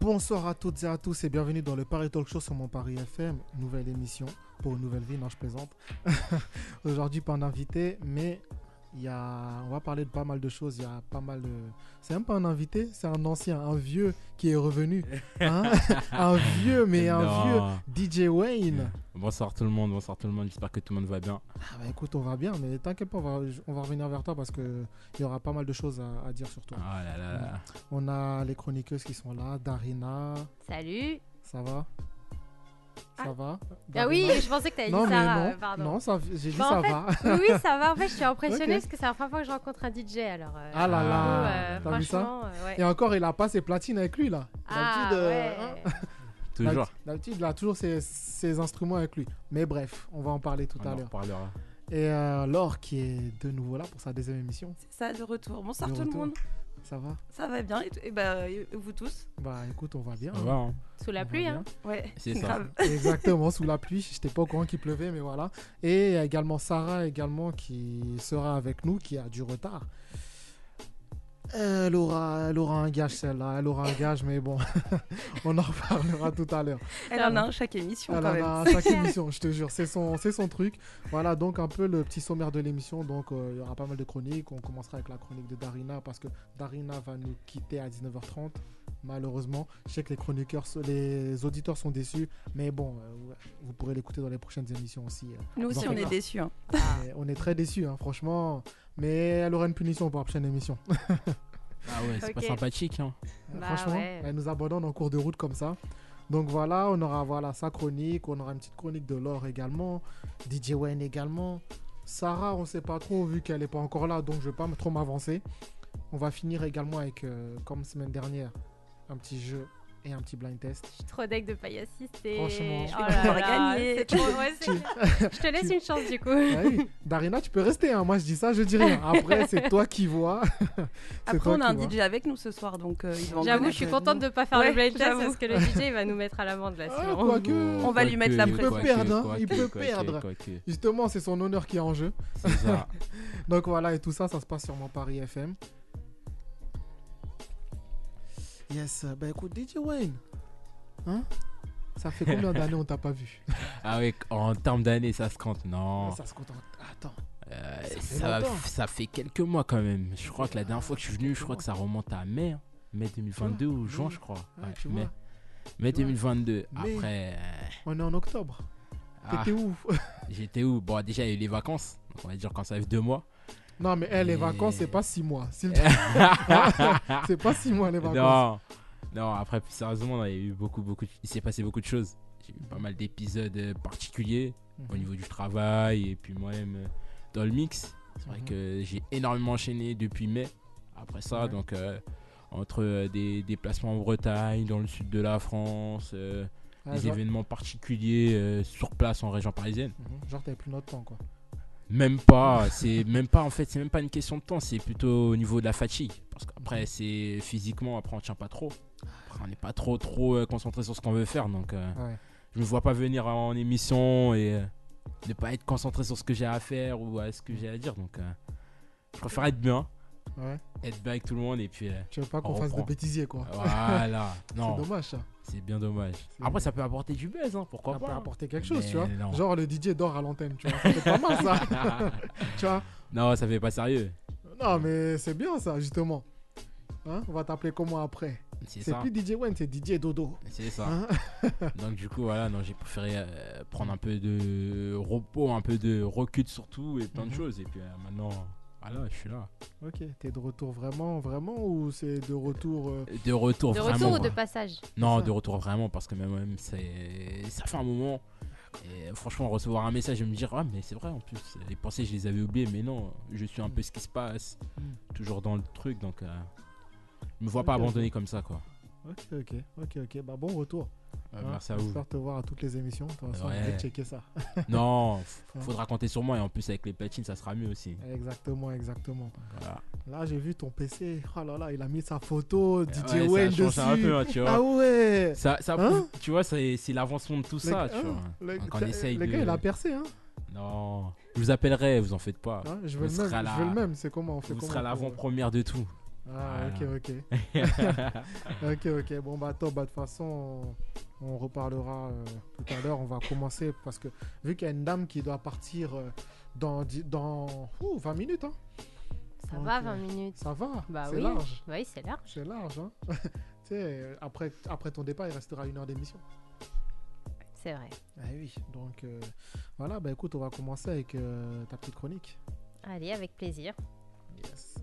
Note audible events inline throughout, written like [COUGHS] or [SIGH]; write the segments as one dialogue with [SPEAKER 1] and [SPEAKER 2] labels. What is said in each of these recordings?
[SPEAKER 1] Bonsoir à toutes et à tous et bienvenue dans le Paris Talk Show sur mon Paris FM, nouvelle émission pour une nouvelle vie, non je plaisante. [LAUGHS] Aujourd'hui pas d'invité, mais il y a, on va parler de pas mal de choses, il y a pas mal de... C'est même pas un invité, c'est un ancien, un vieux qui est revenu. hein un vieux, mais un
[SPEAKER 2] Non.
[SPEAKER 1] vieux, DJ Wayne.
[SPEAKER 2] Bonsoir tout le monde, bonsoir tout le monde, j'espère que tout le monde va bien.
[SPEAKER 1] Ah bah écoute, on va bien, mais t'inquiète pas, on va, on va revenir vers toi parce qu'il y aura pas mal de choses à, à dire sur toi. Mm.
[SPEAKER 2] Ah là là là.
[SPEAKER 1] On a les chroniqueuses qui sont là, Darina,
[SPEAKER 3] Salut.
[SPEAKER 1] ça va Ça
[SPEAKER 4] Ah.
[SPEAKER 1] va
[SPEAKER 4] Ah
[SPEAKER 1] Darina
[SPEAKER 4] oui, je pensais que t'avais dit
[SPEAKER 1] Non, mais
[SPEAKER 4] Sarah,
[SPEAKER 1] non.
[SPEAKER 4] euh, pardon.
[SPEAKER 1] Non, ça- j'ai dit
[SPEAKER 4] Bah,
[SPEAKER 1] ça
[SPEAKER 4] en fait-
[SPEAKER 1] va.
[SPEAKER 4] [LAUGHS] Oui, oui, ça va.
[SPEAKER 1] [LAUGHS]
[SPEAKER 4] En fait, je suis impressionnée
[SPEAKER 1] Ok.
[SPEAKER 4] parce que c'est la première fois que je rencontre un DJ. Alors, euh,
[SPEAKER 1] Ah là
[SPEAKER 4] du coup,
[SPEAKER 1] là,
[SPEAKER 4] euh,
[SPEAKER 1] t'as vu ça
[SPEAKER 4] franchement, euh, ouais.
[SPEAKER 1] Et encore, il a pas ses platines avec lui, là.
[SPEAKER 4] Ah,
[SPEAKER 1] D'habitude, euh,
[SPEAKER 4] ouais.
[SPEAKER 1] hein,
[SPEAKER 2] Toujours.
[SPEAKER 1] d'habitude- D'habitude, il a toujours ses, ses instruments avec lui. Mais bref, on va en parler tout
[SPEAKER 2] On
[SPEAKER 1] à
[SPEAKER 2] en
[SPEAKER 1] l'heure.
[SPEAKER 2] reparlera.
[SPEAKER 1] Et euh, Laure, qui est de nouveau là pour sa deuxième émission.
[SPEAKER 5] Ça de retour. Bonsoir
[SPEAKER 1] De
[SPEAKER 5] tout
[SPEAKER 1] retour.
[SPEAKER 5] le monde.
[SPEAKER 1] Ça va
[SPEAKER 5] Ça va bien et, t- et bah, et vous tous
[SPEAKER 1] Bah écoute, on va bien.
[SPEAKER 2] Ça va, hein
[SPEAKER 3] Sous la
[SPEAKER 1] On va
[SPEAKER 3] pluie,
[SPEAKER 1] bien.
[SPEAKER 3] hein.
[SPEAKER 5] Ouais.
[SPEAKER 2] C'est ça. Ah
[SPEAKER 5] Grave.
[SPEAKER 1] Exactement, sous la pluie. J'étais pas au courant qu'il pleuvait, mais voilà. Et il y a également Sarah, également, qui sera avec nous, qui a du retard. Elle aura, elle aura un gage, celle-là. Elle aura un gage, mais bon, [LAUGHS] on en reparlera tout à l'heure.
[SPEAKER 5] Elle en a un chaque émission
[SPEAKER 1] Elle
[SPEAKER 5] quand
[SPEAKER 1] en
[SPEAKER 5] même.
[SPEAKER 1] a à Ah
[SPEAKER 5] [LAUGHS]
[SPEAKER 1] chaque émission, je te jure, c'est son, c'est son truc. Voilà, donc un peu le petit sommaire de l'émission. Donc euh, il y aura pas mal de chroniques. On commencera avec la chronique de Darina parce que Darina va nous quitter à 19h30. Malheureusement, je sais que les chroniqueurs, se- les auditeurs sont déçus, mais bon, euh, ouais, vous pourrez l'écouter dans les prochaines émissions aussi. euh.
[SPEAKER 5] Nous aussi
[SPEAKER 1] Bon,
[SPEAKER 5] on est
[SPEAKER 1] d'accord.
[SPEAKER 5] déçus. hein.
[SPEAKER 1] Mais on est très déçus, hein, franchement. Mais elle aura une punition pour la prochaine émission. [LAUGHS]
[SPEAKER 2] Ah ouais, c'est pas
[SPEAKER 4] Ok.
[SPEAKER 2] sympathique. Hein.
[SPEAKER 4] Bah
[SPEAKER 1] Franchement,
[SPEAKER 4] ouais.
[SPEAKER 1] elle nous abandonne en cours de route comme ça. Donc voilà, on aura voilà, sa chronique, on aura une petite chronique de Laure également, DJ Wayne également. Sarah, on sait pas trop vu qu'elle n'est pas encore là, donc je vais pas m- trop m'avancer. On va finir également avec, euh, comme semaine dernière, un petit jeu et un petit blind test.
[SPEAKER 4] Je
[SPEAKER 5] [LAUGHS]
[SPEAKER 4] suis trop deg de pas y assister.
[SPEAKER 1] Franchement.
[SPEAKER 4] oh
[SPEAKER 5] Je vais
[SPEAKER 4] là
[SPEAKER 5] pouvoir
[SPEAKER 4] là,
[SPEAKER 5] gagner.
[SPEAKER 4] c'est trop- ouais,
[SPEAKER 1] [LAUGHS]
[SPEAKER 4] c'est
[SPEAKER 1] Tu-
[SPEAKER 4] clair. Je te laisse
[SPEAKER 1] tu-
[SPEAKER 4] une chance du coup.
[SPEAKER 1] Ah oui, Darina, tu peux rester, hein. moi je dis ça, je dis rien. Après, c'est toi qui vois. [LAUGHS] C'est hein.
[SPEAKER 5] Après
[SPEAKER 1] toi
[SPEAKER 5] on a un
[SPEAKER 1] qui vois.
[SPEAKER 5] DJ avec nous ce soir donc euh, ils vont
[SPEAKER 4] J'avoue,
[SPEAKER 5] connaître.
[SPEAKER 4] je suis contente de pas faire
[SPEAKER 5] Ouais,
[SPEAKER 4] le blind test
[SPEAKER 5] j'avoue.
[SPEAKER 4] parce que le DJ il va nous [LAUGHS] mettre à l'amende là.
[SPEAKER 1] Ah,
[SPEAKER 4] sinon.
[SPEAKER 1] quoique,
[SPEAKER 5] On va lui mettre la pression.
[SPEAKER 1] Il peut perdre, hein, il peut perdre.
[SPEAKER 2] quoique.
[SPEAKER 1] Justement, c'est son honneur qui est en jeu.
[SPEAKER 2] C'est ça.
[SPEAKER 1] [LAUGHS] Donc voilà, et tout ça, ça se passe sur mon Paris FM. Yes, euh, bah écoute, DJ Wayne, hein Ça
[SPEAKER 2] [LAUGHS]
[SPEAKER 1] fait combien d'années on t'a pas vu
[SPEAKER 2] Ah ouais, en termes d'années, ça se compte. Non.
[SPEAKER 1] Ça se compte. en- Attends.
[SPEAKER 2] Oh. Euh,
[SPEAKER 1] ça fait
[SPEAKER 2] Ça
[SPEAKER 1] longtemps.
[SPEAKER 2] va- ça fait quelques mois quand même. Je crois que la dernière fois que je suis venu, je crois
[SPEAKER 1] Exactement.
[SPEAKER 2] que ça remonte à mai. hein. Mai 2022 ou
[SPEAKER 1] Ouais,
[SPEAKER 2] juin,
[SPEAKER 1] mai.
[SPEAKER 2] je crois.
[SPEAKER 1] Ouais,
[SPEAKER 2] Ouais,
[SPEAKER 1] Ah, tu
[SPEAKER 2] mai.
[SPEAKER 1] vois,
[SPEAKER 2] Mai
[SPEAKER 1] tu vois.
[SPEAKER 2] 2022.
[SPEAKER 1] Mais-
[SPEAKER 2] Après, euh,
[SPEAKER 1] on est en octobre.
[SPEAKER 2] ah,
[SPEAKER 1] T'étais où [LAUGHS]
[SPEAKER 2] j'étais où Bon, déjà, il y a eu les vacances. Donc, on va dire quand ça fait deux mois.
[SPEAKER 1] Non, mais eh, les
[SPEAKER 2] Et-
[SPEAKER 1] vacances, c'est pas six mois.
[SPEAKER 2] [LAUGHS]
[SPEAKER 1] s'il te plaît. [LAUGHS] c'est pas six mois les vacances.
[SPEAKER 2] Non, non, après, plus sérieusement, il y a eu beaucoup, beaucoup. de- Il s'est passé beaucoup de choses. J'ai eu pas mal d'épisodes euh, particuliers
[SPEAKER 1] Mhm.
[SPEAKER 2] au niveau du travail et puis moi-même euh, dans le mix. C'est vrai
[SPEAKER 1] Mhm.
[SPEAKER 2] que j'ai énormément enchaîné depuis mai. Après ça,
[SPEAKER 1] Ouais.
[SPEAKER 2] donc euh, entre euh, des déplacements en Bretagne, dans le sud de la France, euh,
[SPEAKER 1] Ah,
[SPEAKER 2] des
[SPEAKER 1] genre,
[SPEAKER 2] événements particuliers euh, sur place en région parisienne.
[SPEAKER 1] mhm, genre, t'avais plus notre temps, quoi.
[SPEAKER 2] Même pas, c'est même pas en fait, c'est même pas une question de temps, c'est plutôt au niveau de la fatigue. Parce qu'après, c'est physiquement, après on tient pas trop. Après, on n'est pas trop trop euh, concentré sur ce qu'on veut faire, donc euh,
[SPEAKER 1] Ouais.
[SPEAKER 2] je me vois pas venir en émission et euh, ne pas être concentré sur ce que j'ai à faire ou à ce que j'ai à dire. Donc, euh, je préfère être bien,
[SPEAKER 1] ouais.
[SPEAKER 2] être bien avec tout le monde et puis euh,
[SPEAKER 1] Tu veux pas qu'on
[SPEAKER 2] On
[SPEAKER 1] fasse de
[SPEAKER 2] reprend.
[SPEAKER 1] bêtisiers, quoi. [LAUGHS]
[SPEAKER 2] voilà.
[SPEAKER 1] C'est
[SPEAKER 2] Non,
[SPEAKER 1] dommage, ça.
[SPEAKER 2] c'est bien dommage. Après, ça peut apporter du buzz, hein, pourquoi
[SPEAKER 1] Ça peut
[SPEAKER 2] pas.
[SPEAKER 1] apporter quelque chose,
[SPEAKER 2] Mais
[SPEAKER 1] tu vois.
[SPEAKER 2] non.
[SPEAKER 1] Genre, le DJ dort à l'antenne, tu vois. Ça fait pas
[SPEAKER 2] [LAUGHS]
[SPEAKER 1] mal, ça. tu vois
[SPEAKER 2] Non, ça fait pas sérieux.
[SPEAKER 1] Non, mais c'est bien ça, justement. Hein on va t'appeler comment après
[SPEAKER 2] C'est
[SPEAKER 1] C'est
[SPEAKER 2] ça.
[SPEAKER 1] plus DJ Wen, c'est DJ Dodo.
[SPEAKER 2] C'est ça.
[SPEAKER 1] Hein [LAUGHS]
[SPEAKER 2] Donc du coup voilà, non, j'ai préféré euh, prendre un peu de repos, un peu de recul surtout et plein de
[SPEAKER 1] Mhm.
[SPEAKER 2] choses. Et puis euh, maintenant, voilà, je suis là.
[SPEAKER 1] ok, t'es de retour vraiment, vraiment ou c'est de retour euh,
[SPEAKER 2] De retour
[SPEAKER 4] De
[SPEAKER 2] vraiment.
[SPEAKER 4] retour ou de
[SPEAKER 2] quoi.
[SPEAKER 4] passage
[SPEAKER 2] Non,
[SPEAKER 1] C'est ça.
[SPEAKER 2] de retour vraiment parce que même, même c'est ça fait un moment Et franchement, recevoir un message et me dire Ah, mais c'est vrai en plus, les pensées, je les avais oubliées, mais non, je suis un peu ce qui se passe,
[SPEAKER 1] Mm.
[SPEAKER 2] toujours dans le truc, donc euh, je me vois pas
[SPEAKER 1] Ok, ok.
[SPEAKER 2] abandonné comme ça, quoi.
[SPEAKER 1] Ok, ok, ok, ok. Bah, bon retour.
[SPEAKER 2] Euh,
[SPEAKER 1] hein.
[SPEAKER 2] merci à vous.
[SPEAKER 1] J'espère te voir à toutes les émissions. De toute façon,
[SPEAKER 2] Ouais.
[SPEAKER 1] on va checker ça. [LAUGHS]
[SPEAKER 2] Non, f- faudra compter sur moi, et en plus, avec les platines, ça sera mieux aussi.
[SPEAKER 1] Exactement, exactement.
[SPEAKER 2] Voilà.
[SPEAKER 1] Là, j'ai vu ton PC. Oh là là, il a mis sa photo, DJ
[SPEAKER 2] Ouais,
[SPEAKER 1] Wayne
[SPEAKER 2] ça a changé
[SPEAKER 1] dessus.
[SPEAKER 2] un peu, hein, tu vois.
[SPEAKER 1] ah ouais
[SPEAKER 2] Ça, ça
[SPEAKER 1] Hein
[SPEAKER 2] prouve- tu vois, c'est c'est l'avancement de tout
[SPEAKER 1] Le-
[SPEAKER 2] ça, tu
[SPEAKER 1] hein,
[SPEAKER 2] vois.
[SPEAKER 1] le,
[SPEAKER 2] Quand on
[SPEAKER 1] t'as-
[SPEAKER 2] essaye
[SPEAKER 1] le
[SPEAKER 2] de-
[SPEAKER 1] gars, il a percé, hein.
[SPEAKER 2] Non, je vous appellerai, vous en faites pas.
[SPEAKER 1] Hein, je,
[SPEAKER 2] on
[SPEAKER 1] veux le même,
[SPEAKER 2] sera là.
[SPEAKER 1] je veux le même, c'est comment on fait
[SPEAKER 2] Vous
[SPEAKER 1] comment
[SPEAKER 2] serez à
[SPEAKER 1] pour-
[SPEAKER 2] l'avant-première de tout.
[SPEAKER 1] Ah,
[SPEAKER 2] Voilà.
[SPEAKER 1] ok,
[SPEAKER 2] [LAUGHS]
[SPEAKER 1] ok. ok, ok. Bon, bah, top. Bah, de toute façon, on, on reparlera euh, tout à l'heure. On va commencer parce que, vu qu'il y a une dame qui doit partir euh, dans, dix- dans ouh, 20 minutes, hein.
[SPEAKER 4] Ça
[SPEAKER 1] Ok.
[SPEAKER 4] va, 20 minutes.
[SPEAKER 1] ça va.
[SPEAKER 4] Bah
[SPEAKER 1] c'est
[SPEAKER 4] oui.
[SPEAKER 1] large.
[SPEAKER 4] Oui, c'est large.
[SPEAKER 1] C'est large, hein. [LAUGHS] tu sais, euh, après, après ton départ, il restera une heure d'émission.
[SPEAKER 4] C'est vrai.
[SPEAKER 1] Ah oui. Donc, euh, voilà. Bah, écoute, on va commencer avec euh, ta petite chronique.
[SPEAKER 4] Allez, avec plaisir.
[SPEAKER 1] Yes.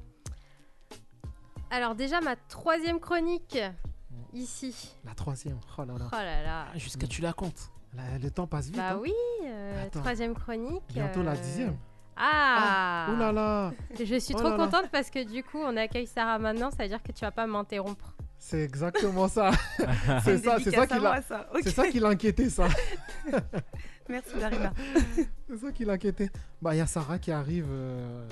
[SPEAKER 4] Alors déjà, ma troisième chronique, ici.
[SPEAKER 1] La troisième. Oh là
[SPEAKER 4] Oh
[SPEAKER 1] là.
[SPEAKER 4] là là.
[SPEAKER 2] Ah, Jusqu'à tu la comptes.
[SPEAKER 1] La- le temps passe vite.
[SPEAKER 4] Bah
[SPEAKER 1] hein.
[SPEAKER 4] oui, euh,
[SPEAKER 1] Attends.
[SPEAKER 4] troisième chronique.
[SPEAKER 1] Bientôt la
[SPEAKER 4] euh,
[SPEAKER 1] dixième.
[SPEAKER 4] Ah,
[SPEAKER 1] Ouh là là.
[SPEAKER 4] Je suis
[SPEAKER 1] Oh
[SPEAKER 4] trop
[SPEAKER 1] là là.
[SPEAKER 4] contente parce que du coup, on accueille Sarah maintenant, ça veut dire que tu vas pas m'interrompre.
[SPEAKER 1] C'est exactement ça. c'est ça, c'est ça qui l'a.
[SPEAKER 5] ça.
[SPEAKER 1] C'est ça qui l'a inquiété, ça.
[SPEAKER 5] [LAUGHS] Merci Darina.
[SPEAKER 1] [LAUGHS] C'est ça qui l'a inquiété. Bah, il y a Sarah qui arrive euh,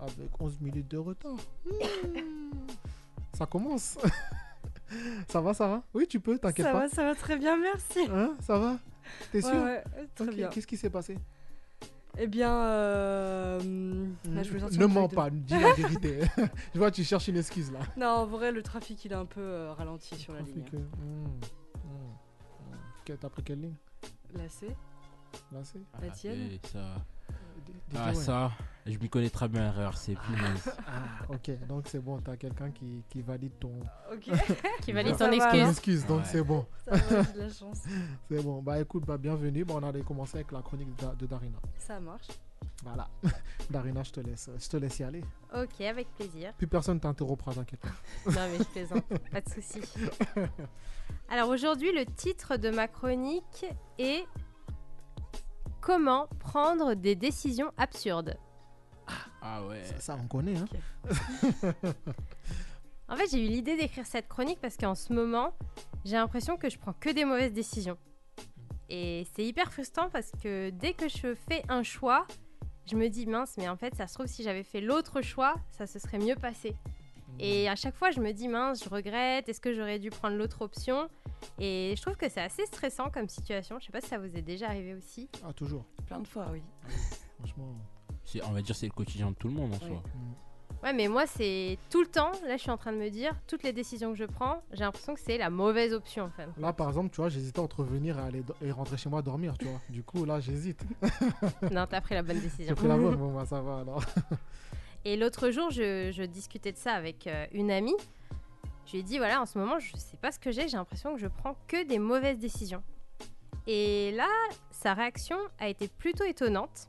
[SPEAKER 1] avec 11 minutes de retard. Hmm. ça commence. [LAUGHS] ça va, Sarah Oui, tu peux, t'inquiète
[SPEAKER 5] Ça
[SPEAKER 1] pas.
[SPEAKER 5] va, ça va très bien, merci.
[SPEAKER 1] Hein, ça va T'es sûr
[SPEAKER 5] Ouais, ouais, très
[SPEAKER 1] Ok,
[SPEAKER 5] bien.
[SPEAKER 1] Qu'est-ce qui s'est passé
[SPEAKER 5] Eh bien, euh, hum, là, je me sens
[SPEAKER 1] Ne
[SPEAKER 5] sur le
[SPEAKER 1] mens
[SPEAKER 5] truc de-
[SPEAKER 1] pas,
[SPEAKER 5] [LAUGHS]
[SPEAKER 1] dis la vérité. je vois, tu cherches une excuse là.
[SPEAKER 5] Non, en vrai, le trafic il est un peu euh, ralenti sur la
[SPEAKER 1] Trafic,
[SPEAKER 5] ligne.
[SPEAKER 1] euh, hmm, hmm, hmm. Que- T'as pris quelle ligne euh.
[SPEAKER 5] La C.
[SPEAKER 1] Là, c'est.
[SPEAKER 5] La
[SPEAKER 2] Ah,
[SPEAKER 5] tienne
[SPEAKER 2] et
[SPEAKER 1] Euh,
[SPEAKER 2] ça.
[SPEAKER 1] D-
[SPEAKER 2] Ah,
[SPEAKER 1] DJ Wayne.
[SPEAKER 2] ça, je m'y connais très bien, RRC. punaise.
[SPEAKER 1] [LAUGHS] Ah, ok, donc c'est bon, t'as quelqu'un qui, qui valide ton [LAUGHS]
[SPEAKER 5] Ok,
[SPEAKER 4] Qui valide
[SPEAKER 5] Ça
[SPEAKER 4] ton
[SPEAKER 5] va,
[SPEAKER 1] ton
[SPEAKER 4] excuse.
[SPEAKER 5] hein.
[SPEAKER 1] excuse, donc
[SPEAKER 2] Ouais.
[SPEAKER 1] c'est bon.
[SPEAKER 5] ça va,
[SPEAKER 1] [LAUGHS]
[SPEAKER 5] j'ai de la chance.
[SPEAKER 1] C'est bon, bah écoute, bah bienvenue. Bah, on allait commencer avec la chronique de, de Darina.
[SPEAKER 5] Ça marche.
[SPEAKER 1] Voilà. [LAUGHS] Darina, je te laisse, je te laisse y aller.
[SPEAKER 4] Ok, avec plaisir.
[SPEAKER 1] Plus personne t'interrompra, t'inquiète pas.
[SPEAKER 4] Non mais je
[SPEAKER 1] [LAUGHS]
[SPEAKER 4] plaisante, pas de souci. Alors aujourd'hui, le titre de ma chronique est Comment prendre des décisions absurdes.
[SPEAKER 2] Ah ouais.
[SPEAKER 1] Ça, ça, on connaît, hein.
[SPEAKER 4] En fait, j'ai eu l'idée d'écrire cette chronique parce qu'en ce moment, j'ai l'impression que je prends que des mauvaises décisions. Et c'est hyper frustrant parce que dès que je fais un choix, je me dis mince, mais en fait, ça se trouve, si j'avais fait l'autre choix, ça se serait mieux passé.
[SPEAKER 5] Mmh.
[SPEAKER 4] Et à chaque fois, je me dis mince, je regrette, est-ce que j'aurais dû prendre l'autre option Et je trouve que c'est assez stressant comme situation. Je sais pas si ça vous est déjà arrivé aussi.
[SPEAKER 1] Ah, toujours,
[SPEAKER 5] Plein de fois, oui.
[SPEAKER 1] franchement. Mm.
[SPEAKER 2] C'est- On va dire c'est le quotidien de tout le monde en
[SPEAKER 5] Ouais.
[SPEAKER 2] soi.
[SPEAKER 4] Ouais, mais moi, c'est tout le temps. Là, je suis en train de me dire, toutes les décisions que je prends, j'ai l'impression que c'est la mauvaise option en fait.
[SPEAKER 1] [LAUGHS]
[SPEAKER 4] [LAUGHS]
[SPEAKER 1] Là, par exemple, tu vois, j'hésitais entre venir et, aller do- et rentrer chez moi dormir, tu vois. Du coup, là, j'hésite.
[SPEAKER 4] non, t'as pris la bonne décision.
[SPEAKER 1] J'ai pris la bonne, bon, bah ça va alors.
[SPEAKER 4] Et l'autre jour, je, je discutais de ça avec euh, une amie. Je lui ai dit, voilà, en ce moment, je sais pas ce que j'ai, j'ai l'impression que je prends que des mauvaises décisions. Et là, sa réaction a été plutôt étonnante.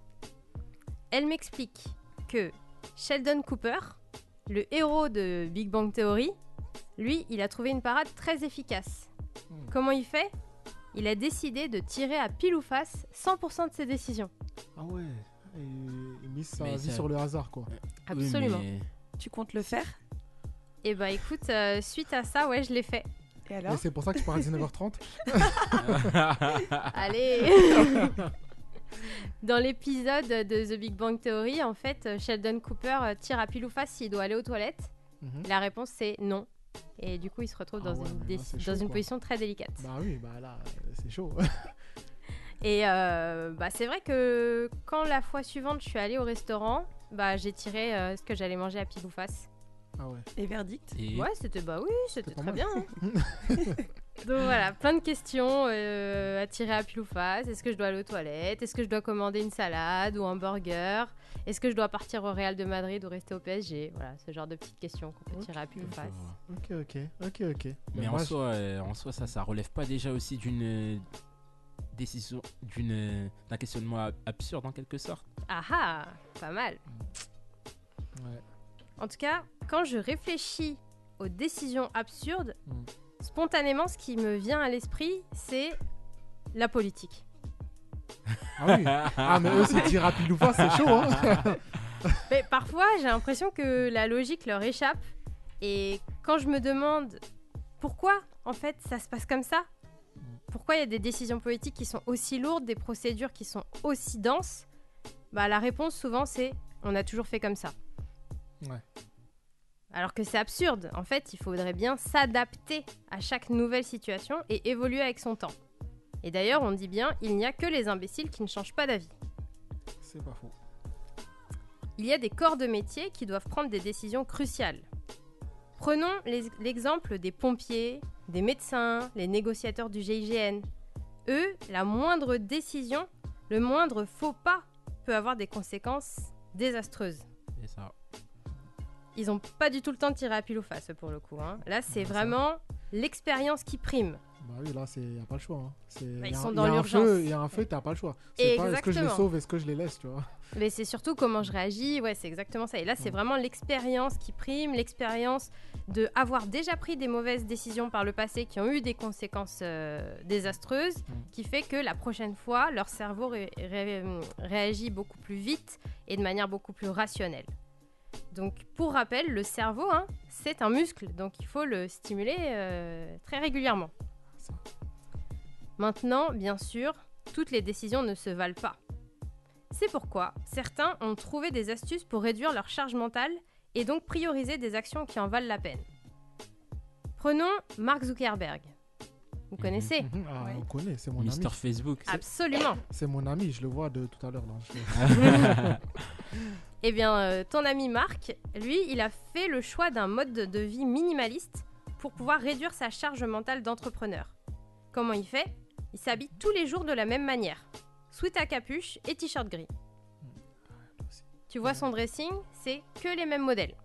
[SPEAKER 4] Elle m'explique que Sheldon Cooper, le héros de Big Bang Theory, lui, il a trouvé une parade très efficace.
[SPEAKER 1] Hmm.
[SPEAKER 4] Comment il fait Il a décidé de tirer à pile ou face 100% de ses décisions.
[SPEAKER 1] Ah ouais, et il mise sa
[SPEAKER 2] Mais
[SPEAKER 1] vie
[SPEAKER 2] ça-
[SPEAKER 1] sur le hasard, quoi.
[SPEAKER 2] Oui,
[SPEAKER 4] Absolument.
[SPEAKER 2] mais
[SPEAKER 5] Tu comptes le faire
[SPEAKER 4] Et bah écoute, euh, suite à ça, ouais, je l'ai fait.
[SPEAKER 5] Et
[SPEAKER 1] Et
[SPEAKER 5] alors
[SPEAKER 1] c'est pour ça que je pars
[SPEAKER 2] [LAUGHS]
[SPEAKER 1] à
[SPEAKER 4] [LAUGHS]
[SPEAKER 1] 19h30. Bah
[SPEAKER 4] Allez
[SPEAKER 1] [LAUGHS]
[SPEAKER 4] Dans l'épisode de The Big Bang Theory, en fait, euh, Sheldon Cooper euh, tire à pile ou face s'il doit aller aux toilettes.
[SPEAKER 1] Mhm.
[SPEAKER 4] La réponse c'est non. Et du coup, il se retrouve
[SPEAKER 1] Ah
[SPEAKER 4] dans
[SPEAKER 1] ouais,
[SPEAKER 4] une,
[SPEAKER 1] mais
[SPEAKER 4] dé-
[SPEAKER 1] là, c'est
[SPEAKER 4] dans
[SPEAKER 1] chaud,
[SPEAKER 4] une
[SPEAKER 1] quoi.
[SPEAKER 4] position très délicate.
[SPEAKER 1] Bah oui, bah là, euh, c'est chaud.
[SPEAKER 4] Et euh, bah, c'est vrai que quand la fois suivante, je suis allée au restaurant, bah, j'ai tiré euh, ce que j'allais manger à pile ou face.
[SPEAKER 1] Ah ouais.
[SPEAKER 5] Et verdict
[SPEAKER 2] Et-
[SPEAKER 4] Ouais, c'était bah oui, c'était
[SPEAKER 1] pas
[SPEAKER 4] très
[SPEAKER 1] mal.
[SPEAKER 4] bien. hein. Donc voilà, plein de questions euh, à tirer à pile ou face. Est-ce que je dois aller aux toilettes Est-ce que je dois commander une salade ou un burger Est-ce que je dois partir au Real de Madrid ou rester au PSG Voilà, ce genre de petites questions qu'on peut
[SPEAKER 1] Ok.
[SPEAKER 4] tirer à pile ou face.
[SPEAKER 1] Ok, ok, ok, ok.
[SPEAKER 2] Mais
[SPEAKER 1] Bah,
[SPEAKER 2] en
[SPEAKER 1] moi,
[SPEAKER 2] soi, euh, en soi, ça, ça relève pas déjà aussi d'une euh, décision, d'une euh, d'un questionnement ab- absurde en quelque sorte.
[SPEAKER 4] Ah ah, pas mal.
[SPEAKER 1] je- ouais.
[SPEAKER 4] En tout cas, quand je réfléchis aux décisions absurdes,
[SPEAKER 1] Mm.
[SPEAKER 4] spontanément, ce qui me vient à l'esprit, c'est la politique.
[SPEAKER 1] Ah oui. Ah, mais eux, c'est tir rapide ou pas, c'est chaud. Hein
[SPEAKER 4] Mais parfois, j'ai l'impression que la logique leur échappe. Et quand je me demande pourquoi, en fait, ça se passe comme ça,
[SPEAKER 1] Mm.
[SPEAKER 4] pourquoi il y a des décisions politiques qui sont aussi lourdes, des procédures qui sont aussi denses, bah la réponse souvent c'est on a toujours fait comme ça.
[SPEAKER 1] Ouais.
[SPEAKER 4] Alors que c'est absurde. En fait, il faudrait bien s'adapter à chaque nouvelle situation et évoluer avec son temps. Et d'ailleurs, on dit bien, il n'y a que les imbéciles qui ne changent pas d'avis.
[SPEAKER 1] c'est pas faux.
[SPEAKER 4] Il y a des corps de métier qui doivent prendre des décisions cruciales. Prenons les- l'exemple des pompiers, des médecins, les négociateurs du GIGN. Eux, la moindre décision, le moindre faux pas peut avoir des conséquences désastreuses.
[SPEAKER 2] C'est ça.
[SPEAKER 4] Ils n'ont pas du tout le temps de tirer à pile ou face pour le coup. hein. Là, c'est vraiment l'expérience qui prime.
[SPEAKER 1] Bah oui, là, il n'y a pas le choix. hein. C'est-
[SPEAKER 4] Bah,
[SPEAKER 1] y
[SPEAKER 4] ils
[SPEAKER 1] a-
[SPEAKER 4] sont
[SPEAKER 1] y a
[SPEAKER 4] dans
[SPEAKER 1] un
[SPEAKER 4] l'urgence.
[SPEAKER 1] feu, Il y a un feu, t'as pas le choix. C'est pas est-ce que je les
[SPEAKER 4] Exactement.
[SPEAKER 1] sauve, est-ce que je les laisse, tu vois.
[SPEAKER 4] Mais c'est surtout comment je réagis, ouais, c'est exactement ça. Et là, c'est
[SPEAKER 1] Ouais.
[SPEAKER 4] vraiment l'expérience qui prime, l'expérience de avoir déjà pris des mauvaises décisions par le passé qui ont eu des conséquences euh, désastreuses, qui fait que la prochaine fois, leur cerveau ré- ré- réagit beaucoup plus vite et de manière beaucoup plus rationnelle. Donc, pour rappel, le cerveau, hein, c'est un muscle, donc il faut le stimuler euh, très régulièrement.
[SPEAKER 1] Ça.
[SPEAKER 4] Maintenant, bien sûr, toutes les décisions ne se valent pas. C'est pourquoi certains ont trouvé des astuces pour réduire leur charge mentale et donc prioriser des actions qui en valent la peine. Prenons Mark Zuckerberg. Vous connaissez
[SPEAKER 1] Mhm, Ah,
[SPEAKER 5] Ouais.
[SPEAKER 1] on connaît, c'est mon
[SPEAKER 2] Mister
[SPEAKER 1] ami.
[SPEAKER 2] Facebook.
[SPEAKER 4] Absolument.
[SPEAKER 1] C'est mon ami, je le vois de tout à l'heure. là. Je-
[SPEAKER 2] [LAUGHS]
[SPEAKER 4] Eh bien, euh, ton ami Marc, lui, il a fait le choix d'un mode de- de vie minimaliste pour pouvoir réduire sa charge mentale d'entrepreneur. Comment il fait Il s'habille tous les jours de la même manière. Sweat à capuche et t-shirt gris. Tu vois son dressing, c'est que les mêmes modèles.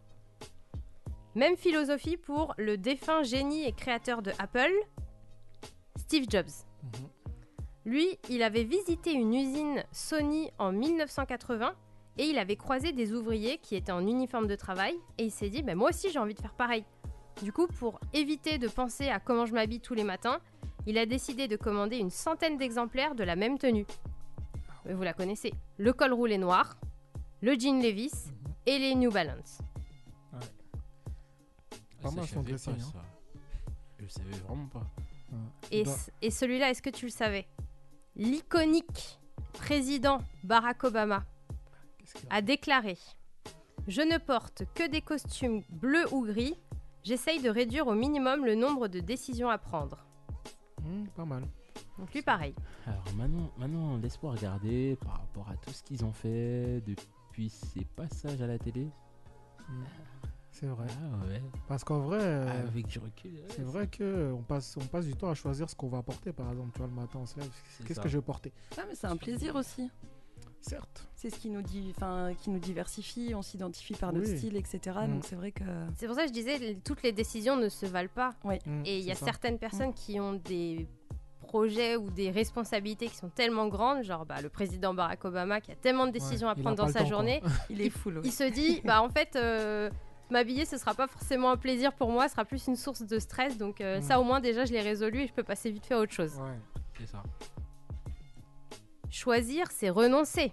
[SPEAKER 4] Même philosophie pour le défunt génie et créateur de Apple, Steve Jobs.
[SPEAKER 1] Mhm.
[SPEAKER 4] Lui, il avait visité une usine Sony en 1980 et il avait croisé des ouvriers qui étaient en uniforme de travail et il s'est dit Ben, moi aussi j'ai envie de faire pareil. Du coup, pour éviter de penser à comment je m'habille tous les matins, il a décidé de commander une centaine d'exemplaires de la même tenue. Mais Vous la connaissez le col roulé noir, le jean Levis et les New Balance.
[SPEAKER 1] Pas mal
[SPEAKER 2] je
[SPEAKER 1] son
[SPEAKER 2] savais
[SPEAKER 1] dressing,
[SPEAKER 2] pas,
[SPEAKER 1] hein.
[SPEAKER 2] ça. Je savais vraiment pas.
[SPEAKER 4] Et,
[SPEAKER 1] Bah,
[SPEAKER 4] ce- et celui-là, est-ce que tu le savais L'iconique président Barack Obama
[SPEAKER 1] qu'est-ce qu'il y a
[SPEAKER 4] a déclaré Je ne porte que des costumes bleus ou gris. J'essaye de réduire au minimum le nombre de décisions à prendre.
[SPEAKER 1] Hmm, Pas mal.
[SPEAKER 4] Donc lui, pareil.
[SPEAKER 2] Alors maintenant, maintenant laisse-moi regarder par rapport à tout ce qu'ils ont fait depuis ces passages à la télé.
[SPEAKER 1] C'est vrai.
[SPEAKER 2] Ah ouais.
[SPEAKER 1] Parce qu'en vrai, euh,
[SPEAKER 2] Avec du recul. ouais,
[SPEAKER 1] c'est vrai que on passe, on passe du temps à choisir ce qu'on va porter, par exemple. Tu vois, le matin, on se lève.
[SPEAKER 2] C'est
[SPEAKER 1] Qu'est-ce
[SPEAKER 2] ça.
[SPEAKER 1] que je vais porter
[SPEAKER 5] Ah, mais c'est un plaisir aussi.
[SPEAKER 1] Certes.
[SPEAKER 5] C'est ce qui nous, dit, enfin, qui nous diversifie, on s'identifie par notre
[SPEAKER 1] Oui.
[SPEAKER 5] style, etc.
[SPEAKER 1] Mm.
[SPEAKER 5] Donc c'est vrai que.
[SPEAKER 4] C'est pour ça que je disais l- toutes les décisions ne se valent pas.
[SPEAKER 1] Hmm,
[SPEAKER 4] Et il y a
[SPEAKER 1] c'est ça.
[SPEAKER 4] certaines personnes qui ont des projets ou des responsabilités qui sont tellement grandes, genre bah, le président Barack Obama qui a tellement de
[SPEAKER 1] Ouais,
[SPEAKER 4] décisions à
[SPEAKER 1] il a
[SPEAKER 4] prendre
[SPEAKER 1] pas
[SPEAKER 4] dans
[SPEAKER 1] le
[SPEAKER 4] sa
[SPEAKER 1] temps, quoi. [LAUGHS]
[SPEAKER 4] journée,
[SPEAKER 5] Il est full.
[SPEAKER 4] il se dit bah en fait euh, m'habiller ce sera pas forcément un plaisir pour moi, ce sera plus une source de stress. Donc euh,
[SPEAKER 1] Mm.
[SPEAKER 4] ça au moins déjà je l'ai résolu et je peux passer vite fait à autre chose.
[SPEAKER 1] Ouais.
[SPEAKER 2] C'est ça.
[SPEAKER 4] Choisir, c'est renoncer,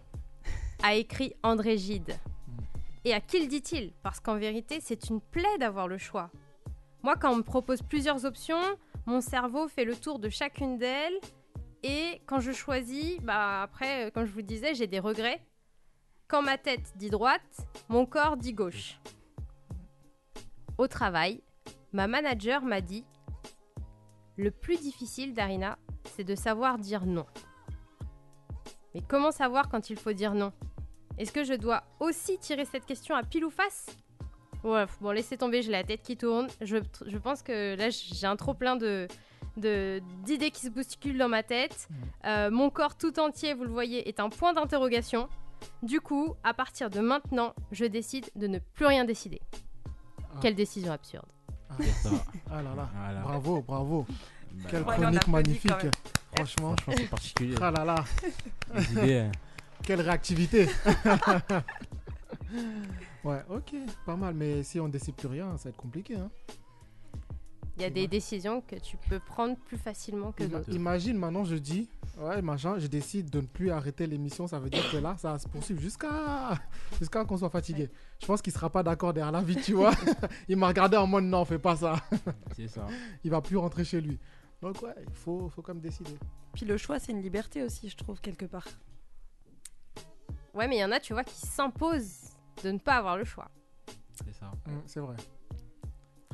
[SPEAKER 4] a écrit André Gide.
[SPEAKER 1] Mm.
[SPEAKER 4] Et à qui le dit-il Parce qu'en vérité, c'est une plaie d'avoir le choix. Moi, quand on me propose plusieurs options, mon cerveau fait le tour de chacune d'elles. Et quand je choisis, bah après, euh, comme je vous le disais, j'ai des regrets. Quand ma tête dit droite, mon corps dit gauche. Au travail, ma manager m'a dit Le plus difficile, Darina, c'est de savoir dire non. Mais comment savoir quand il faut dire non Est-ce que je dois aussi tirer cette question à pile ou face Ouais, bon, laissez tomber, j'ai la tête qui tourne. Je, je pense que là, j'ai un trop plein de de- d'idées qui se bousculent dans ma tête.
[SPEAKER 1] Mmh.
[SPEAKER 4] Euh, mon corps tout entier, vous le voyez, est un point d'interrogation. Du coup, à partir de maintenant, je décide de ne plus rien décider.
[SPEAKER 1] Ah.
[SPEAKER 4] Quelle décision absurde.
[SPEAKER 2] C'est ça.
[SPEAKER 1] Ah là là.
[SPEAKER 2] Voilà.
[SPEAKER 1] Bravo, bravo.
[SPEAKER 2] Bah,
[SPEAKER 1] Quelle
[SPEAKER 5] Ouais, on
[SPEAKER 1] chronique
[SPEAKER 5] applaudit
[SPEAKER 1] magnifique.
[SPEAKER 5] quand même.
[SPEAKER 1] Franchement.
[SPEAKER 2] franchement, c'est particulier.
[SPEAKER 1] Ah là là.
[SPEAKER 2] Les idées, euh,
[SPEAKER 1] Quelle réactivité [LAUGHS] Ouais, ok, pas mal, mais si on décide plus rien, ça va être compliqué. hein.
[SPEAKER 4] Il y a
[SPEAKER 1] C'est
[SPEAKER 4] des
[SPEAKER 1] vrai.
[SPEAKER 4] décisions que tu peux prendre plus facilement que
[SPEAKER 1] Ima-
[SPEAKER 4] d'autres.
[SPEAKER 1] imagine maintenant, je dis, Ouais, machin, je décide de ne plus arrêter l'émission. Ça veut dire que là, ça va se poursuivre jusqu'à jusqu'à qu'on soit fatigué. Je pense qu'il sera pas d'accord derrière la vie,
[SPEAKER 2] [LAUGHS]
[SPEAKER 1] tu vois. Il m'a regardé en mode non, fais pas ça.
[SPEAKER 2] C'est ça.
[SPEAKER 1] Il va plus rentrer chez lui. Donc, ouais, il faut, faut quand même décider.
[SPEAKER 5] Puis le choix, c'est une liberté aussi, je trouve, quelque part.
[SPEAKER 4] Ouais, mais il y en a, tu vois, qui s'imposent de ne pas avoir le choix.
[SPEAKER 2] C'est ça.
[SPEAKER 1] Hum, C'est vrai.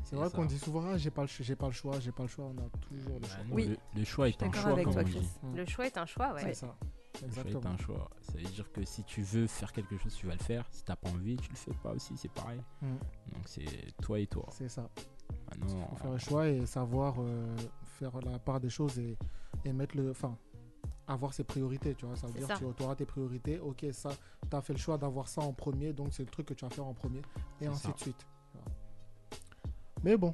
[SPEAKER 1] C'est vrai
[SPEAKER 2] ça.
[SPEAKER 1] qu'on dit souvent, ah, j'ai pas, le ch- j'ai pas le choix, j'ai pas le choix. On a toujours le
[SPEAKER 2] Bah
[SPEAKER 1] choix.
[SPEAKER 2] non,
[SPEAKER 5] Oui.
[SPEAKER 2] le, le choix est un
[SPEAKER 5] D'accord
[SPEAKER 2] choix,
[SPEAKER 5] avec
[SPEAKER 2] comme
[SPEAKER 5] toi,
[SPEAKER 2] on
[SPEAKER 5] Chris. Mm.
[SPEAKER 2] dit.
[SPEAKER 4] Le choix est un choix, ouais.
[SPEAKER 2] [LAUGHS]
[SPEAKER 1] C'est ça.
[SPEAKER 2] Le choix est
[SPEAKER 1] Exactement.
[SPEAKER 2] un choix. Ça veut dire que si tu veux faire quelque chose, tu vas le faire. Si t'as pas envie, tu le fais pas aussi. C'est pareil.
[SPEAKER 1] Mm.
[SPEAKER 2] Donc c'est toi et toi.
[SPEAKER 1] C'est ça.
[SPEAKER 2] Maintenant,
[SPEAKER 1] Faut faire le choix et savoir euh, faire la part des choses et, et mettre le. Enfin, avoir ses priorités, tu vois. Ça veut
[SPEAKER 4] C'est
[SPEAKER 1] dire
[SPEAKER 4] ça.
[SPEAKER 1] tu tu auras tes priorités. Ok, ça, tu as fait le choix d'avoir ça en premier, donc c'est le truc que tu vas faire en premier. Et
[SPEAKER 2] C'est
[SPEAKER 1] ainsi
[SPEAKER 2] ça.
[SPEAKER 1] de suite. Voilà. Mais bon.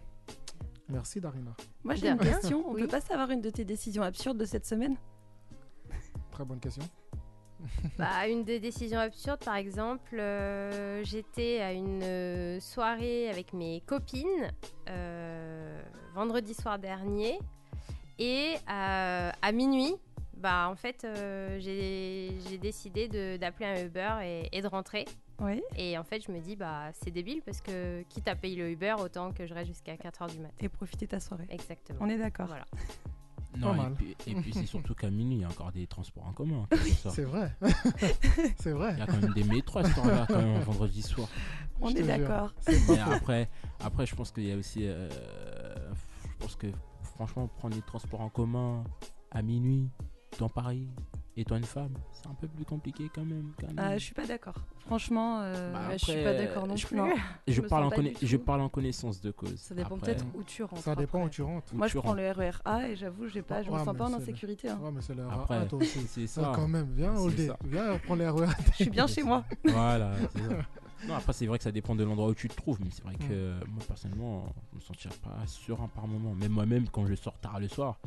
[SPEAKER 1] Merci Darina.
[SPEAKER 5] Moi, j'ai
[SPEAKER 4] De
[SPEAKER 5] une
[SPEAKER 4] rien.
[SPEAKER 5] [LAUGHS] question. On
[SPEAKER 4] Oui.
[SPEAKER 5] peut pas savoir une de tes décisions absurdes de cette semaine
[SPEAKER 1] Très bonne question.
[SPEAKER 4] Bah, une des décisions absurdes, par exemple, euh, j'étais à une euh, soirée avec mes copines euh, vendredi soir dernier et euh, à minuit, bah, en fait, euh, j'ai j'ai décidé de- d'appeler un Uber et, et de rentrer.
[SPEAKER 5] Oui.
[SPEAKER 4] Et en fait, je me dis, bah, c'est débile parce que quitte à payer le Uber, autant que je reste jusqu'à 4h du matin.
[SPEAKER 5] Et profiter de ta soirée.
[SPEAKER 4] Exactement.
[SPEAKER 5] On est d'accord.
[SPEAKER 4] Voilà.
[SPEAKER 2] Non,
[SPEAKER 1] Pas mal.
[SPEAKER 2] et puis, et puis
[SPEAKER 1] [LAUGHS]
[SPEAKER 2] c'est
[SPEAKER 5] [LAUGHS]
[SPEAKER 2] surtout qu'à minuit, il y a encore des transports en commun. hein, tout ça. [LAUGHS]
[SPEAKER 1] C'est vrai. c'est vrai.
[SPEAKER 2] Il y a quand même des métros à ce temps-là, quand même, vendredi soir.
[SPEAKER 5] On
[SPEAKER 1] Je te
[SPEAKER 5] est
[SPEAKER 1] jure.
[SPEAKER 5] d'accord.
[SPEAKER 1] C'est
[SPEAKER 2] Mais
[SPEAKER 1] pas faux.
[SPEAKER 2] après, après, je pense qu'il y a aussi. euh, je pense que, franchement, prendre les transports en commun à minuit, dans Paris, et toi, une femme, c'est un peu plus compliqué quand même. qu'un homme.
[SPEAKER 5] Ah, je suis pas d'accord. Franchement, euh,
[SPEAKER 2] Bah
[SPEAKER 5] je suis
[SPEAKER 2] après,
[SPEAKER 5] pas d'accord non
[SPEAKER 2] je
[SPEAKER 5] plus. hein.
[SPEAKER 2] peux- Et je,
[SPEAKER 5] me
[SPEAKER 2] parle en
[SPEAKER 5] sens pas
[SPEAKER 2] conna-
[SPEAKER 5] du
[SPEAKER 2] je
[SPEAKER 5] tout.
[SPEAKER 2] parle en connaissance de cause.
[SPEAKER 5] Ça dépend
[SPEAKER 2] Après,
[SPEAKER 5] peut-être où tu rentres.
[SPEAKER 1] Ça dépend
[SPEAKER 5] après.
[SPEAKER 1] où tu rentres.
[SPEAKER 2] où
[SPEAKER 5] Moi,
[SPEAKER 2] tu
[SPEAKER 5] je prends
[SPEAKER 2] rentres.
[SPEAKER 5] le RER A et j'avoue, j'ai pas, Ah, je me
[SPEAKER 1] Ouais,
[SPEAKER 5] sens
[SPEAKER 1] Ah, mais
[SPEAKER 5] pas en
[SPEAKER 1] c'est le-
[SPEAKER 5] insécurité. hein.
[SPEAKER 1] Ouais, mais c'est le
[SPEAKER 2] Après.
[SPEAKER 1] Ah, toi aussi.
[SPEAKER 2] C'est
[SPEAKER 1] Ah,
[SPEAKER 2] ça.
[SPEAKER 1] quand même, viens,
[SPEAKER 2] C'est
[SPEAKER 1] Holdé.
[SPEAKER 2] ça.
[SPEAKER 1] Viens prendre
[SPEAKER 5] [LAUGHS]
[SPEAKER 1] les RER.
[SPEAKER 5] Je suis bien chez moi.
[SPEAKER 1] [LAUGHS]
[SPEAKER 2] Voilà. c'est ça. Non, après, c'est vrai que ça dépend de l'endroit où tu te trouves, mais c'est vrai que
[SPEAKER 1] Mm.
[SPEAKER 2] euh, moi, personnellement, je me sentirais pas serein par moment. Même moi-même, quand je sors tard le soir,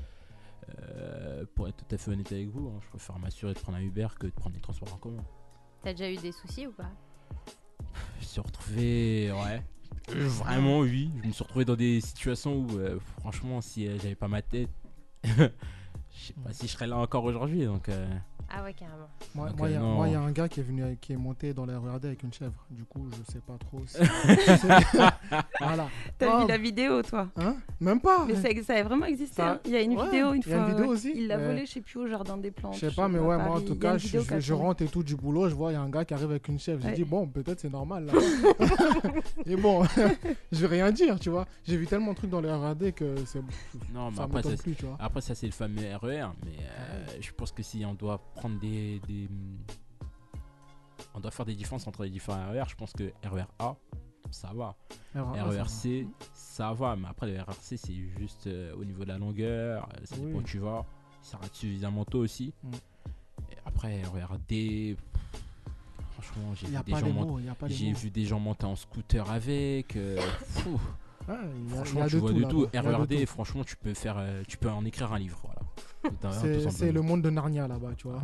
[SPEAKER 2] euh, pour être tout à fait honnête avec vous, hein, je préfère m'assurer de prendre un Uber que de prendre des transports en commun.
[SPEAKER 4] T'as déjà eu des soucis ou pas
[SPEAKER 2] Je me suis retrouvé, ouais. Euh, Vraiment, oui. Je me suis retrouvé dans des situations où, euh, franchement, si euh, j'avais pas ma tête, [LAUGHS] je sais pas si je serais là encore aujourd'hui. Donc, euh,
[SPEAKER 4] Ah ouais, carrément.
[SPEAKER 1] Moi,
[SPEAKER 2] Donc,
[SPEAKER 1] moi,
[SPEAKER 2] euh,
[SPEAKER 1] il y a-
[SPEAKER 2] non.
[SPEAKER 1] moi, il y a un gars qui est venu, qui est monté dans la RERD avec une chèvre. Du coup, je sais pas trop.
[SPEAKER 2] [LAUGHS]
[SPEAKER 1] Si... je sais- voilà.
[SPEAKER 5] T'as
[SPEAKER 1] Oh,
[SPEAKER 5] vu la vidéo, toi
[SPEAKER 1] Hein Même pas.
[SPEAKER 5] mais ça, ça a vraiment existé.
[SPEAKER 1] Ça-
[SPEAKER 5] hein. Il y a une
[SPEAKER 1] ouais,
[SPEAKER 5] vidéo une
[SPEAKER 1] il
[SPEAKER 5] fois.
[SPEAKER 1] y a une vidéo
[SPEAKER 5] ouais.
[SPEAKER 1] aussi,
[SPEAKER 5] Il l'a
[SPEAKER 1] mais-
[SPEAKER 5] volé, je sais plus, au jardin des plantes.
[SPEAKER 1] Je sais pas, mais ouais, moi en tout cas, je, je- je
[SPEAKER 5] rentre.
[SPEAKER 1] rentre et tout du boulot, je vois, il y a un gars qui arrive avec une chèvre. J'ai
[SPEAKER 5] Ouais.
[SPEAKER 1] dit, bon, peut-être c'est normal là. [LAUGHS] et bon, [LAUGHS] je vais rien dire, tu vois. J'ai vu tellement de trucs dans les RAD que c'est,
[SPEAKER 2] non, mais
[SPEAKER 1] ça
[SPEAKER 2] après,
[SPEAKER 1] m'étonne
[SPEAKER 2] ça,
[SPEAKER 1] plus, tu vois. Ah
[SPEAKER 2] Après, ça, c'est le fameux RER, mais euh, je pense que si on doit prendre des, des- hmm, On doit faire des différences entre les différents RER, je pense que RER A, ça va.
[SPEAKER 1] RER, E ça va.
[SPEAKER 2] RER C, ça va. Mais après, le RER C, c'est juste euh, au niveau de la longueur, euh, ça dépend
[SPEAKER 1] Oui.
[SPEAKER 2] où tu vas, ça rate suffisamment tôt aussi.
[SPEAKER 1] Mm.
[SPEAKER 2] Et après, RER D, pff, franchement, j'ai
[SPEAKER 1] Il n'y a
[SPEAKER 2] vu des
[SPEAKER 1] pas
[SPEAKER 2] gens
[SPEAKER 1] les
[SPEAKER 2] monter.
[SPEAKER 1] mots, il n'y a pas les
[SPEAKER 2] J'ai
[SPEAKER 1] mots.
[SPEAKER 2] vu des gens monter en scooter avec. euh, pfff.
[SPEAKER 1] Ouais, il y a- il y a
[SPEAKER 2] franchement, tu
[SPEAKER 1] de
[SPEAKER 2] vois de
[SPEAKER 1] là-bas,
[SPEAKER 2] tout.
[SPEAKER 1] il y a de
[SPEAKER 2] RERD,
[SPEAKER 1] tout.
[SPEAKER 2] franchement, tu peux faire, euh, tu peux en écrire un livre.
[SPEAKER 1] [LAUGHS]
[SPEAKER 2] Voilà. Tout un- tout
[SPEAKER 1] C'est, c'est
[SPEAKER 2] simplement.
[SPEAKER 1] le monde de Narnia là-bas, tu vois.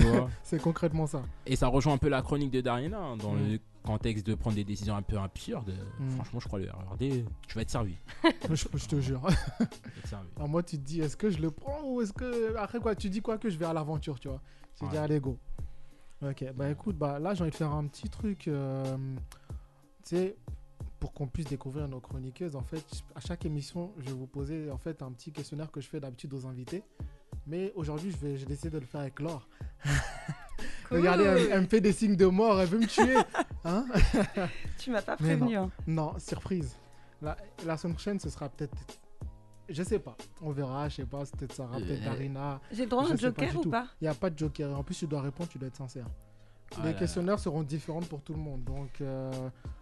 [SPEAKER 2] [LAUGHS] Tu vois
[SPEAKER 1] c'est concrètement ça.
[SPEAKER 2] Et ça rejoint un peu la chronique de Darina hein, dans
[SPEAKER 1] Mm.
[SPEAKER 2] le contexte de prendre des décisions un peu absurdes.
[SPEAKER 1] Mm.
[SPEAKER 2] Franchement, je crois le RRD, tu vas être
[SPEAKER 1] [LAUGHS]
[SPEAKER 2] servi.
[SPEAKER 1] Je- je te jure.
[SPEAKER 2] Tu vas être servi.
[SPEAKER 1] Alors moi, tu te dis, est-ce que je le prends ou est-ce que. Après quoi, tu dis quoi que je vais à l'aventure, tu vois. Tu te dis,
[SPEAKER 2] Ouais.
[SPEAKER 1] allez, go. Ok, bah écoute, bah, là, j'ai envie de faire un petit truc. euh, tu sais, pour qu'on puisse découvrir nos chroniqueuses, en fait, à chaque émission, je vais vous poser en fait un petit questionnaire que je fais d'habitude aux invités. Mais aujourd'hui, je vais- j'ai décidé de le faire avec Laure. [LAUGHS] Regardez, elle, elle me fait des signes de mort, elle veut me tuer. Hein [LAUGHS]
[SPEAKER 5] Tu m'as pas
[SPEAKER 1] Mais non.
[SPEAKER 5] prévenu. hein.
[SPEAKER 1] non, surprise. La, la semaine prochaine, ce sera peut-être. Je sais pas. On verra, je sais pas, c'est peut-être Sarah, peut-être
[SPEAKER 2] Euh,
[SPEAKER 1] Darina.
[SPEAKER 5] J'ai le droit à
[SPEAKER 1] Je
[SPEAKER 5] un
[SPEAKER 1] sais pas
[SPEAKER 5] joker
[SPEAKER 1] du tout.
[SPEAKER 5] ou pas
[SPEAKER 1] Il n'y a pas de joker. Et En plus, tu dois répondre, tu dois être sincère.
[SPEAKER 2] Ah là
[SPEAKER 1] Les
[SPEAKER 2] là.
[SPEAKER 1] questionnaires seront différents pour tout le monde. Donc euh,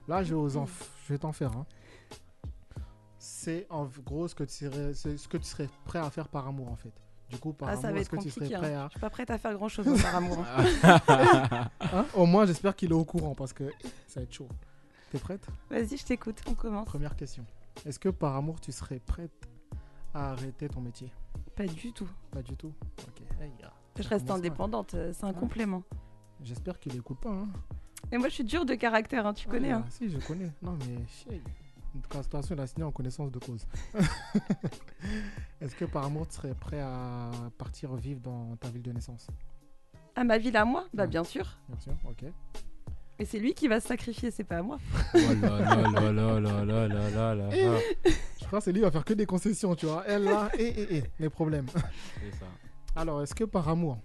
[SPEAKER 1] là, je vais, aux enf- je vais t'en faire un. C'est en gros ce que, tu serais, c'est ce que tu serais prêt à faire par amour, en fait. Du coup, par
[SPEAKER 5] Ah, ça
[SPEAKER 1] amour,
[SPEAKER 5] va
[SPEAKER 1] est-ce
[SPEAKER 5] être
[SPEAKER 1] que tu serais
[SPEAKER 5] compliqué. hein.
[SPEAKER 1] prêt à.
[SPEAKER 5] Je suis pas prête à faire
[SPEAKER 1] [LAUGHS]
[SPEAKER 5] grand chose par amour. hein. [LAUGHS]
[SPEAKER 1] Hein Au moins, j'espère qu'il est au courant parce que ça va être chaud. T'es prête
[SPEAKER 5] Vas-y, je t'écoute. On commence.
[SPEAKER 1] Première question. Est-ce que par amour, tu serais prête à arrêter ton métier
[SPEAKER 5] Pas du tout.
[SPEAKER 1] Pas du tout. Ok. Aïe, ah.
[SPEAKER 5] Je
[SPEAKER 1] Ça
[SPEAKER 5] reste
[SPEAKER 1] commence mal.
[SPEAKER 5] indépendante. euh, C'est un
[SPEAKER 1] Ouais.
[SPEAKER 5] complément.
[SPEAKER 1] J'espère qu'il écoute pas. Hein.
[SPEAKER 5] Et moi, je suis dure de caractère. hein, Tu connais.
[SPEAKER 1] Ah,
[SPEAKER 5] hein.
[SPEAKER 1] Si, je connais. Non, mais. chérie. Castration, il a signé en connaissance de cause. [LAUGHS] Est-ce que par amour, tu serais prêt à partir vivre dans ta ville de naissance
[SPEAKER 5] À ma ville, à moi Bah,
[SPEAKER 1] Ouais.
[SPEAKER 5] bien sûr.
[SPEAKER 1] Bien sûr, ok.
[SPEAKER 5] Mais c'est lui qui va se sacrifier, c'est pas
[SPEAKER 1] [LAUGHS]
[SPEAKER 5] à moi.
[SPEAKER 2] Oh là là là là là là là là là là.
[SPEAKER 1] Je crois que c'est lui qui va faire que des concessions, tu vois. Elle, là, et, et, et, les problèmes.
[SPEAKER 2] C'est ça.
[SPEAKER 1] Alors, est-ce que par amour,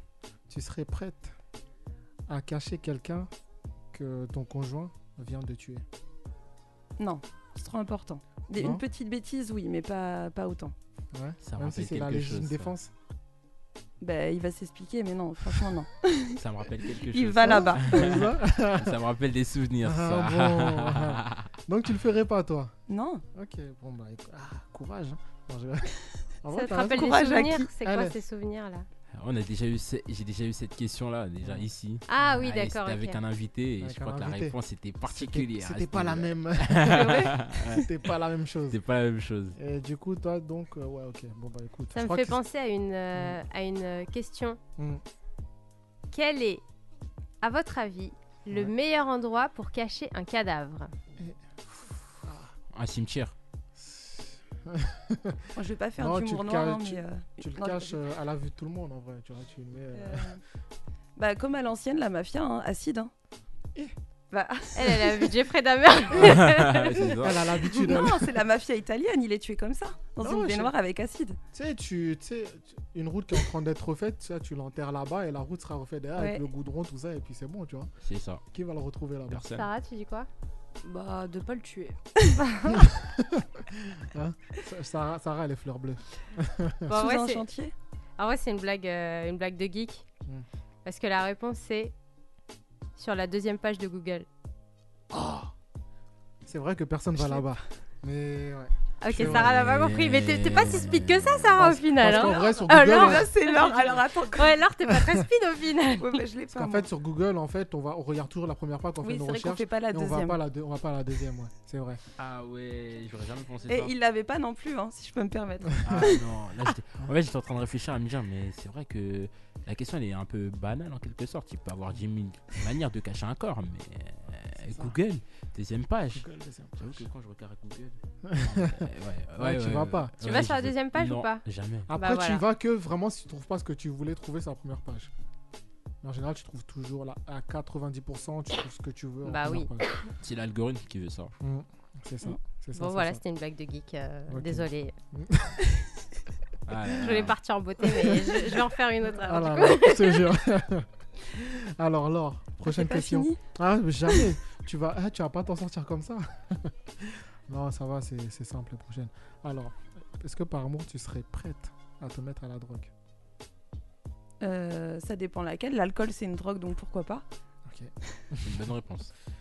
[SPEAKER 1] tu serais prête à cacher quelqu'un que ton conjoint vient de
[SPEAKER 2] [LAUGHS]
[SPEAKER 1] tuer
[SPEAKER 5] Non, c'est trop important. Des-
[SPEAKER 1] Non
[SPEAKER 5] une petite bêtise, oui, mais pas, pas autant.
[SPEAKER 1] Ouais.
[SPEAKER 2] Ça
[SPEAKER 1] Même si
[SPEAKER 2] rappelle
[SPEAKER 1] c'est la
[SPEAKER 2] quelque
[SPEAKER 1] légitime
[SPEAKER 2] chose, ça.
[SPEAKER 1] défense.
[SPEAKER 5] Bah, il va s'expliquer, mais non, franchement, non.
[SPEAKER 2] Ça me rappelle quelque
[SPEAKER 5] Il
[SPEAKER 2] chose.
[SPEAKER 5] va là-bas.
[SPEAKER 2] [LAUGHS] Ça me rappelle des souvenirs. ça. [LAUGHS]
[SPEAKER 1] Ah Donc, tu le ferais pas, toi
[SPEAKER 5] Non,
[SPEAKER 1] Ok, bon, bah, éc- ah, courage. hein. Non, je- [LAUGHS] En vrai,
[SPEAKER 4] Ça te
[SPEAKER 1] t'as raison.
[SPEAKER 4] rappelle des
[SPEAKER 5] Courage à
[SPEAKER 4] souvenirs
[SPEAKER 5] qui
[SPEAKER 4] C'est quoi
[SPEAKER 1] Allez.
[SPEAKER 4] ces souvenirs-là
[SPEAKER 2] Ah, On a déjà eu, ce- j'ai déjà eu cette question-là déjà ici.
[SPEAKER 4] Ah oui,
[SPEAKER 2] Ah, et
[SPEAKER 4] d'accord.
[SPEAKER 2] C'était
[SPEAKER 4] ok.
[SPEAKER 2] avec un invité et
[SPEAKER 1] Avec
[SPEAKER 2] je crois
[SPEAKER 1] un
[SPEAKER 2] que la
[SPEAKER 1] invité.
[SPEAKER 2] réponse était
[SPEAKER 1] C'était-
[SPEAKER 2] particulière. à
[SPEAKER 1] C'était
[SPEAKER 2] ce
[SPEAKER 1] pas la
[SPEAKER 2] niveau-là.
[SPEAKER 1] même.
[SPEAKER 2] [LAUGHS]
[SPEAKER 1] C'était pas la même chose.
[SPEAKER 2] C'était pas la même chose.
[SPEAKER 1] Et du coup, toi, donc, euh, ouais, ok. Bon, bah, écoute.
[SPEAKER 4] Ça
[SPEAKER 1] je
[SPEAKER 4] me
[SPEAKER 1] crois
[SPEAKER 4] fait
[SPEAKER 1] que-
[SPEAKER 4] penser à une, euh, à une euh, question.
[SPEAKER 1] Hmm.
[SPEAKER 4] Quel est, à votre avis, le
[SPEAKER 1] Ouais.
[SPEAKER 4] meilleur endroit pour cacher un cadavre
[SPEAKER 5] Euh,
[SPEAKER 2] Un cimetière.
[SPEAKER 5] je vais pas faire
[SPEAKER 1] Non, tu
[SPEAKER 5] d'humour
[SPEAKER 1] le
[SPEAKER 5] noir,
[SPEAKER 1] cal-
[SPEAKER 5] hein,
[SPEAKER 1] tu-
[SPEAKER 5] mais. euh,
[SPEAKER 1] Tu le
[SPEAKER 5] non, je-
[SPEAKER 1] caches euh, à la vue de tout le monde, en vrai. Tu vois, tu le mets. euh,
[SPEAKER 5] euh, Bah, comme à l'ancienne, la mafia, hein, acide. Hein.
[SPEAKER 1] Eh.
[SPEAKER 5] Bah,
[SPEAKER 4] Elle, elle a vu Jeffrey
[SPEAKER 5] [LAUGHS]
[SPEAKER 4] Dahmer.
[SPEAKER 2] C'est ça.
[SPEAKER 1] Elle a l'habitude. elle.
[SPEAKER 5] non, c'est la mafia italienne, il est tué comme ça, dans
[SPEAKER 1] Non,
[SPEAKER 5] une
[SPEAKER 1] je-
[SPEAKER 5] baignoire avec acide.
[SPEAKER 1] Tu sais, tu, tu sais, tu- une route qui est en train d'être refaite, tu, sais, tu l'enterres là-bas et la route sera refaite derrière
[SPEAKER 5] Ouais.
[SPEAKER 1] avec le goudron, tout ça, et puis c'est bon, tu vois.
[SPEAKER 2] C'est ça.
[SPEAKER 1] Qui va le retrouver là-bas
[SPEAKER 2] Personne.
[SPEAKER 4] Sarah, tu dis quoi
[SPEAKER 5] Bah, de pas le
[SPEAKER 1] [LAUGHS]
[SPEAKER 5] tuer.
[SPEAKER 1] Hein? Sa- Sarah, Sarah, elle est fleur bleue. [LAUGHS]
[SPEAKER 4] Bon, en
[SPEAKER 5] Sous
[SPEAKER 4] vrai,
[SPEAKER 5] un
[SPEAKER 4] c'est-
[SPEAKER 5] chantier
[SPEAKER 4] en vrai, c'est une blague, euh, une blague de geek.
[SPEAKER 1] Mm.
[SPEAKER 4] Parce que la réponse, c'est sur la deuxième page de Google.
[SPEAKER 1] Oh C'est vrai que personne
[SPEAKER 5] Je
[SPEAKER 1] va
[SPEAKER 5] l'ai
[SPEAKER 1] là-bas. Mais ouais.
[SPEAKER 4] Ah, Ok,
[SPEAKER 1] C'est
[SPEAKER 4] Sarah n'a pas
[SPEAKER 2] vrai.
[SPEAKER 4] compris. Mais t'es t'es pas si speed que ça, Sarah, au
[SPEAKER 1] Parce-
[SPEAKER 4] final.
[SPEAKER 1] Parce qu'en
[SPEAKER 4] hein.
[SPEAKER 1] vrai, sur
[SPEAKER 4] Ah,
[SPEAKER 1] Google,
[SPEAKER 4] non,
[SPEAKER 1] on-
[SPEAKER 4] là,
[SPEAKER 5] c'est
[SPEAKER 1] [LAUGHS]
[SPEAKER 4] l'or.
[SPEAKER 5] Alors attends, quoi
[SPEAKER 4] Ouais, Laure, t'es pas très speed au [LAUGHS] final.
[SPEAKER 5] Ouais, bah, je l'ai
[SPEAKER 1] parce
[SPEAKER 5] pas.
[SPEAKER 1] qu'en
[SPEAKER 5] moi.
[SPEAKER 1] fait, sur Google, en fait, on, va, on regarde toujours la première fois qu'on fait
[SPEAKER 5] oui,
[SPEAKER 1] nos
[SPEAKER 5] c'est vrai qu'on
[SPEAKER 1] recherches.
[SPEAKER 5] fait pas la
[SPEAKER 1] et on va
[SPEAKER 5] deuxième.
[SPEAKER 1] pas à la, deux- on va pas à la deuxième, ouais. C'est vrai.
[SPEAKER 2] Ah ouais, j'aurais jamais pensé
[SPEAKER 5] Et
[SPEAKER 2] ça.
[SPEAKER 5] il l'avait pas non plus, hein, si je peux me permettre.
[SPEAKER 2] Ah
[SPEAKER 5] [LAUGHS]
[SPEAKER 2] non, là j'étais. En fait, j'étais en train de réfléchir à me dire, mais c'est vrai que la question elle est un peu banale en quelque sorte. Il peut avoir 10 000 manières de cacher un corps, mais euh,
[SPEAKER 1] C'est ça.
[SPEAKER 2] Google, deuxième page.
[SPEAKER 1] Ah, Google, deuxième.
[SPEAKER 2] J'avoue que quand je regarde
[SPEAKER 1] [LAUGHS]
[SPEAKER 2] Google. euh, ouais,
[SPEAKER 1] Ouais, tu vas pas.
[SPEAKER 4] Tu vas sur la
[SPEAKER 2] je vais-
[SPEAKER 4] deuxième page ou
[SPEAKER 2] Non,
[SPEAKER 4] pas
[SPEAKER 2] Jamais.
[SPEAKER 1] Après,
[SPEAKER 4] Bah,
[SPEAKER 1] tu y
[SPEAKER 4] voilà.
[SPEAKER 1] vas que vraiment si tu trouves pas ce que tu voulais trouver sur la première page. Mais en général, tu trouves toujours là, à 90%, tu trouves ce que tu veux. en
[SPEAKER 4] Bah
[SPEAKER 1] première
[SPEAKER 4] oui.
[SPEAKER 1] page.
[SPEAKER 2] C'est l'algorithme qui veut ça.
[SPEAKER 1] Mm. C'est ça.
[SPEAKER 5] Mm.
[SPEAKER 1] C'est ça,
[SPEAKER 4] Bon,
[SPEAKER 1] c'est
[SPEAKER 4] voilà,
[SPEAKER 1] ça.
[SPEAKER 4] c'était une blague de geek. euh,
[SPEAKER 1] Ok. [LAUGHS]
[SPEAKER 4] Désolée. [LAUGHS]
[SPEAKER 2] Ah, là,
[SPEAKER 4] Je
[SPEAKER 2] là.
[SPEAKER 4] voulais partir en beauté, mais je, je vais en faire une autre.
[SPEAKER 1] Ah
[SPEAKER 4] alors,
[SPEAKER 1] là
[SPEAKER 4] du coup.
[SPEAKER 1] là, je
[SPEAKER 4] [LAUGHS]
[SPEAKER 1] te jure. [LAUGHS] Alors, Laure, prochaine
[SPEAKER 5] C'est pas
[SPEAKER 1] question.
[SPEAKER 5] fini
[SPEAKER 1] Ah, mais jamais. tu, vas, ah, tu vas pas t'en sortir comme ça. [LAUGHS] non, ça va, c'est c'est simple, la prochaine. Alors, est-ce que par amour, tu serais prête à te mettre à la drogue
[SPEAKER 5] Euh, ça dépend laquelle. L'alcool, c'est une drogue, donc pourquoi pas
[SPEAKER 1] Ok.
[SPEAKER 2] C'est une bonne réponse.
[SPEAKER 1] [LAUGHS]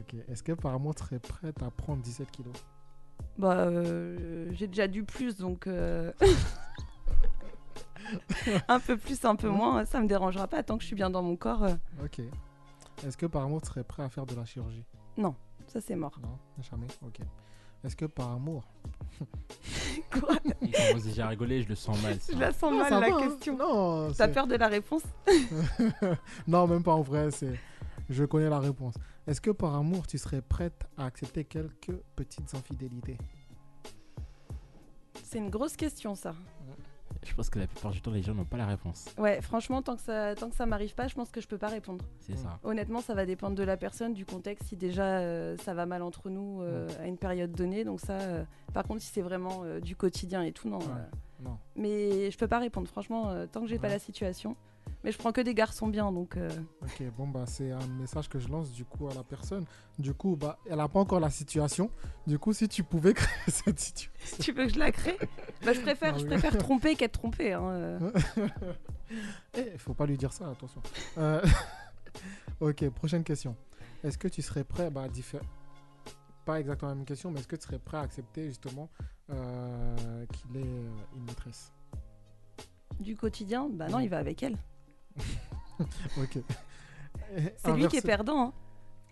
[SPEAKER 1] Ok. Est-ce que par amour, tu serais prête à prendre 17 kilos
[SPEAKER 5] Bah, euh, j'ai déjà du plus, donc. euh, [LAUGHS] un peu plus, un peu moins, ça me dérangera pas tant que je suis bien dans mon corps. euh,
[SPEAKER 1] Ok. Est-ce que par amour, tu serais prêt à faire de la chirurgie
[SPEAKER 5] Ça, c'est mort.
[SPEAKER 1] Non, jamais. Ok. Est-ce que par amour [LAUGHS]
[SPEAKER 5] Quoi
[SPEAKER 2] Il commence déjà à rigoler, je le sens mal. ça.
[SPEAKER 5] Je la sens mal,
[SPEAKER 1] ça
[SPEAKER 5] la
[SPEAKER 1] va, hein.
[SPEAKER 5] question.
[SPEAKER 1] Non,
[SPEAKER 5] T'as
[SPEAKER 1] c'est-
[SPEAKER 5] peur de
[SPEAKER 1] [LAUGHS]
[SPEAKER 5] la réponse
[SPEAKER 1] non, même pas en vrai, c'est je connais la réponse. Est-ce que par amour, tu serais prête à accepter quelques petites infidélités
[SPEAKER 5] C'est une grosse question, ça.
[SPEAKER 1] Mm.
[SPEAKER 2] Je pense que la plupart du temps, les gens n'ont pas la réponse.
[SPEAKER 5] Ouais, franchement, tant que ça, tant que ça m'arrive pas, je pense que je peux pas répondre.
[SPEAKER 2] C'est ça.
[SPEAKER 5] Honnêtement, ça va dépendre de la personne, du contexte. Si déjà euh, ça va mal entre nous euh,
[SPEAKER 1] Mm.
[SPEAKER 5] à une période donnée, donc ça. euh, par contre, si c'est vraiment euh, du quotidien et tout, non.
[SPEAKER 1] Ouais.
[SPEAKER 5] euh,
[SPEAKER 1] Non.
[SPEAKER 5] mais je peux pas répondre, franchement, euh, tant que j'ai pas
[SPEAKER 1] Ouais.
[SPEAKER 5] la situation. Mais je prends que des garçons bien, donc. euh, [LAUGHS]
[SPEAKER 1] Ok, bon bah c'est un message que je lance du coup à la personne. Du coup, bah elle a pas encore la situation. Du coup, si tu pouvais [LAUGHS] créer cette situation.
[SPEAKER 5] tu veux que je la crée Bah, je préfère,
[SPEAKER 1] Non,
[SPEAKER 5] je
[SPEAKER 1] mais- [LAUGHS]
[SPEAKER 5] préfère tromper qu'être trompé. hein, euh.
[SPEAKER 1] Eh, faut pas lui dire ça, attention. Euh, [LAUGHS] ok, prochaine question. Est-ce que tu serais prêt, bah diffé- pas exactement la même question, mais est-ce que tu serais prêt à accepter justement euh, qu'il ait euh, une maîtresse
[SPEAKER 5] Du quotidien, bah non, il va avec elle.
[SPEAKER 1] Ok.
[SPEAKER 5] [LAUGHS] C'est lui qui est perdant. hein.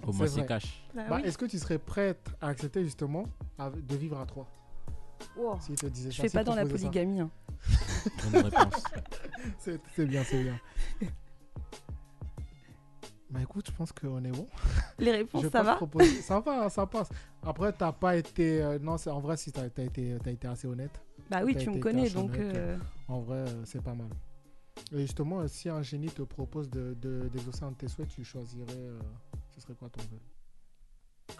[SPEAKER 2] Au moins,
[SPEAKER 1] C'est
[SPEAKER 2] c'est
[SPEAKER 1] vrai.
[SPEAKER 2] cash.
[SPEAKER 1] Bah, Est-ce que tu serais prête à accepter justement à- de vivre à trois
[SPEAKER 5] Wow.
[SPEAKER 1] si te disait
[SPEAKER 5] Je
[SPEAKER 1] ça,
[SPEAKER 5] fais
[SPEAKER 1] s'il
[SPEAKER 5] pas dans la
[SPEAKER 1] proposait ça
[SPEAKER 5] polygamie. hein.
[SPEAKER 2] [LAUGHS] Bonne réponse.
[SPEAKER 1] [LAUGHS] C'est [LAUGHS] c'est bien, c'est bien. bah écoute, je pense qu'on est bon.
[SPEAKER 5] [LAUGHS] Les
[SPEAKER 1] Je
[SPEAKER 5] réponses,
[SPEAKER 1] vais
[SPEAKER 5] ça
[SPEAKER 1] pas te
[SPEAKER 5] va
[SPEAKER 1] proposer. Ça va, hein, ça passe. Après, t'as pas été. euh, non, c'est en vrai, si t'as as été, t'as été assez honnête.
[SPEAKER 5] Bah oui,
[SPEAKER 1] T'as
[SPEAKER 5] tu me
[SPEAKER 1] été
[SPEAKER 5] connais,
[SPEAKER 1] cash
[SPEAKER 5] donc
[SPEAKER 1] honnête,
[SPEAKER 5] euh,
[SPEAKER 1] En vrai, euh, c'est pas mal. Et justement, euh, si un génie te propose de, de, d'exaucer un de tes souhaits, tu choisirais. euh, ce serait quoi ton vœu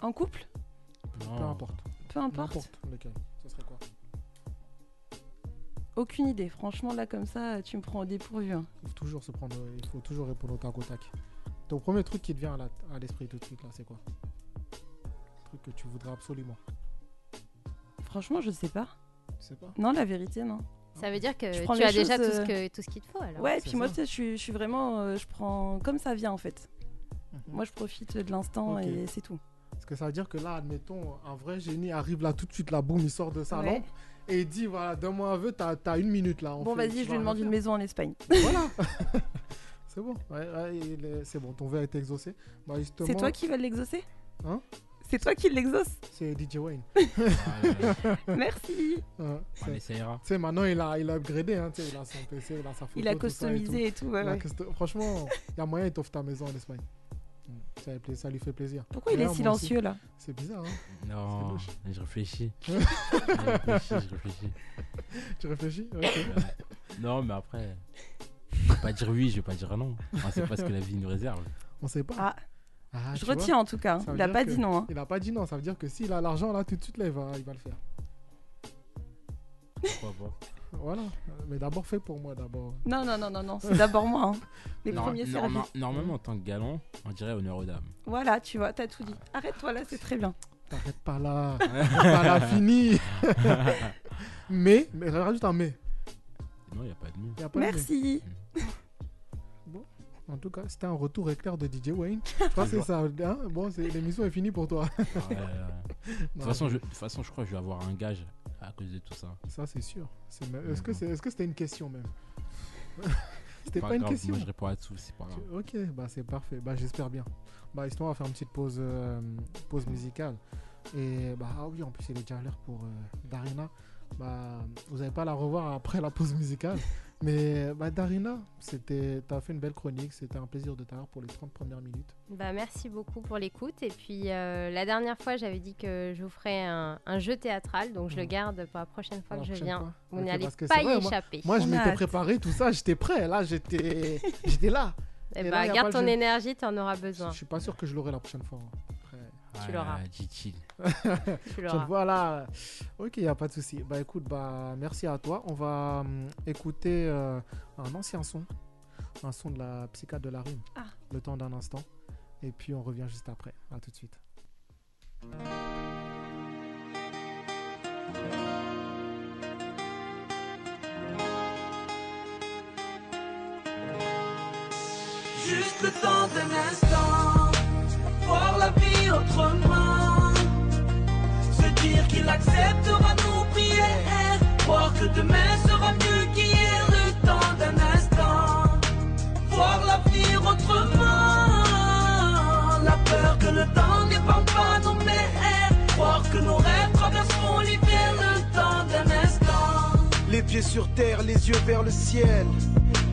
[SPEAKER 5] en couple,
[SPEAKER 1] Peu importe.
[SPEAKER 5] peu importe.
[SPEAKER 1] N'importe lequel. Ce serait quoi
[SPEAKER 5] Aucune idée. Franchement, là, comme ça, tu me prends au dépourvu. hein.
[SPEAKER 1] Il faut toujours se prendre. Il faut toujours répondre au tac au tac. Ton premier truc qui te vient à, la- à l'esprit tout de suite, là, c'est quoi Le truc que tu voudrais absolument.
[SPEAKER 5] Franchement, je sais pas.
[SPEAKER 1] Je sais pas.
[SPEAKER 5] Non, la vérité, non.
[SPEAKER 4] Ça veut dire que
[SPEAKER 5] Je prends
[SPEAKER 4] tu
[SPEAKER 5] les
[SPEAKER 4] as déjà
[SPEAKER 5] choses,
[SPEAKER 4] tout ce
[SPEAKER 5] euh,
[SPEAKER 4] que- tout ce qu'il te faut alors.
[SPEAKER 5] ouais,
[SPEAKER 1] c'est
[SPEAKER 5] puis moi,
[SPEAKER 1] ça.
[SPEAKER 5] tu sais, je suis- je suis vraiment. euh, je prends comme ça vient, en fait.
[SPEAKER 1] Mhm.
[SPEAKER 5] Moi, je profite de l'instant
[SPEAKER 1] Ok.
[SPEAKER 5] et c'est tout.
[SPEAKER 1] Parce que ça veut dire que là, admettons, un vrai génie arrive là tout de suite, là, boum, il sort de sa
[SPEAKER 5] Ouais.
[SPEAKER 1] lampe et il dit voilà, donne-moi un vœu, t'as t'as une minute là. on
[SPEAKER 5] Bon,
[SPEAKER 1] fait-
[SPEAKER 5] vas-y,
[SPEAKER 1] tu vas
[SPEAKER 5] je lui
[SPEAKER 1] rien
[SPEAKER 5] demande une
[SPEAKER 1] faire.
[SPEAKER 5] maison
[SPEAKER 1] [LAUGHS]
[SPEAKER 5] en Espagne.
[SPEAKER 1] Voilà C'est bon, ouais, ouais, il est- c'est bon, ton vœu a été exaucé. Bah, justement,
[SPEAKER 5] C'est toi qui vas l'exaucer
[SPEAKER 1] Hein
[SPEAKER 5] C'est toi qui l'exauce
[SPEAKER 1] c'est DJ
[SPEAKER 5] [LAUGHS]
[SPEAKER 1] Wayne.
[SPEAKER 5] Merci
[SPEAKER 1] Hein, c'est-
[SPEAKER 2] mais ça ira.
[SPEAKER 1] Tu sais, maintenant, il a, il a upgradé, hein, tu sais, il a son PC, il a sa photo.
[SPEAKER 5] Il a
[SPEAKER 1] tout ça et tout.
[SPEAKER 5] customisé et tout. ouais,
[SPEAKER 1] Il a
[SPEAKER 5] ouais.
[SPEAKER 1] custo- Franchement, il y a moyen, il t'offre ta maison en Espagne. Mm, Ça, lui pla- ça lui fait plaisir.
[SPEAKER 5] Pourquoi il
[SPEAKER 1] Ouais,
[SPEAKER 5] est
[SPEAKER 1] moi aussi.
[SPEAKER 5] silencieux là
[SPEAKER 1] C'est bizarre, hein
[SPEAKER 2] Non,
[SPEAKER 1] C'est
[SPEAKER 2] je réfléchis. [LAUGHS] je réfléchis, je réfléchis.
[SPEAKER 1] [LAUGHS] Tu réfléchis Ok.
[SPEAKER 2] Non, mais après, je vais pas dire oui, je vais pas dire non. On sait pas ce que la vie nous réserve.
[SPEAKER 1] On sait pas.
[SPEAKER 5] Ah,
[SPEAKER 1] Ah,
[SPEAKER 5] je
[SPEAKER 1] tu vois,
[SPEAKER 5] retiens en tout cas. hein.
[SPEAKER 1] Ça veut
[SPEAKER 5] Il a
[SPEAKER 1] dire
[SPEAKER 5] pas
[SPEAKER 1] que-
[SPEAKER 5] dit non. hein.
[SPEAKER 1] Il a pas dit non, ça veut dire que s'il a l'argent là tout de suite là, il va, il va le faire.
[SPEAKER 2] Pourquoi pas
[SPEAKER 1] Voilà. Mais d'abord fais pour moi d'abord.
[SPEAKER 5] Non, non, non, non, non. C'est d'abord moi.
[SPEAKER 1] [LAUGHS]
[SPEAKER 5] hein. Les
[SPEAKER 2] Nor-
[SPEAKER 5] premiers
[SPEAKER 2] norma-
[SPEAKER 5] services.
[SPEAKER 2] Normalement, en tant que galant, on dirait honneur aux dames.
[SPEAKER 5] Voilà, tu vois, t'as tout dit. Arrête-toi là, c'est très bien.
[SPEAKER 1] T'arrêtes pas là. pas là fini. [LAUGHS] mais, mais rajoute un mais.
[SPEAKER 2] Non, il n'y a pas de mieux.
[SPEAKER 1] Y a pas de
[SPEAKER 5] Merci
[SPEAKER 1] mais. En tout cas, c'était un retour éclair de DJ Wayne. Je crois que c'est ça. hein. bon, c'est- l'émission est finie pour toi.
[SPEAKER 2] Ah, ouais, ouais, ouais. De toute façon, je- de toute façon, je crois que je vais avoir un gage à cause de tout ça.
[SPEAKER 1] Ça, c'est sûr. C'est même- Est-ce que
[SPEAKER 2] Mhm.
[SPEAKER 1] c'est- est-ce que c'était une
[SPEAKER 2] [LAUGHS]
[SPEAKER 1] question même C'était pas, une
[SPEAKER 2] grave,
[SPEAKER 1] question.
[SPEAKER 2] Moi, je réponds à tout, c'est pas grave.
[SPEAKER 1] Tu- Ok, bah c'est parfait. Bah j'espère bien. Bah histoire, on va faire une petite pause, euh, pause musicale. Et bah ah oui, en plus il est déjà l'heure pour euh, Darina. Bah vous n'allez pas la revoir après la
[SPEAKER 2] [LAUGHS]
[SPEAKER 1] pause musicale. Mais bah Darina, c'était, t'as fait une belle chronique. C'était un plaisir de t'avoir pour les 30 premières minutes.
[SPEAKER 4] Bah, merci beaucoup pour l'écoute. Et puis euh, la dernière fois, j'avais dit que je vous ferais un, un jeu théâtral, donc je le
[SPEAKER 1] Mhm.
[SPEAKER 4] garde pour la prochaine fois
[SPEAKER 1] Pour la
[SPEAKER 4] que je
[SPEAKER 1] prochaine
[SPEAKER 4] viens.
[SPEAKER 1] fois.
[SPEAKER 4] Vous
[SPEAKER 1] Ok,
[SPEAKER 4] n'allez
[SPEAKER 1] parce que
[SPEAKER 4] pas
[SPEAKER 1] c'est
[SPEAKER 4] y
[SPEAKER 1] vrai,
[SPEAKER 4] échapper.
[SPEAKER 1] Moi je
[SPEAKER 5] On a
[SPEAKER 1] m'étais
[SPEAKER 5] hâte.
[SPEAKER 1] préparé tout ça, j'étais prêt. Là j'étais,
[SPEAKER 2] [LAUGHS]
[SPEAKER 1] j'étais là.
[SPEAKER 4] Eh
[SPEAKER 1] Et
[SPEAKER 4] bah,
[SPEAKER 1] là, y a
[SPEAKER 4] garde
[SPEAKER 1] pas le
[SPEAKER 4] ton
[SPEAKER 1] jeu.
[SPEAKER 4] énergie, tu en auras
[SPEAKER 1] Je
[SPEAKER 4] besoin.
[SPEAKER 1] suis pas sûr que je l'aurai la prochaine fois. hein. Après,
[SPEAKER 2] Ouais,
[SPEAKER 4] Hein. l'auras.
[SPEAKER 2] dis chill.
[SPEAKER 1] [LAUGHS]
[SPEAKER 4] Tu
[SPEAKER 1] Je le
[SPEAKER 4] l'auras.
[SPEAKER 1] vois là. Ok, il n'y a pas de souci. Bah écoute, bah merci à toi. On va hum, écouter euh, un ancien son. Un son de la psychiatre de la rime.
[SPEAKER 5] Ah.
[SPEAKER 1] Le temps d'un instant. Et puis on revient juste après. À tout de suite.
[SPEAKER 6] Juste le temps d'un instant, voir la vie autrement. Se dire qu'il acceptera nos prières, croire que demain sera mieux qu'hier. Le temps d'un instant, voir l'avenir autrement. La peur que le temps n'épargne pas nos mères, croire que nos rêves traverseront l'hiver. Le temps d'un instant.
[SPEAKER 7] Les pieds sur terre, les yeux vers le ciel.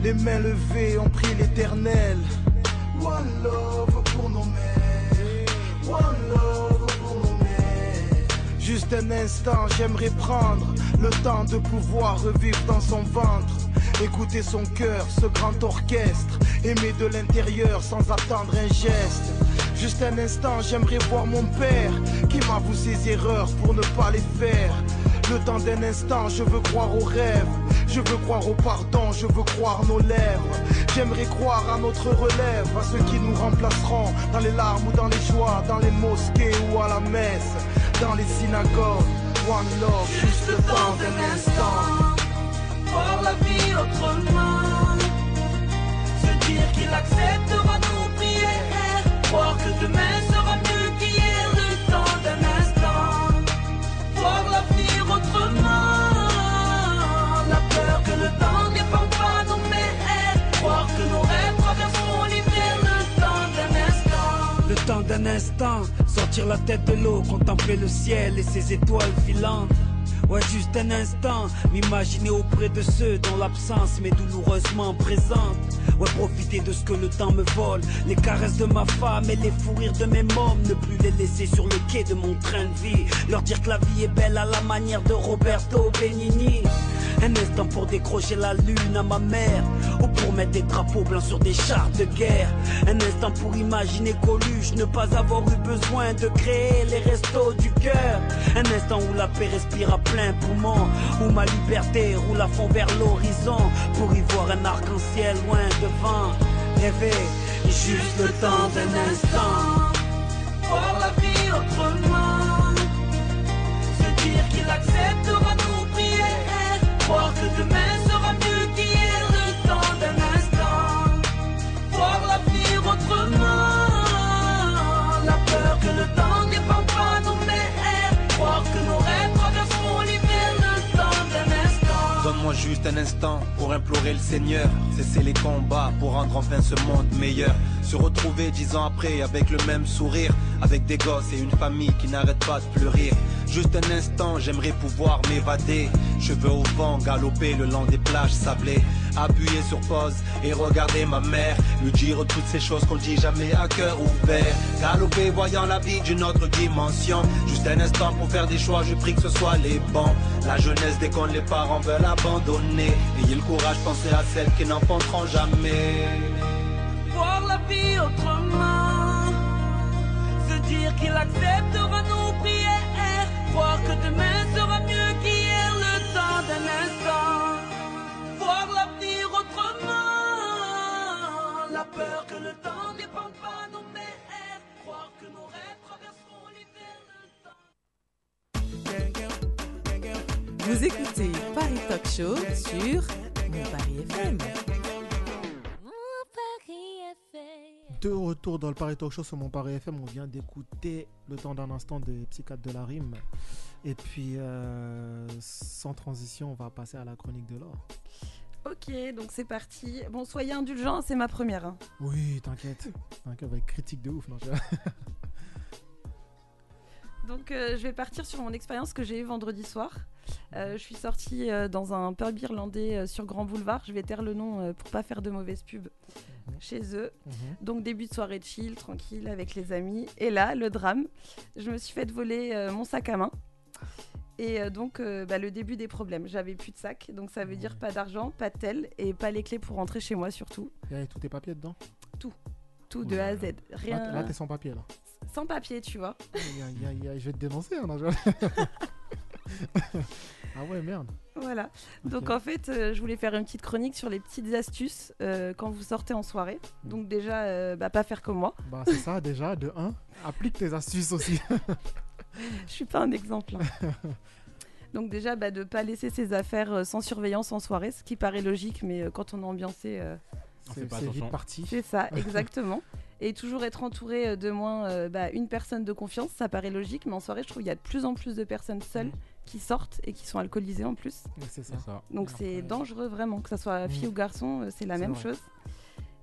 [SPEAKER 7] Les mains levées, on prie l'éternel. One love pour nos mères. One love pour nos mères. Juste un instant, j'aimerais prendre le temps de pouvoir revivre dans son ventre. Écouter son cœur, ce grand orchestre. Aimer de l'intérieur sans attendre un geste. Juste un instant, j'aimerais voir mon père qui m'avoue ses erreurs pour ne pas les faire. Le temps d'un instant, je veux croire aux rêves, je veux croire au pardon, je veux croire nos lèvres. J'aimerais croire à notre relève, à ceux qui nous remplaceront dans les larmes ou dans les joies, dans les mosquées ou à la messe, dans les synagogues. One love,
[SPEAKER 6] Juste le temps d'un instant, voir la vie autrement. Se dire qu'il acceptera nos prières, croire que demain sera mieux qu'hier. Le temps d'un instant, voir l'avenir autrement. La peur que le temps n'épargne pas nos mères, croire que nos rêves traverseront l'hiver. Le temps d'un instant.
[SPEAKER 7] Le temps d'un instant, sortir la tête de l'eau, contempler le ciel et ses étoiles filantes.
[SPEAKER 8] Ouais, juste un instant, m'imaginer auprès de ceux dont l'absence m'est douloureusement présente. Ouais, profiter de ce que le temps me vole, les caresses de ma femme et les fous rires de mes mômes. Ne plus les laisser sur le quai de mon train de vie, leur dire que la vie est belle à la manière de Roberto Benigni. Un instant pour décrocher la lune à ma mère, ou pour mettre des drapeaux blancs sur des chars de guerre. Un instant pour imaginer Coluche, ne pas avoir eu besoin de créer les restos du cœur. Un instant où la paix respire à plein poumon, où ma liberté roule à fond vers l'horizon, pour y voir un arc-en-ciel loin devant. Rêver, juste le temps d'un instant,
[SPEAKER 9] Voir la vie autrement, se dire qu'il acceptera nos prières, croire que demain sera mieux qu'hier, le temps d'un instant, voir la vie autrement, la peur que le temps n'épargne pas nos mères, croire que nos rêves traverseront l'hiver, le temps d'un instant.
[SPEAKER 10] Donne-moi juste un instant pour implorer le Seigneur. Cesser les combats pour rendre enfin ce monde meilleur. Se retrouver dix ans après avec le même sourire. Avec des gosses et une famille qui n'arrête pas de fleurir. Juste un instant, j'aimerais pouvoir m'évader. Cheveux au vent, galoper le long des plages sablées. Appuyer sur pause et regarder ma mère. Lui dire toutes ces choses qu'on dit jamais à cœur ouvert. Galoper voyant la vie d'une autre dimension. Juste un instant pour faire des choix, je prie que ce soit les bons. La jeunesse dès qu'on les parents veulent abandonner. Ayez le courage, pensez à celles qui n'enfanteront jamais.
[SPEAKER 9] voir la vie autrement. Se dire qu'il acceptera nos prières, croire que demain sera mieux qu'hier, le temps d'un instant. Voir l'avenir autrement, la peur que le temps n'épargne pas nos mères, croire que nos rêves traverseront l'hiver.
[SPEAKER 11] Vous écoutez Paris Talk Show sur Mon Paris FM.
[SPEAKER 1] De retour dans le Paris Talk Show sur mon Paris FM, on vient d'écouter le temps d'un instant des psychiatres de la rime. Et puis, euh, sans transition, on va passer à la chronique de l'or.
[SPEAKER 5] Ok, donc c'est parti. Bon, soyez indulgents, c'est ma première. hein.
[SPEAKER 1] Oui, t'inquiète. T'inquiète, avec critique de ouf. Non, [LAUGHS] je-
[SPEAKER 5] Donc euh, je vais partir sur mon expérience que j'ai eue vendredi soir. Euh, je suis sortie euh, dans un pub irlandais euh, sur Grand Boulevard. Je vais taire le nom euh, pour pas faire de mauvaise pub chez eux.
[SPEAKER 1] Mhm.
[SPEAKER 5] Donc début de soirée chill, tranquille avec les amis. Et là, le drame. Je me suis fait voler euh, mon sac à main. Et euh, donc euh, bah, le début des problèmes. J'avais plus de sac, donc ça veut dire pas d'argent, pas de tel et pas les clés pour rentrer chez moi surtout.
[SPEAKER 1] Il y avait tous tes papiers dedans
[SPEAKER 5] Tout, tout de A à Z. Rien.
[SPEAKER 1] Là, t- là, t'es sans papier, là.
[SPEAKER 5] Sans papier, tu vois.
[SPEAKER 1] Aïe, aïe, aïe, aïe, je vais te dénoncer. hein, non, je- [LAUGHS] ah ouais, merde.
[SPEAKER 5] Voilà.
[SPEAKER 1] Ok.
[SPEAKER 5] Donc en fait, euh, je voulais faire une petite chronique sur les petites astuces euh, quand vous sortez en soirée. Donc déjà, euh, bah, pas faire comme moi.
[SPEAKER 1] Mm.
[SPEAKER 5] [LAUGHS]
[SPEAKER 1] Bah, c'est ça, déjà, de 1. Applique tes astuces aussi. [LAUGHS]
[SPEAKER 5] Je suis pas un exemple. hein. Donc déjà, bah, de pas laisser ses affaires euh, sans surveillance en soirée, ce qui paraît logique, mais euh, quand on est ambiancé, euh,
[SPEAKER 1] On fait C'est- pas c'est vite attention. parti. [LAUGHS]
[SPEAKER 5] C'est ça, exactement. Et toujours être entouré euh, de moins euh, bah, une personne de confiance, ça paraît logique, mais en soirée, je trouve qu'il y a de plus en plus de personnes
[SPEAKER 1] Mm.
[SPEAKER 5] seules qui sortent et qui sont alcoolisées en plus.
[SPEAKER 1] C'est ça.
[SPEAKER 5] Donc c'est dangereux vraiment, que ça soit fille
[SPEAKER 1] Mm.
[SPEAKER 5] ou garçon, euh, c'est la
[SPEAKER 1] Ah, C'est
[SPEAKER 5] même
[SPEAKER 1] vrai.
[SPEAKER 5] chose.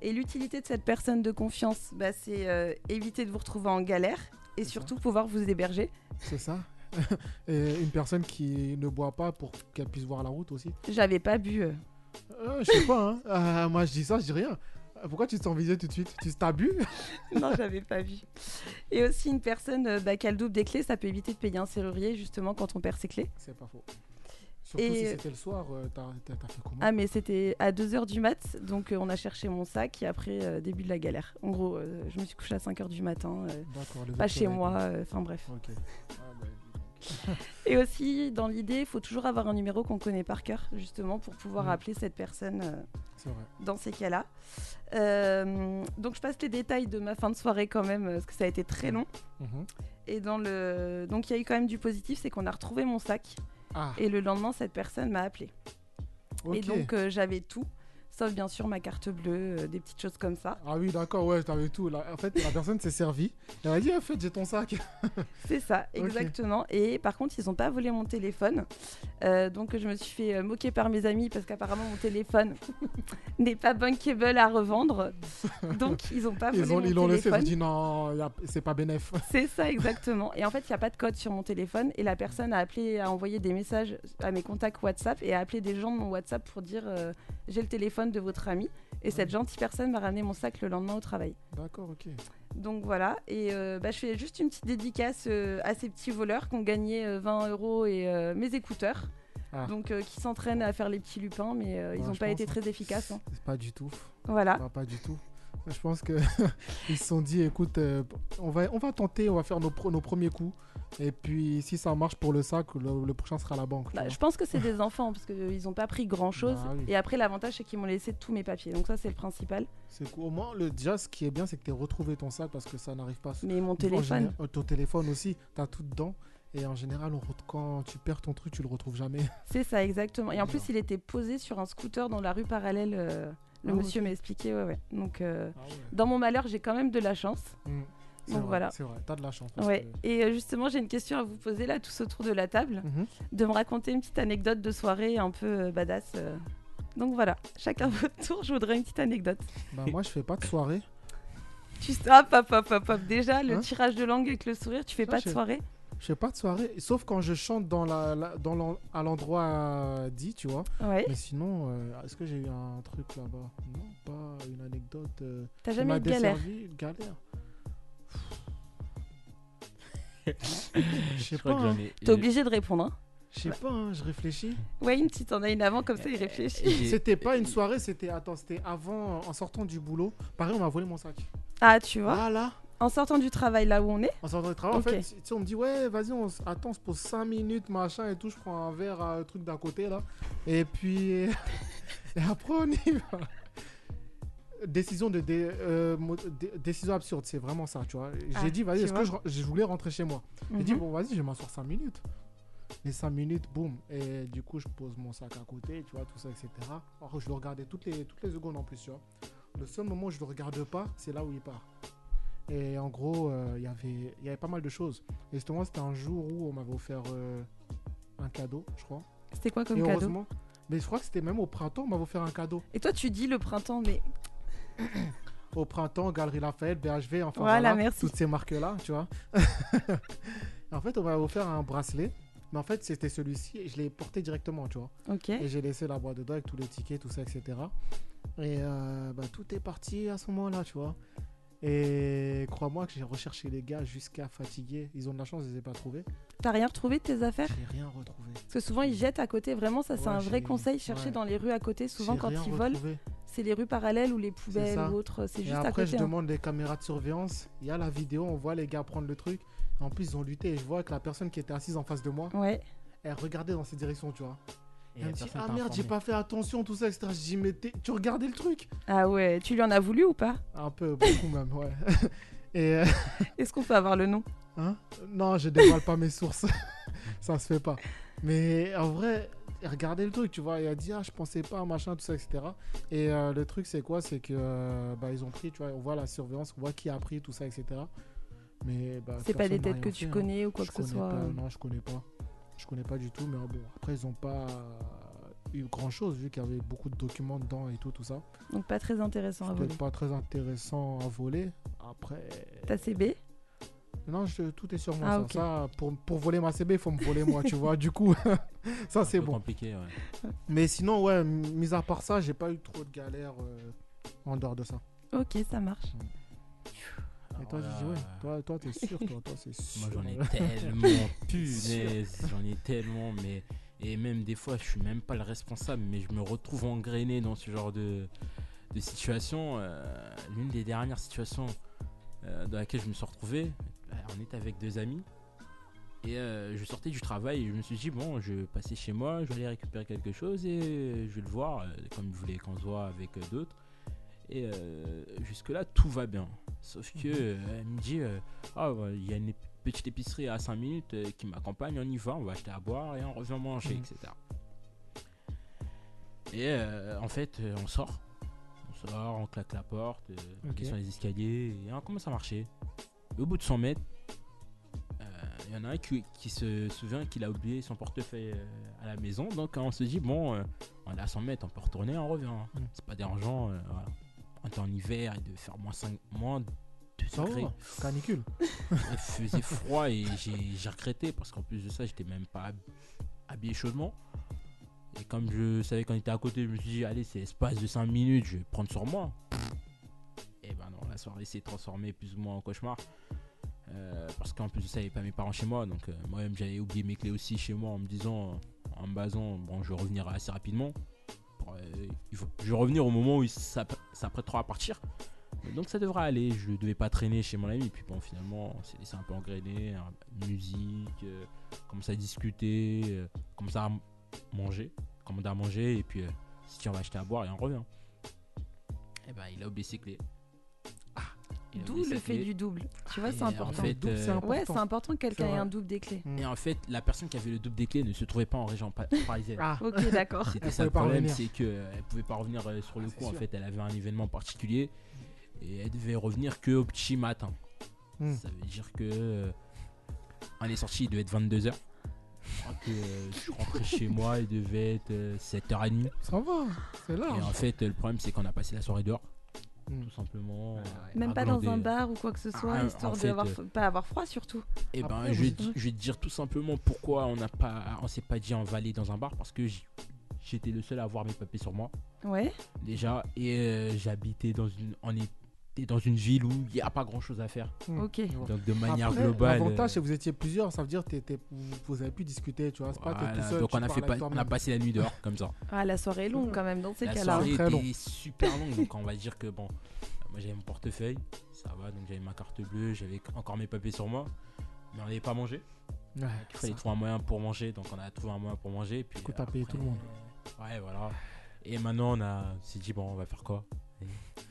[SPEAKER 5] Et l'utilité de cette personne de confiance, bah, c'est euh, éviter de vous retrouver en galère et surtout pouvoir vous héberger.
[SPEAKER 1] C'est ça. [LAUGHS] Et une personne qui ne boit pas pour qu'elle puisse voir la route aussi.
[SPEAKER 5] J'avais pas bu. euh.
[SPEAKER 1] Euh, je sais pas, hein. Euh, moi je dis ça, je dis rien. Euh, Pourquoi tu te sens visé tout de suite Tu t'as bu
[SPEAKER 5] [LAUGHS] non, j'avais pas vu. Et aussi une personne euh, bah, qui a le double des clés, ça peut éviter de payer un serrurier justement quand on perd ses clés.
[SPEAKER 1] C'est pas faux. Surtout
[SPEAKER 5] Et-
[SPEAKER 1] si c'était le soir, euh, t'as t'as- t'as fait comment
[SPEAKER 5] Ah mais c'était à 2h du mat, donc euh, on a cherché mon sac et après euh, début de la galère. En gros, euh, je me suis couchée à 5h du matin, euh,
[SPEAKER 1] D'accord, lever
[SPEAKER 5] pas
[SPEAKER 1] le
[SPEAKER 5] chez
[SPEAKER 1] soleil,
[SPEAKER 5] moi,
[SPEAKER 1] quoi.
[SPEAKER 5] euh, enfin bref.
[SPEAKER 1] hein? Ok.
[SPEAKER 5] Et aussi, dans l'idée, il faut toujours avoir un numéro qu'on connaît par cœur, justement, pour pouvoir
[SPEAKER 1] Mm.
[SPEAKER 5] appeler cette personne euh,
[SPEAKER 1] C'est vrai.
[SPEAKER 5] dans ces cas-là. Euh, donc, je passe les détails de ma fin de soirée quand même, euh, parce que ça a été très long.
[SPEAKER 1] Mhm.
[SPEAKER 5] Et dans le... donc, il y a eu quand même du positif, c'est qu'on a retrouvé mon sac.
[SPEAKER 1] Ah.
[SPEAKER 5] Et le lendemain, cette personne m'a appelé.
[SPEAKER 1] Ok.
[SPEAKER 5] Et donc, euh, j'avais tout, Sauf bien sûr ma carte bleue, euh, des petites choses comme ça.
[SPEAKER 1] Ah oui, d'accord, ouais, t'avais tout. là. En fait, la personne s'est servie. Elle a dit, en fait, j'ai ton sac.
[SPEAKER 5] C'est ça,
[SPEAKER 1] Ok.
[SPEAKER 5] exactement. Et par contre, ils n'ont pas volé mon téléphone. Euh, donc, je me suis fait euh, moquer par mes amis parce qu'apparemment, mon téléphone [LAUGHS] n'est pas bankable à revendre. Donc, ils n'ont pas volé
[SPEAKER 1] Ils ont-
[SPEAKER 5] mon
[SPEAKER 1] ils l'ont laissé. Ils ont
[SPEAKER 5] téléphone.
[SPEAKER 1] dit, non, y a- c'est pas bénéf. [LAUGHS]
[SPEAKER 5] C'est ça, exactement. Et en fait, il n'y a pas de code sur mon téléphone. Et la personne a appelé, a envoyé des messages à mes contacts WhatsApp et a appelé des gens de mon WhatsApp pour dire euh, j'ai le téléphone de votre ami. Et cette gentille personne m'a ramené mon sac le lendemain au travail.
[SPEAKER 1] D'accord, ok.
[SPEAKER 5] Donc voilà, et euh, bah, je fais juste une petite dédicace euh, à ces petits voleurs qui ont gagné euh, 20 euros et euh, mes écouteurs,
[SPEAKER 1] Ah.
[SPEAKER 5] donc euh, qui s'entraînent à faire les petits lupins, mais euh, ils
[SPEAKER 1] Ouais,
[SPEAKER 5] n'ont
[SPEAKER 1] je
[SPEAKER 5] pas
[SPEAKER 1] pense,
[SPEAKER 5] été
[SPEAKER 1] hein.
[SPEAKER 5] très efficaces. hein.
[SPEAKER 1] Pas du tout.
[SPEAKER 5] Voilà.
[SPEAKER 1] Bah, pas du tout. Je pense que [LAUGHS] ils se sont dit, écoute, euh, on, va, on va tenter, on va faire nos, pro- nos premiers coups. Et puis, si ça marche pour le sac, le, le prochain sera à la banque. tu
[SPEAKER 5] Bah,
[SPEAKER 1] vois.
[SPEAKER 5] je pense que c'est des enfants parce qu'ils n'ont pas pris grand chose.
[SPEAKER 1] Bah oui.
[SPEAKER 5] Et après, l'avantage c'est qu'ils m'ont laissé tous mes papiers, donc ça c'est le principal.
[SPEAKER 1] C'est cool. Au moins, le, déjà, ce qui est bien, c'est que tu as retrouvé ton sac parce que ça n'arrive pas.
[SPEAKER 5] Mais mon
[SPEAKER 1] En
[SPEAKER 5] téléphone.
[SPEAKER 1] général- euh, ton téléphone aussi, tu as tout dedans. Et en général, on re- quand tu perds ton truc, tu le retrouves
[SPEAKER 5] [LAUGHS]
[SPEAKER 1] jamais.
[SPEAKER 5] C'est ça, exactement. Et en plus,
[SPEAKER 1] Bizarre.
[SPEAKER 5] il était posé sur un scooter dans la rue parallèle. euh, le
[SPEAKER 1] Ah,
[SPEAKER 5] monsieur
[SPEAKER 1] ok. Ah,
[SPEAKER 5] m'a expliqué, ouais, ouais. Donc, euh, dans mon malheur, j'ai quand même de la chance.
[SPEAKER 1] Mm. C'est
[SPEAKER 5] Donc
[SPEAKER 1] vrai,
[SPEAKER 5] voilà.
[SPEAKER 1] C'est vrai, t'as de la chance. parce
[SPEAKER 5] Ouais.
[SPEAKER 1] que- Mhm.
[SPEAKER 5] Et euh, justement, j'ai une question à vous poser là, tous autour de la table, de me raconter une petite anecdote de soirée un peu euh, badass. euh. Donc voilà, chacun [LAUGHS] votre tour, je voudrais une petite anecdote.
[SPEAKER 1] Bah, moi, je fais pas de soirée.
[SPEAKER 5] Tu sais, hop, hop, hop, hop, hop. Déjà, le
[SPEAKER 1] Hein
[SPEAKER 5] tirage de langue avec le sourire, tu [LAUGHS] fais
[SPEAKER 1] Ça,
[SPEAKER 5] pas
[SPEAKER 1] je-
[SPEAKER 5] de soirée
[SPEAKER 1] Je fais pas de soirée, sauf quand je chante dans la, la- dans l'en- à l'endroit euh, dit, tu vois.
[SPEAKER 5] Ouais.
[SPEAKER 1] Mais sinon, euh, est-ce que j'ai eu un truc là-bas Non, pas une anecdote. euh,
[SPEAKER 5] T'as
[SPEAKER 1] qui
[SPEAKER 5] jamais
[SPEAKER 1] m'a
[SPEAKER 5] eu de galère
[SPEAKER 1] desservi, une galère.
[SPEAKER 5] Je
[SPEAKER 1] sais
[SPEAKER 5] crois
[SPEAKER 1] pas,
[SPEAKER 5] que j'en
[SPEAKER 1] hein.
[SPEAKER 5] ai- T'es obligé de répondre, hein
[SPEAKER 1] Je sais pas, hein, je réfléchis.
[SPEAKER 5] Ouais, une petite en a une avant, comme
[SPEAKER 1] Euh,
[SPEAKER 5] ça,
[SPEAKER 1] [LAUGHS]
[SPEAKER 5] il réfléchit.
[SPEAKER 1] C'était pas une soirée, c'était attends, c'était avant, en sortant du boulot. Pareil, on m'a volé mon sac.
[SPEAKER 5] Ah, tu vois
[SPEAKER 1] Voilà.
[SPEAKER 5] En sortant du travail là où on est
[SPEAKER 1] En sortant du travail, en fait, tu sais, on me dit, ouais, vas-y, on s- attends, on se pose 5 minutes, machin et tout. Je prends un verre à truc d'à côté, là. Et puis. [LAUGHS] et après, on y va. Décision, de dé- euh, mo- dé- décision absurde, c'est vraiment ça, tu vois. J'ai
[SPEAKER 12] Ah,
[SPEAKER 1] dit, vas-y,
[SPEAKER 12] tu
[SPEAKER 1] est-ce que je,
[SPEAKER 12] vois.
[SPEAKER 1] je voulais rentrer chez moi J'ai dit,
[SPEAKER 12] Mhm.
[SPEAKER 1] bon, vas-y, je vais m'asseoir 5 minutes. Les 5 minutes, boum. Et du coup, je pose mon sac à côté, tu vois, tout ça, etc. Alors, je le regardais toutes les, toutes les secondes en plus, tu vois. Le seul moment où je le regarde pas, c'est là où il part. Et en gros, euh, il y avait- il y avait pas mal de choses. Et justement, c'était un jour où on m'avait offert euh, un cadeau, je crois.
[SPEAKER 5] C'était quoi comme
[SPEAKER 1] Et
[SPEAKER 5] cadeau
[SPEAKER 1] heureusement- Mais je crois que c'était même au printemps, on m'avait offert un cadeau.
[SPEAKER 5] Et toi, tu dis le printemps, mais
[SPEAKER 1] Au printemps, Galerie Lafayette, BHV, enfin
[SPEAKER 5] Voilà,
[SPEAKER 1] voilà,
[SPEAKER 5] merci.
[SPEAKER 1] toutes ces marques-là, tu vois. [LAUGHS] en fait, on m'avait offert un bracelet. Mais en fait, c'était celui-ci et je l'ai porté directement, tu vois.
[SPEAKER 5] Ok.
[SPEAKER 1] Et j'ai laissé la boîte dedans avec tous les tickets, tout ça, etc. Et euh, bah, tout est parti à ce moment-là, tu vois. Et crois-moi que j'ai recherché les gars jusqu'à fatiguer. Ils ont de la chance, je les ai pas trouvés.
[SPEAKER 5] t'as rien retrouvé de tes affaires
[SPEAKER 1] J'ai rien retrouvé.
[SPEAKER 5] Parce que souvent ils jettent à côté, vraiment ça c'est
[SPEAKER 1] Ouais,
[SPEAKER 5] un vrai
[SPEAKER 1] j'ai-
[SPEAKER 5] conseil, chercher
[SPEAKER 1] ouais.
[SPEAKER 5] dans les rues à côté, souvent
[SPEAKER 1] J'ai
[SPEAKER 5] quand
[SPEAKER 1] rien
[SPEAKER 5] ils volent,
[SPEAKER 1] retrouvé.
[SPEAKER 5] c'est les rues parallèles ou les
[SPEAKER 1] C'est
[SPEAKER 5] poubelles
[SPEAKER 1] ça.
[SPEAKER 5] ou autre, Ben, c'est
[SPEAKER 1] Et
[SPEAKER 5] juste
[SPEAKER 1] après,
[SPEAKER 5] à côté.
[SPEAKER 1] je
[SPEAKER 5] hein.
[SPEAKER 1] demande les caméras de surveillance. Il y a la vidéo, on voit les gars prendre le truc. En plus, ils ont lutté et je vois que la personne qui était assise en face de moi,
[SPEAKER 5] Ouais.
[SPEAKER 1] elle regardait dans cette direction, tu vois.
[SPEAKER 2] Et
[SPEAKER 1] Et elle
[SPEAKER 2] la
[SPEAKER 1] me dit
[SPEAKER 2] personne
[SPEAKER 1] Ah
[SPEAKER 2] t'a
[SPEAKER 1] merde, j'ai
[SPEAKER 2] informé.
[SPEAKER 1] pas fait attention, tout ça, etc. Je dis Mais t'es- tu regardais le truc
[SPEAKER 5] Ah ouais, tu lui en as voulu ou pas
[SPEAKER 1] Un peu, beaucoup même, ouais. [LAUGHS] Et. euh,
[SPEAKER 5] [LAUGHS] Est-ce qu'on peut avoir le nom
[SPEAKER 1] Hein Non, je dévoile pas mes sources. [LAUGHS] ça se fait pas. Mais en vrai, regardez le truc, tu vois. Il a dit, ah, je pensais pas, machin, tout ça, etc. Et euh, le truc, c'est quoi C'est que euh, bah, ils ont pris, tu vois, on voit la surveillance, on voit qui a pris, tout ça, etc. Mais bah,
[SPEAKER 5] C'est pas
[SPEAKER 1] personne n'a
[SPEAKER 5] des têtes
[SPEAKER 1] rien
[SPEAKER 5] que tu
[SPEAKER 1] fait, hein.
[SPEAKER 5] connais ou quoi
[SPEAKER 1] Je
[SPEAKER 5] que ce
[SPEAKER 1] connais
[SPEAKER 5] soit,
[SPEAKER 1] pas,
[SPEAKER 5] euh.
[SPEAKER 1] non, je connais pas. Je connais pas du tout, mais euh, bon, après, ils ont pas euh, eu grand chose vu qu'il y avait beaucoup de documents dedans et tout, tout ça.
[SPEAKER 5] Donc pas très intéressant à
[SPEAKER 1] Peut-être
[SPEAKER 5] voler.
[SPEAKER 1] pas très intéressant à voler. Après.
[SPEAKER 5] T'as CB
[SPEAKER 1] Non, je- tout est sur moi.
[SPEAKER 5] Ah,
[SPEAKER 1] ça.
[SPEAKER 5] ok.
[SPEAKER 1] Ça, pour, pour voler ma CB, il faut me voler moi, tu vois. Du coup, [LAUGHS] ça c'est bon.
[SPEAKER 2] compliqué, ouais.
[SPEAKER 1] Mais sinon, ouais, m- mis à part ça, j'ai pas eu trop de galères euh, en dehors de ça.
[SPEAKER 5] Ok, ça marche.
[SPEAKER 1] Et toi, Gigi, ouais, toi, toi, t'es sûr, toi, toi, c'est sûr.
[SPEAKER 2] Ah, [LAUGHS] Moi j'en ai
[SPEAKER 1] ouais. [LAUGHS]
[SPEAKER 2] tellement
[SPEAKER 1] Sûr.
[SPEAKER 2] punaise, j'en ai tellement mais et même des fois je suis même pas le responsable mais je me retrouve engrainé dans ce genre de, de situation. Euh, L'une des dernières situations euh, dans laquelle je me suis retrouvé, euh, on était avec deux amis et euh, je sortais du travail et je me suis dit bon je vais passer chez moi, je vais aller récupérer quelque chose et euh, je vais le voir euh, comme je voulais qu'on se voit avec euh, d'autres. Et euh, jusque-là, tout va bien. Sauf que euh, elle me dit euh, Ah, bah, il y a une ép- petite épicerie à 5 minutes euh, qui m'accompagne, on y va, on va acheter à boire et
[SPEAKER 1] Mm.
[SPEAKER 2] on revient manger,
[SPEAKER 13] Mhm.
[SPEAKER 2] etc. Et euh, en fait, euh, on sort. on sort, on claque la porte, euh, on
[SPEAKER 1] Ok.
[SPEAKER 2] descend les escaliers et on commence à marcher. Et au bout de 100 mètres, euh, il y en a un qui, qui se souvient qu'il a oublié son portefeuille euh, à la maison. Donc euh, on se dit, bon, euh, on est à 100 mètres, on peut retourner, on revient. hein.
[SPEAKER 1] Mm.
[SPEAKER 2] C'est pas dérangeant. euh, voilà. On était en hiver et de faire moins 5, moins 2
[SPEAKER 1] Ça va,
[SPEAKER 2] degrés.
[SPEAKER 1] canicule.
[SPEAKER 2] [LAUGHS] Il faisait froid et j'ai j'ai regretté parce qu'en plus de ça, j'étais même pas hab- habillé chaudement. Et comme je savais qu'on était à côté, je me suis dit, allez, c'est l'espace de 5 minutes, je vais prendre sur moi. Et ben non, la soirée s'est transformée plus ou moins en cauchemar. Euh, parce qu'en plus de ça, il n'y avait pas mes parents chez moi. Donc euh, moi-même, j'avais oublié mes clés aussi chez moi en me disant, euh, en me basant, bon, je vais revenir assez rapidement. Pour, euh, il faut- je vais revenir au moment où il s'app- s'apprêtera à partir. Donc ça devrait aller, je devais pas traîner chez mon ami. Puis bon, finalement, on s'est laissé un peu engrainer, hein, musique, euh, comme ça discuter, euh, comme ça à m- manger, commander à manger, et puis euh, si tu en vas acheter à boire et on revient. Et ben il a oublié ses clés. Ah, il a
[SPEAKER 5] D'où
[SPEAKER 2] oublié ses
[SPEAKER 5] le fait
[SPEAKER 2] clés.
[SPEAKER 5] du double. Tu vois,
[SPEAKER 2] Et
[SPEAKER 5] c'est
[SPEAKER 2] en
[SPEAKER 5] important.
[SPEAKER 2] fait,
[SPEAKER 1] Double, c'est
[SPEAKER 2] euh,
[SPEAKER 1] important.
[SPEAKER 5] Ouais, c'est important que quelqu'un
[SPEAKER 1] C'est
[SPEAKER 5] ait
[SPEAKER 1] vrai.
[SPEAKER 5] un double des clés.
[SPEAKER 2] Et en fait, la personne qui avait le double des clés ne se trouvait pas en région
[SPEAKER 5] [LAUGHS]
[SPEAKER 2] pa- parisienne.
[SPEAKER 1] Ah,
[SPEAKER 5] Ok, d'accord.
[SPEAKER 2] C'était
[SPEAKER 1] Elle
[SPEAKER 2] ça le
[SPEAKER 1] pouvait pas
[SPEAKER 2] problème,
[SPEAKER 1] revenir.
[SPEAKER 2] c'est qu'elle pouvait pas revenir euh, sur le
[SPEAKER 1] Ah, c'est
[SPEAKER 2] coup. En
[SPEAKER 1] sûr.
[SPEAKER 2] fait, elle avait un événement particulier et elle devait revenir que au petit matin.
[SPEAKER 1] Hmm.
[SPEAKER 2] Ça veut dire que euh, on est sorti, il devait être 22h. Je crois que euh, je suis
[SPEAKER 1] [LAUGHS]
[SPEAKER 2] rentré chez moi, il devait être euh, 7h30.
[SPEAKER 1] ça va, c'est
[SPEAKER 2] Et
[SPEAKER 1] large.
[SPEAKER 2] en fait, euh, le problème, c'est qu'on a passé la soirée dehors.
[SPEAKER 1] Hmm.
[SPEAKER 2] Tout simplement. euh,
[SPEAKER 5] Même
[SPEAKER 2] à
[SPEAKER 5] pas dans
[SPEAKER 2] glander.
[SPEAKER 5] un bar ou quoi que ce soit,
[SPEAKER 2] Ah, en
[SPEAKER 5] histoire de
[SPEAKER 2] fait,
[SPEAKER 5] avoir
[SPEAKER 2] euh,
[SPEAKER 5] f- pas avoir froid surtout.
[SPEAKER 2] Et ben,
[SPEAKER 1] Après,
[SPEAKER 2] je, vais,
[SPEAKER 1] vous-
[SPEAKER 2] di- je vais te dire tout simplement pourquoi on n'a pas, on s'est pas dit en valet dans un bar parce que j- j'étais le seul à avoir mes papiers sur moi
[SPEAKER 5] Ouais.
[SPEAKER 2] déjà et euh, j'habitais dans une, on était dans une ville où il n'y a pas grand chose à faire.
[SPEAKER 5] Ok.
[SPEAKER 2] Donc de manière
[SPEAKER 1] Hmm. Après,
[SPEAKER 2] globale.
[SPEAKER 1] L'avantage,
[SPEAKER 2] euh,
[SPEAKER 1] c'est que vous étiez plusieurs, ça veut dire que vous, vous avez pu discuter, tu vois. C'est pas que
[SPEAKER 2] voilà,
[SPEAKER 1] tout seul.
[SPEAKER 2] donc
[SPEAKER 1] tu
[SPEAKER 2] on a fait
[SPEAKER 1] parles avec
[SPEAKER 2] pas, on a
[SPEAKER 1] toi-même.
[SPEAKER 2] passé la nuit dehors
[SPEAKER 1] [LAUGHS]
[SPEAKER 2] comme ça.
[SPEAKER 5] Ah, la soirée est longue quand même dans ces
[SPEAKER 2] la
[SPEAKER 5] cas-là.
[SPEAKER 2] soirée
[SPEAKER 1] Très
[SPEAKER 2] était
[SPEAKER 1] long.
[SPEAKER 2] super longue donc on va dire que bon moi j'avais mon portefeuille ça va donc j'avais ma carte bleue j'avais encore mes papiers sur moi mais on n'avait pas mangé
[SPEAKER 1] Ouais,
[SPEAKER 2] il fallait
[SPEAKER 1] ça
[SPEAKER 2] trouver un moyen pour manger donc on a trouvé un moyen pour manger puis
[SPEAKER 1] coûte à
[SPEAKER 2] après, euh,
[SPEAKER 1] payer tout le monde.
[SPEAKER 2] ouais voilà et maintenant on a on s'est dit bon on va faire quoi Et on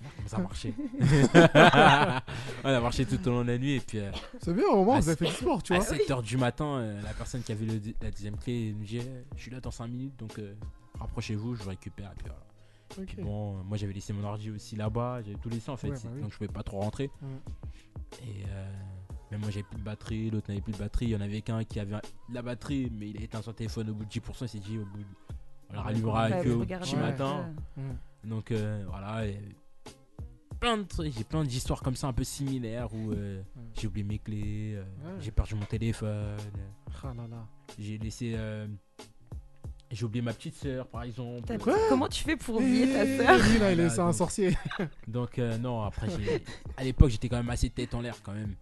[SPEAKER 2] a commencé à
[SPEAKER 1] [LAUGHS]
[SPEAKER 2] marcher [LAUGHS] on a marché tout au long de la nuit et puis euh,
[SPEAKER 1] C'est bien, au moins,
[SPEAKER 2] Ah,
[SPEAKER 1] vous avez fait du sport, tu
[SPEAKER 2] à
[SPEAKER 1] vois.
[SPEAKER 2] 7h du matin, euh, la personne qui avait le- la deuxième clé nous dit eh, Je suis là dans 5 minutes, donc euh, rapprochez-vous, je vous récupère. Et puis voilà. Et puis
[SPEAKER 1] Ok.
[SPEAKER 2] bon, euh, moi j'avais laissé mon ordi aussi là-bas, j'avais tout laissé en fait,
[SPEAKER 1] Ouais, bah oui.
[SPEAKER 2] donc je pouvais pas trop rentrer.
[SPEAKER 1] Mm.
[SPEAKER 2] Et euh, même moi j'avais plus de batterie, l'autre n'avait plus de batterie, il y en avait qu'un qui avait de la batterie, mais il a éteint son téléphone au bout de 10%, il s'est dit Au bout de. On la
[SPEAKER 5] Ouais,
[SPEAKER 2] rallumera
[SPEAKER 5] ouais,
[SPEAKER 2] que au
[SPEAKER 5] regarder
[SPEAKER 2] petit
[SPEAKER 1] un
[SPEAKER 2] matin.
[SPEAKER 5] peu.
[SPEAKER 2] Donc euh, voilà, et plein de trucs, j'ai plein d'histoires comme ça un peu similaires où euh, j'ai oublié mes clés, euh,
[SPEAKER 1] Ouais.
[SPEAKER 2] j'ai perdu mon téléphone, euh,
[SPEAKER 1] Ah là là.
[SPEAKER 2] j'ai laissé. euh, j'ai oublié ma petite sœur par exemple.
[SPEAKER 5] T'as-
[SPEAKER 1] Quoi
[SPEAKER 5] Comment tu fais pour oublier ta
[SPEAKER 1] Eh,
[SPEAKER 5] sœur
[SPEAKER 1] Lui, là, il est
[SPEAKER 2] Voilà,
[SPEAKER 1] c'est un
[SPEAKER 2] donc.
[SPEAKER 1] sorcier.
[SPEAKER 2] Donc euh, non, après
[SPEAKER 1] [LAUGHS]
[SPEAKER 2] j'ai. à l'époque j'étais quand même assez tête en l'air quand même.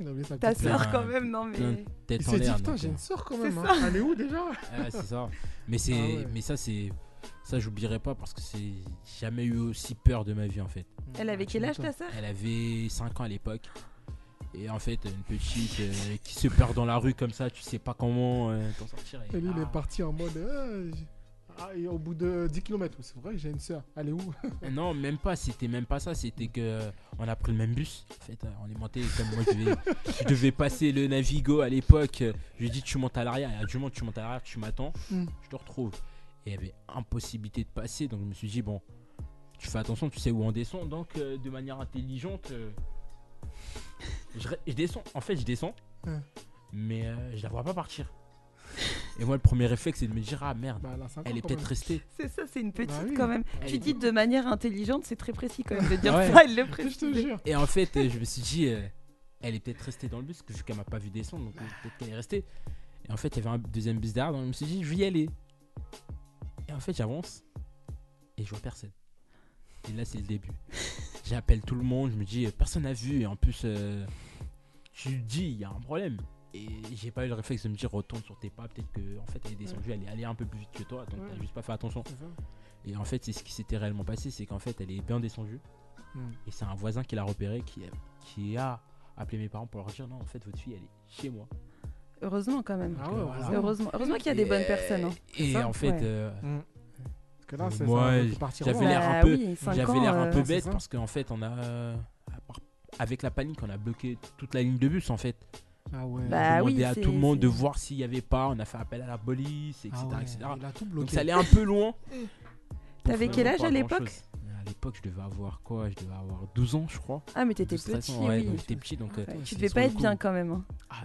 [SPEAKER 1] Il a oublié sa
[SPEAKER 5] Ta
[SPEAKER 1] petite
[SPEAKER 5] sœur
[SPEAKER 2] plein-
[SPEAKER 5] quand même, non
[SPEAKER 2] plein
[SPEAKER 5] mais.
[SPEAKER 2] de Tête
[SPEAKER 1] Il
[SPEAKER 2] en
[SPEAKER 1] s'est dit,
[SPEAKER 2] l'air.
[SPEAKER 1] putain,
[SPEAKER 2] donc,
[SPEAKER 1] j'ai
[SPEAKER 2] euh,
[SPEAKER 1] une sœur quand même. hein. Elle est où déjà
[SPEAKER 2] Ah ouais, c'est ça. Mais c'est.
[SPEAKER 1] Ah ouais.
[SPEAKER 2] Mais ça c'est. Ça j'oublierai pas parce que c'est. j'ai Jamais eu aussi peur de ma vie en fait.
[SPEAKER 5] Elle avait
[SPEAKER 1] Tu
[SPEAKER 5] quel âge
[SPEAKER 1] m'étonnes.
[SPEAKER 5] ta sœur
[SPEAKER 2] Elle avait 5 ans à l'époque. Et en fait, une petite euh, qui se perd dans la rue comme ça, tu sais pas comment euh, t'en sortir.
[SPEAKER 1] Et lui, il
[SPEAKER 2] ah.
[SPEAKER 1] est parti en mode. euh, j- Ah, et au bout de 10 km, c'est vrai que j'ai une sœur. Elle est où
[SPEAKER 2] [LAUGHS] Non, même pas, c'était même pas ça, c'était que euh, on a pris le même bus. En fait, euh, on est monté comme moi je devais, je devais passer le Navigo à l'époque. euh, Je lui ai dit tu montes à l'arrière, et du moment que tu montes à l'arrière, tu m'attends,
[SPEAKER 1] Mm.
[SPEAKER 2] je te retrouve. Et il y avait impossibilité de passer, donc je me suis dit bon, tu fais attention, tu sais où on descend, donc euh, de manière intelligente, euh, je, re- je descends. En fait, je descends,
[SPEAKER 1] Ouais.
[SPEAKER 2] mais euh, je la vois pas partir. Et moi, le premier réflexe, c'est de me dire ah merde,
[SPEAKER 1] Bah, elle a 5 ans.
[SPEAKER 2] elle est
[SPEAKER 1] quand
[SPEAKER 2] peut-être
[SPEAKER 1] même. Bah
[SPEAKER 2] restée.
[SPEAKER 5] C'est ça, c'est une petite
[SPEAKER 1] oui.
[SPEAKER 5] quand même.
[SPEAKER 1] Elle
[SPEAKER 5] Tu
[SPEAKER 1] est-
[SPEAKER 5] dis de manière intelligente, c'est très précis quand même de dire
[SPEAKER 2] Ouais.
[SPEAKER 5] ça, elle le
[SPEAKER 1] Je te
[SPEAKER 5] précise.
[SPEAKER 1] jure.
[SPEAKER 2] Et en fait, euh, je me suis dit, euh, elle est peut-être restée dans le bus, parce que vu qu'elle m'a pas vu descendre, donc euh, peut-être qu'elle est restée. Et en fait, il y avait un deuxième bus derrière, donc je me suis dit, je vais y aller. Et en fait, j'avance, et je vois personne. Et là, c'est le début. J'appelle tout le monde, je me dis, euh, personne n'a vu, et en plus, euh, tu te dis, il y a un problème. Et j'ai pas eu le réflexe de me dire, retourne sur tes pas, peut-être que en fait, elle est descendue, elle est allée un peu plus vite que toi, donc
[SPEAKER 1] Ouais.
[SPEAKER 2] t'as juste pas fait attention.
[SPEAKER 1] C'est ça.
[SPEAKER 2] Et en fait, c'est ce qui s'était réellement passé, c'est qu'en fait, elle est bien descendue.
[SPEAKER 1] Hmm.
[SPEAKER 2] Et c'est un voisin qui l'a repéré, qui, qui a appelé mes parents pour leur dire non, en fait, votre fille, elle est chez moi.
[SPEAKER 5] Heureusement quand même.
[SPEAKER 1] Ah
[SPEAKER 2] euh,
[SPEAKER 1] ouais,
[SPEAKER 2] voilà.
[SPEAKER 1] heureusement.
[SPEAKER 5] Heureusement, heureusement qu'il y a des
[SPEAKER 2] Et-
[SPEAKER 5] bonnes personnes. hein.
[SPEAKER 2] Et
[SPEAKER 5] ça
[SPEAKER 2] en fait,
[SPEAKER 5] Ouais.
[SPEAKER 2] euh,
[SPEAKER 1] Hmm. Parce que là, c'est
[SPEAKER 2] Moi,
[SPEAKER 1] ça. peut partir
[SPEAKER 2] j'avais
[SPEAKER 1] loin.
[SPEAKER 2] l'air un
[SPEAKER 5] Bah
[SPEAKER 2] peu-
[SPEAKER 5] oui, cinq
[SPEAKER 2] j'avais
[SPEAKER 5] ans,
[SPEAKER 2] l'air un
[SPEAKER 5] euh,
[SPEAKER 2] peu
[SPEAKER 1] c'est
[SPEAKER 2] bête
[SPEAKER 1] ça.
[SPEAKER 2] parce qu'en fait, on a. euh, à part- Avec la panique, on a bloqué toute la ligne de bus en fait.
[SPEAKER 1] Ah ouais.
[SPEAKER 2] On a
[SPEAKER 5] Bah oui,
[SPEAKER 2] demandé à
[SPEAKER 5] c'est-
[SPEAKER 2] tout le monde de
[SPEAKER 5] c'est-
[SPEAKER 2] voir s'il n'y avait pas, on a fait appel à la police, etc.
[SPEAKER 1] Ah ouais,
[SPEAKER 2] etc.
[SPEAKER 1] Il a tout
[SPEAKER 2] Donc ça
[SPEAKER 1] bloqué. [LAUGHS] Mm.
[SPEAKER 2] allait un peu loin.
[SPEAKER 5] T'avais
[SPEAKER 2] Pour
[SPEAKER 5] quel
[SPEAKER 2] finalement
[SPEAKER 5] âge
[SPEAKER 2] pas
[SPEAKER 5] à l'époque
[SPEAKER 2] grand-chose. À l'époque, je devais avoir quoi Je devais avoir 12 ans, je crois.
[SPEAKER 5] Ah, mais t'étais
[SPEAKER 2] 12, 13 ans,
[SPEAKER 5] petit,
[SPEAKER 2] ouais,
[SPEAKER 5] oui. Ah,
[SPEAKER 2] donc j'étais petit, donc. euh,
[SPEAKER 5] Tu
[SPEAKER 2] ils
[SPEAKER 5] devais
[SPEAKER 2] sont
[SPEAKER 5] pas être
[SPEAKER 2] cool.
[SPEAKER 5] bien quand même. hein.
[SPEAKER 2] Ah,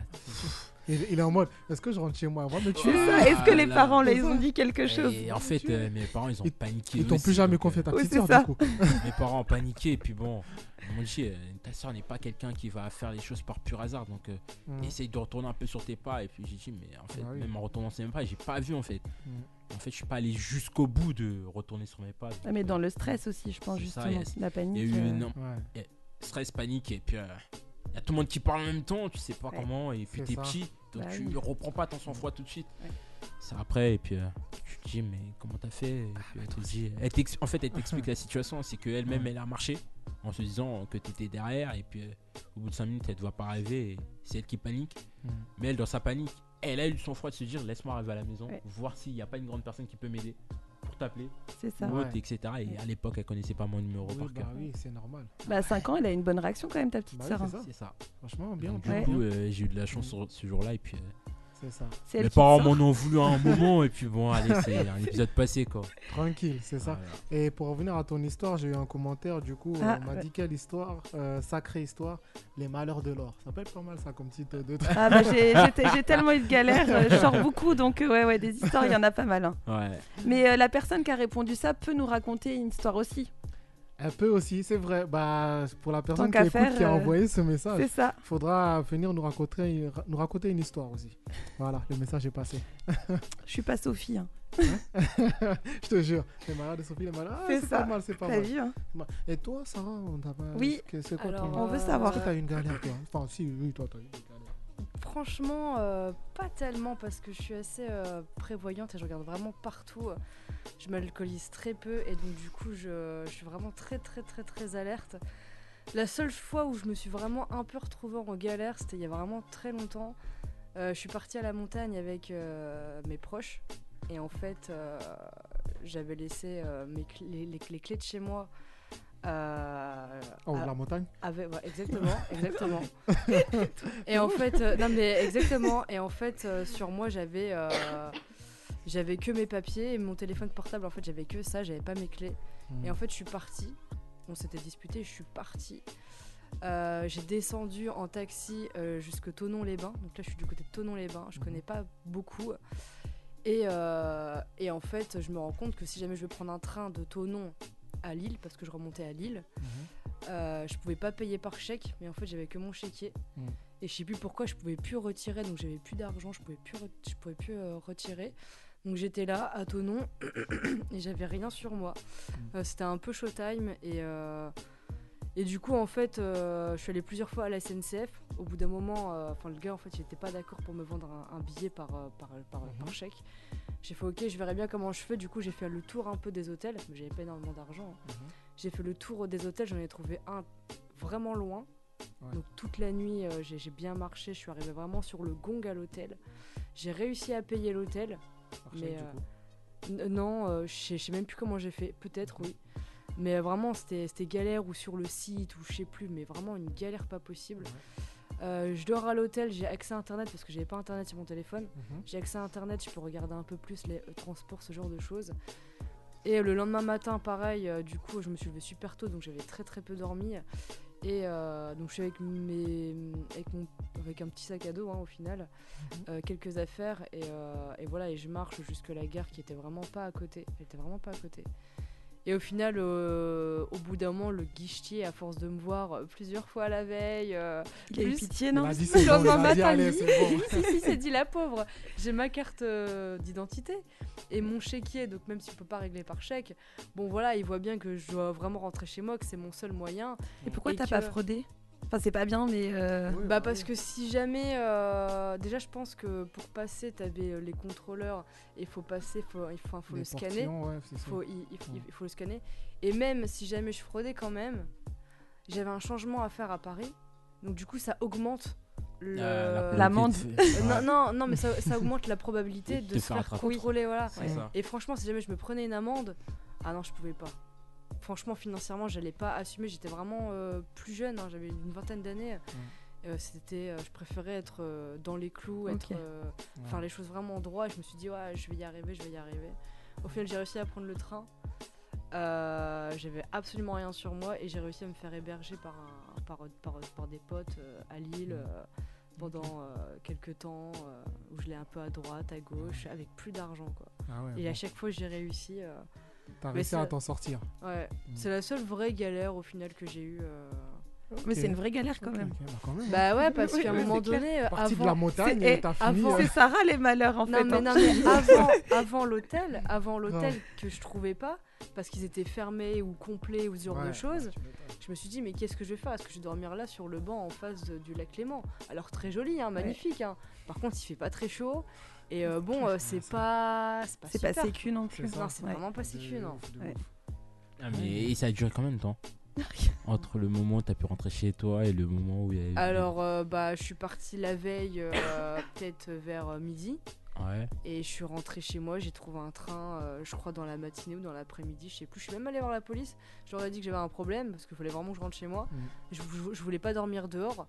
[SPEAKER 1] Il, il est en mode, est-ce que je rentre chez moi avant de tuer
[SPEAKER 5] C'est ça. Est-ce que les parents, là, ils ont dit quelque chose
[SPEAKER 2] Ah Et en fait, euh, mes parents, ils ont paniqué.
[SPEAKER 1] Ils t'ont
[SPEAKER 2] aussi,
[SPEAKER 1] plus jamais
[SPEAKER 2] donc,
[SPEAKER 1] confié ta
[SPEAKER 2] euh,
[SPEAKER 1] petite soeur,
[SPEAKER 5] [LAUGHS]
[SPEAKER 1] du coup.
[SPEAKER 2] [LAUGHS] mes parents ont paniqué et puis bon, ils m'ont dit, euh, ta soeur n'est pas quelqu'un qui va faire les choses par pur hasard, donc euh,
[SPEAKER 1] Mm.
[SPEAKER 2] essaye de retourner un peu sur tes pas. Et puis j'ai dit, mais en fait,
[SPEAKER 1] Ah oui.
[SPEAKER 2] même en retournant sur mes pas, j'ai pas vu en fait.
[SPEAKER 1] Mm.
[SPEAKER 2] En fait, je suis pas allé jusqu'au bout de retourner sur mes pas. donc,
[SPEAKER 5] Ah, mais
[SPEAKER 2] euh,
[SPEAKER 5] dans le stress aussi, je pense,
[SPEAKER 2] c'est ça,
[SPEAKER 5] justement.
[SPEAKER 2] il y a-
[SPEAKER 5] La panique.
[SPEAKER 2] Il y a eu
[SPEAKER 5] euh,
[SPEAKER 2] énorme- eh, stress, panique, et puis euh, il y a tout le monde qui parle en même temps, tu sais pas
[SPEAKER 5] Ouais.
[SPEAKER 2] comment, et puis t'es
[SPEAKER 5] C'est ça.
[SPEAKER 2] petit, donc
[SPEAKER 5] Bah
[SPEAKER 2] tu
[SPEAKER 5] oui.
[SPEAKER 2] ne reprends pas ton sang-froid tout de suite. C'est après, et puis euh, tu te dis, mais comment t'as fait Et puis elle te dit- elle t'ex- En fait, elle
[SPEAKER 1] [LAUGHS]
[SPEAKER 2] t'explique la situation, c'est qu'elle-même, elle a marché en se disant que t'étais derrière, et puis euh, au bout de 5 minutes, elle te voit pas arriver, et c'est elle qui panique,
[SPEAKER 1] Mm.
[SPEAKER 2] mais elle, dans sa panique, elle a eu le sang-froid de se dire, laisse-moi arriver à la maison,
[SPEAKER 5] Ouais.
[SPEAKER 2] voir s'il n'y a pas une grande personne qui peut m'aider pour t'appeler,
[SPEAKER 5] C'est ça.
[SPEAKER 2] ou autre,
[SPEAKER 5] Ouais.
[SPEAKER 2] etc. Et à l'époque, elle connaissait pas mon numéro
[SPEAKER 1] Oui,
[SPEAKER 2] par
[SPEAKER 1] bah
[SPEAKER 2] cœur.
[SPEAKER 1] oui, c'est normal.
[SPEAKER 5] Bah, à 5 ans, elle a une bonne réaction quand même, ta petite
[SPEAKER 1] Bah oui,
[SPEAKER 5] sœur.
[SPEAKER 1] c'est
[SPEAKER 5] hein.
[SPEAKER 1] ça. Franchement, bien.
[SPEAKER 2] Donc,
[SPEAKER 1] bien,
[SPEAKER 2] Du coup,
[SPEAKER 1] bien.
[SPEAKER 2] euh, j'ai eu de la chance sur ce jour-là. Et puis, euh,
[SPEAKER 1] C'est ça.
[SPEAKER 5] C'est elle
[SPEAKER 2] mes
[SPEAKER 5] qui
[SPEAKER 2] parents
[SPEAKER 5] sort.
[SPEAKER 2] m'en ont voulu à un moment. Et puis, bon, allez, c'est un épisode passé, quoi.
[SPEAKER 1] Tranquille, c'est ça. Et pour revenir à ton histoire, j'ai eu un commentaire, du coup,
[SPEAKER 5] Ah,
[SPEAKER 1] on m'a
[SPEAKER 5] ouais.
[SPEAKER 1] dit quelle histoire, euh, sacrée histoire, les malheurs de l'or. Ça peut être pas mal ça comme titre de truc.
[SPEAKER 5] Ah bah
[SPEAKER 2] [LAUGHS]
[SPEAKER 1] [LAUGHS]
[SPEAKER 5] j'ai- j'ai t- j'ai tellement eu de galères, euh, je sors beaucoup, donc euh, ouais, ouais, des histoires, il y en a pas mal. hein.
[SPEAKER 2] Ouais.
[SPEAKER 5] Mais euh, la personne qui a répondu ça peut nous raconter une histoire aussi.
[SPEAKER 1] Un peu aussi, c'est vrai. Bah, pour la personne qui,
[SPEAKER 5] qu'à
[SPEAKER 1] écoute,
[SPEAKER 5] faire,
[SPEAKER 1] qui a
[SPEAKER 5] euh,
[SPEAKER 1] envoyé ce message,
[SPEAKER 5] c'est ça.
[SPEAKER 1] faudra venir nous raconter, nous raconter une histoire aussi. Voilà, le message est passé. [LAUGHS]
[SPEAKER 5] Je suis pas Sophie. hein.
[SPEAKER 1] Je te jure, les malheurs de Sophie, les malheurs. Ah,
[SPEAKER 5] C'est
[SPEAKER 1] c'est
[SPEAKER 5] ça.
[SPEAKER 1] pas mal, c'est pas
[SPEAKER 5] T'as
[SPEAKER 1] mal.
[SPEAKER 5] vu, hein.
[SPEAKER 1] C'est mal. Et toi, Sarah, on t'a pas.
[SPEAKER 5] Oui,
[SPEAKER 1] que- c'est quoi
[SPEAKER 13] alors,
[SPEAKER 1] ton-
[SPEAKER 13] on veut
[SPEAKER 1] Est-ce que
[SPEAKER 13] savoir.
[SPEAKER 1] t'as eu une galère, toi Enfin, si, oui, toi, t'as eu une galère.
[SPEAKER 13] Franchement, euh, pas tellement parce que je suis assez euh, prévoyante et je regarde vraiment partout. Je m'alcoolise très peu et donc du coup, je, je suis vraiment très très très très alerte. La seule fois où je me suis vraiment un peu retrouvée en galère, c'était il y a vraiment très longtemps. Euh, je suis partie à la montagne avec euh, mes proches et en fait, euh, j'avais laissé euh, mes cl- les, les- les clés de chez moi. euh,
[SPEAKER 1] Oh,
[SPEAKER 13] à-
[SPEAKER 1] la montagne
[SPEAKER 13] avec, ouais, exactement, exactement. et en fait, euh, non mais exactement. Et en fait, euh, sur moi, j'avais, euh, j'avais que mes papiers et mon téléphone portable. En fait, j'avais que ça. J'avais pas mes clés.
[SPEAKER 1] Mm.
[SPEAKER 13] Et en fait, je suis partie. On s'était disputé. Je suis partie. Euh, j'ai descendu en taxi euh, jusque Tonon-les-Bains. Donc là, je suis du côté de Tonon-les-Bains. Je connais pas beaucoup. Et, euh, et en fait, je me rends compte que si jamais je veux prendre un train de Tonon à Lille, parce que je remontais à Lille, euh, je pouvais pas payer par chèque, mais en fait, j'avais que mon chéquier.
[SPEAKER 1] Mhm.
[SPEAKER 13] Et je sais plus pourquoi, je pouvais plus retirer, donc j'avais plus d'argent, je pouvais plus, re- je pouvais plus euh, retirer. Donc j'étais là, à Tonon, [COUGHS] et j'avais rien sur moi. Euh, C'était un peu showtime, et, euh, et du coup, en fait, euh, je suis allée plusieurs fois à la SNCF. Au bout d'un moment, euh, enfin, le gars, en fait, il était pas d'accord pour me vendre un, un billet par, euh, par, par, par chèque. J'ai fait, ok, je verrai bien comment je fais. Du coup, j'ai fait le tour un peu des hôtels, mais j'avais pas énormément d'argent. hein. J'ai fait le tour des hôtels, j'en ai trouvé un vraiment loin.
[SPEAKER 1] Ouais.
[SPEAKER 13] Donc toute la nuit, euh, j'ai j'ai bien marché. Je suis arrivée vraiment sur le gong à l'hôtel. J'ai réussi à payer l'hôtel.
[SPEAKER 1] Par
[SPEAKER 13] Mais
[SPEAKER 1] chèque, du
[SPEAKER 13] euh, n- non, euh, je sais- je sais même plus comment j'ai fait. Peut-être, oui. Mais euh, vraiment, c'était c'était galère ou sur le site ou je sais plus. Mais vraiment une galère pas possible. Euh, je dors à l'hôtel, j'ai accès à internet parce que j'avais pas internet sur mon téléphone.
[SPEAKER 1] Mhm.
[SPEAKER 13] J'ai accès à internet, je peux regarder un peu plus les euh, transports, ce genre de choses. Et le lendemain matin, pareil, euh, du coup, je me suis levée super tôt donc j'avais très très peu dormi. Et euh, donc je suis avec, mes, avec, mon- avec un petit sac à dos hein, au final,
[SPEAKER 5] Mhm.
[SPEAKER 13] euh, quelques affaires, et, euh, et voilà, et je marche jusque la gare qui était vraiment pas à côté. Elle était vraiment pas à côté. Et au final, euh, au bout d'un moment, le guichetier, à force de me voir euh, plusieurs fois la veille, euh,
[SPEAKER 5] Il a eu
[SPEAKER 13] plus-
[SPEAKER 5] pitié, non
[SPEAKER 1] Il a dit,
[SPEAKER 13] le
[SPEAKER 1] c'est bon,
[SPEAKER 13] lendemain
[SPEAKER 1] il a dit,
[SPEAKER 13] matin,
[SPEAKER 1] allez,
[SPEAKER 13] il-
[SPEAKER 1] c'est bon.
[SPEAKER 13] si, si, c'est dit la pauvre. J'ai ma carte euh, d'identité et mon chéquier, donc même si on peut pas régler par chèque, bon voilà, il voit bien que je dois vraiment rentrer chez moi, que c'est mon seul moyen.
[SPEAKER 5] Et pourquoi
[SPEAKER 13] Et
[SPEAKER 5] t'as
[SPEAKER 13] que-
[SPEAKER 5] pas fraudé Enfin, c'est pas bien, mais. euh,
[SPEAKER 13] Bah parce que si jamais, euh, déjà je pense que pour passer, t'avais euh, les contrôleurs et faut passer, faut, il faut, faut
[SPEAKER 1] Des
[SPEAKER 13] le scanner,
[SPEAKER 1] portillons, ouais, c'est ça.
[SPEAKER 13] faut, il, il- il-
[SPEAKER 1] Ouais.
[SPEAKER 13] il faut le scanner. Et même si jamais je fraudais quand même, j'avais un changement à faire à Paris, donc du coup ça augmente le-
[SPEAKER 2] Euh,
[SPEAKER 5] la L'amende.
[SPEAKER 2] probabilité de-
[SPEAKER 13] Euh,
[SPEAKER 2] ouais.
[SPEAKER 13] non, non, non, mais ça, ça augmente la probabilité
[SPEAKER 2] De te
[SPEAKER 13] de se
[SPEAKER 2] faire
[SPEAKER 13] faire
[SPEAKER 2] attraper.
[SPEAKER 13] contrôler, voilà.
[SPEAKER 2] C'est ça.
[SPEAKER 13] Et franchement, si jamais je me prenais une amende, ah non, je pouvais pas. Franchement, financièrement, j'allais pas assumer. J'étais vraiment euh, plus jeune, hein, j'avais une vingtaine d'années. Euh, C'était, euh, je préférais être euh, dans les clous, être,
[SPEAKER 5] Ok.
[SPEAKER 13] euh, faire les choses vraiment droit. Et je me suis dit, ouais, je vais y arriver, je vais y arriver. Au final, j'ai réussi à prendre le train. Euh, euh, j'avais absolument rien sur moi et j'ai réussi à me faire héberger par, un, par, par, par des potes euh, à Lille euh, pendant euh, quelques temps euh, où je l'ai un peu à droite, à gauche, avec plus d'argent quoi.
[SPEAKER 1] Ah ouais,
[SPEAKER 13] et à
[SPEAKER 1] bon.
[SPEAKER 13] chaque fois j'ai réussi. euh,
[SPEAKER 1] T'as
[SPEAKER 13] mais
[SPEAKER 1] réussi à
[SPEAKER 13] ça-
[SPEAKER 1] t'en sortir.
[SPEAKER 13] Ouais,
[SPEAKER 1] Mm.
[SPEAKER 13] c'est la seule vraie galère au final que j'ai eue. euh.
[SPEAKER 5] Mais c'est une vraie galère quand même.
[SPEAKER 13] Bah
[SPEAKER 5] [LAUGHS]
[SPEAKER 13] ouais, parce qu'à un moment
[SPEAKER 5] c'est clair.
[SPEAKER 13] donné, euh,
[SPEAKER 1] Partie de
[SPEAKER 13] avant,
[SPEAKER 1] la montagne,
[SPEAKER 13] c'est- eh,
[SPEAKER 1] euh, t'as fini,
[SPEAKER 13] avant-
[SPEAKER 1] euh. C'est
[SPEAKER 5] Sarah, les malheurs, en
[SPEAKER 13] Non,
[SPEAKER 5] fait,
[SPEAKER 13] mais
[SPEAKER 5] hein.
[SPEAKER 13] non,
[SPEAKER 5] [LAUGHS]
[SPEAKER 13] mais avant, avant l'hôtel, avant l'hôtel
[SPEAKER 1] Ah.
[SPEAKER 5] Ouais.
[SPEAKER 13] que je trouvais pas, parce qu'ils étaient fermés ou complets ou ce genre
[SPEAKER 5] Ouais,
[SPEAKER 13] de choses, je me suis dit mais qu'est-ce que je vais faire Est-ce que je vais dormir là sur le banc en face de- du lac Clément Alors très joli, hein, magnifique. hein. Par contre, il fait pas très chaud. Et euh, bon, euh, c'est pas, c'est pas,
[SPEAKER 5] C'est pas
[SPEAKER 13] super.
[SPEAKER 5] sécu non plus. C'est
[SPEAKER 13] Non,
[SPEAKER 5] ça.
[SPEAKER 13] c'est
[SPEAKER 5] Ouais.
[SPEAKER 13] vraiment pas sécu, non.
[SPEAKER 2] Ah, mais et ça a duré combien de temps Entre le moment où t'as pu rentrer chez toi et le moment où il y a eu.
[SPEAKER 13] Alors, euh, bah, je suis partie la veille, euh, [COUGHS] peut-être vers euh, midi.
[SPEAKER 2] Ouais.
[SPEAKER 13] Et je suis rentrée chez moi, j'ai trouvé un train, euh, je crois, dans la matinée ou dans l'après-midi, je sais plus. Je suis même allée voir la police. Je leur ai dit que j'avais un problème parce qu'il fallait vraiment que je rentre chez moi.
[SPEAKER 1] Mm.
[SPEAKER 13] Je, je- je voulais pas dormir dehors.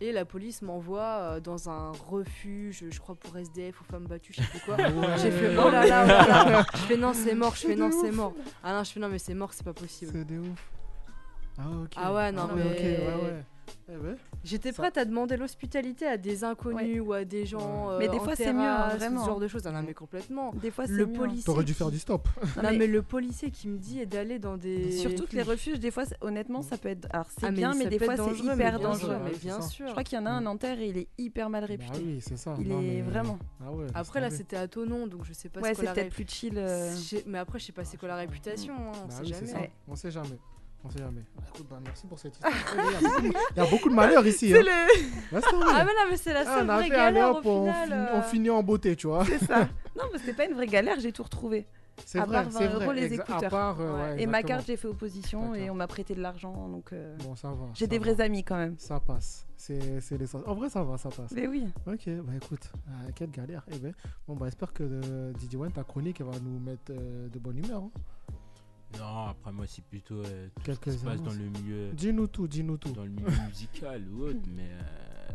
[SPEAKER 13] Et la police m'envoie euh, dans un refuge, je crois, pour SDF ou femmes battues, je sais plus quoi.
[SPEAKER 1] [LAUGHS] Ouais.
[SPEAKER 13] J'ai fait oh là là, oh
[SPEAKER 1] [LAUGHS]
[SPEAKER 13] là là. Je fais non, c'est mort, je fais non, c'est mort. Ah non, je fais non, mais c'est mort, c'est pas possible.
[SPEAKER 1] C'est des ouf. Ah, ok.
[SPEAKER 13] Ah ouais, non, mais.
[SPEAKER 1] ok, ouais, ouais. ben,
[SPEAKER 13] J'étais prête à demander l'hospitalité à des inconnus ou à des gens.
[SPEAKER 5] Mais
[SPEAKER 13] euh,
[SPEAKER 5] des
[SPEAKER 13] en
[SPEAKER 5] fois, c'est mieux, hein,
[SPEAKER 13] terrasse,
[SPEAKER 5] vraiment.
[SPEAKER 13] Ce genre de choses. Ah non, mais complètement.
[SPEAKER 5] Des fois, c'est
[SPEAKER 13] Le
[SPEAKER 5] mieux. hein.
[SPEAKER 13] policier.
[SPEAKER 1] T'aurais dû
[SPEAKER 13] qui-
[SPEAKER 1] faire du stop.
[SPEAKER 13] hein. Non, mais... le policier qui me dit est d'aller dans des.
[SPEAKER 5] Surtout que les
[SPEAKER 13] refuges.
[SPEAKER 5] refuges, des fois, c'est- honnêtement, ça peut être. Alors, c'est
[SPEAKER 13] Ah, mais
[SPEAKER 5] bien,
[SPEAKER 13] ça
[SPEAKER 5] mais des
[SPEAKER 13] peut
[SPEAKER 5] fois,
[SPEAKER 13] être
[SPEAKER 5] c'est
[SPEAKER 13] dangereux, mais
[SPEAKER 5] hyper
[SPEAKER 13] bien
[SPEAKER 5] dangereux.
[SPEAKER 13] sûr, mais bien
[SPEAKER 5] Je
[SPEAKER 13] sûr.
[SPEAKER 5] crois qu'il y en a un à Nanterre et il est hyper mal réputé.
[SPEAKER 1] Ah oui, c'est ça.
[SPEAKER 5] Il
[SPEAKER 1] Non,
[SPEAKER 5] est
[SPEAKER 1] mais-
[SPEAKER 5] vraiment.
[SPEAKER 1] Ah ouais, laisse
[SPEAKER 13] Après, là,
[SPEAKER 1] tomber.
[SPEAKER 13] c'était à Tonon, donc je sais pas
[SPEAKER 5] Ouais,
[SPEAKER 13] c'est quoi
[SPEAKER 5] c'est
[SPEAKER 13] la
[SPEAKER 5] peut-être
[SPEAKER 13] ré-
[SPEAKER 5] plus chill, euh.
[SPEAKER 13] Je sais- Mais après, je sais pas c'est quoi la réputation, hein, on
[SPEAKER 1] Bah
[SPEAKER 13] sait
[SPEAKER 1] oui, c'est
[SPEAKER 13] jamais.
[SPEAKER 1] ça. On sait jamais. On sait jamais. Bah, écoute, bah, merci pour cette histoire. [LAUGHS] Il y a beaucoup de malheurs ici.
[SPEAKER 13] C'est
[SPEAKER 1] hein.
[SPEAKER 13] le-
[SPEAKER 1] Laisse tomber.
[SPEAKER 13] Ah, mais non, mais c'est la
[SPEAKER 1] Ah,
[SPEAKER 13] seule
[SPEAKER 1] on a
[SPEAKER 13] vraie
[SPEAKER 1] fait, allez,
[SPEAKER 13] galère,
[SPEAKER 1] hop,
[SPEAKER 13] au
[SPEAKER 1] on
[SPEAKER 13] final,
[SPEAKER 1] fin-
[SPEAKER 13] euh.
[SPEAKER 1] On finit en beauté, tu vois.
[SPEAKER 5] C'est ça. Non, mais c'était pas une vraie galère, j'ai tout retrouvé.
[SPEAKER 1] C'est
[SPEAKER 5] à
[SPEAKER 1] vrai,
[SPEAKER 5] part
[SPEAKER 1] c'est
[SPEAKER 5] 20
[SPEAKER 1] vrai,
[SPEAKER 5] euros les
[SPEAKER 1] exa- à
[SPEAKER 5] écouteurs.
[SPEAKER 1] part, euh, ouais,
[SPEAKER 5] et ma
[SPEAKER 1] exactement.
[SPEAKER 5] carte, j'ai fait opposition et on m'a prêté de l'argent. Donc, euh,
[SPEAKER 1] [LAUGHS] Bon, ça va.
[SPEAKER 5] J'ai
[SPEAKER 1] ça
[SPEAKER 5] des
[SPEAKER 1] va.
[SPEAKER 5] vrais amis quand même.
[SPEAKER 1] Ça passe. C'est c'est l'essentiel. En vrai, ça va, ça passe.
[SPEAKER 5] Mais oui.
[SPEAKER 1] Ok, bah écoute, euh, quelle galère. Eh ben, bon, bah j'espère que euh, DJ One, ta chronique, elle va nous mettre euh, de bonne humeur. hein.
[SPEAKER 2] Non, après moi c'est plutôt euh, tout
[SPEAKER 1] Quelques
[SPEAKER 2] ce qui se passe dans
[SPEAKER 1] annonces.
[SPEAKER 2] le milieu. euh,
[SPEAKER 1] Dis-nous tout, dis-nous tout.
[SPEAKER 2] Dans le milieu musical ou autre, mais euh,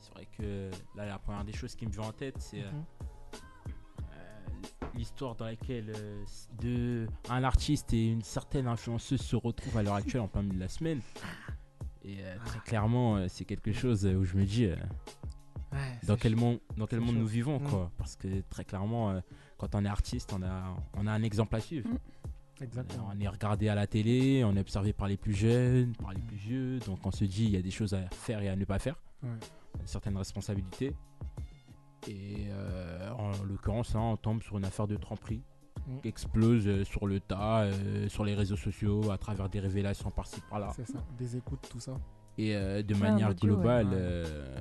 [SPEAKER 2] c'est vrai que là la première des choses qui me vient en tête c'est euh,
[SPEAKER 1] Mhm.
[SPEAKER 2] euh, l'histoire dans laquelle euh, deux- un artiste et une certaine influenceuse se retrouvent à l'heure actuelle en plein milieu de la semaine. Et euh, très clairement euh, c'est quelque chose euh, où je me dis euh, dans quel monde dans quel
[SPEAKER 1] c'est
[SPEAKER 2] monde
[SPEAKER 1] chaud.
[SPEAKER 2] nous vivons
[SPEAKER 1] Mhm.
[SPEAKER 2] quoi parce que très clairement euh, quand on est artiste on a on a un exemple à suivre.
[SPEAKER 1] Exactement.
[SPEAKER 2] On est regardé à la télé, on est observé par les plus jeunes, par les plus vieux, donc on se dit il y a des choses à faire et à ne pas faire,
[SPEAKER 1] Ouais.
[SPEAKER 2] certaines responsabilités. Et euh, en l'occurrence, hein, on tombe sur une affaire de tromperie
[SPEAKER 1] Mm.
[SPEAKER 2] qui explose euh, sur le tas, euh, sur les réseaux sociaux, à travers des révélations par-ci par-là.
[SPEAKER 1] C'est ça, des écoutes, tout ça.
[SPEAKER 2] Et euh, de,
[SPEAKER 5] Ah,
[SPEAKER 1] Ouais,
[SPEAKER 2] manière
[SPEAKER 1] un audio, ouais.
[SPEAKER 2] globale,
[SPEAKER 1] Ouais.
[SPEAKER 2] euh,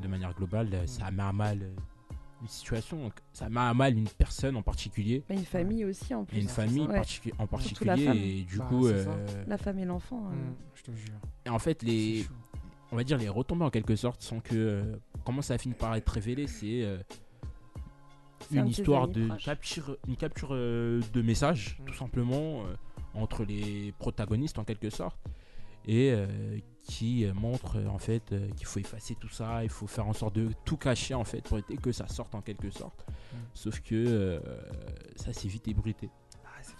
[SPEAKER 2] de manière globale, euh, ça met à mal euh, une situation, donc ça met à mal une personne en particulier.
[SPEAKER 5] Mais une famille aussi en plus.
[SPEAKER 2] une famille
[SPEAKER 5] Ouais.
[SPEAKER 2] particu- en
[SPEAKER 5] Surtout la
[SPEAKER 2] particulier,
[SPEAKER 5] femme.
[SPEAKER 2] et du Bah, coup, c'est ça. euh,
[SPEAKER 5] La femme et l'enfant. euh.
[SPEAKER 1] Je te
[SPEAKER 2] [LAUGHS]
[SPEAKER 1] jure.
[SPEAKER 2] Et en fait, les, on va dire les retombées en quelque sorte sont que euh, comment ça finit par être révélé, c'est euh,
[SPEAKER 10] C'est un
[SPEAKER 2] une
[SPEAKER 10] de tes
[SPEAKER 2] histoire
[SPEAKER 10] amis
[SPEAKER 2] de
[SPEAKER 10] proches.
[SPEAKER 2] capture, une capture euh, de message, tout simplement, euh, entre les protagonistes en quelque sorte, et euh, qui euh, montre euh, en fait euh, qu'il faut effacer tout ça, il faut faire en sorte de tout cacher en fait pour éviter que ça sorte en quelque sorte.
[SPEAKER 1] Mm.
[SPEAKER 2] Sauf que euh, ça s'est vite ébruité.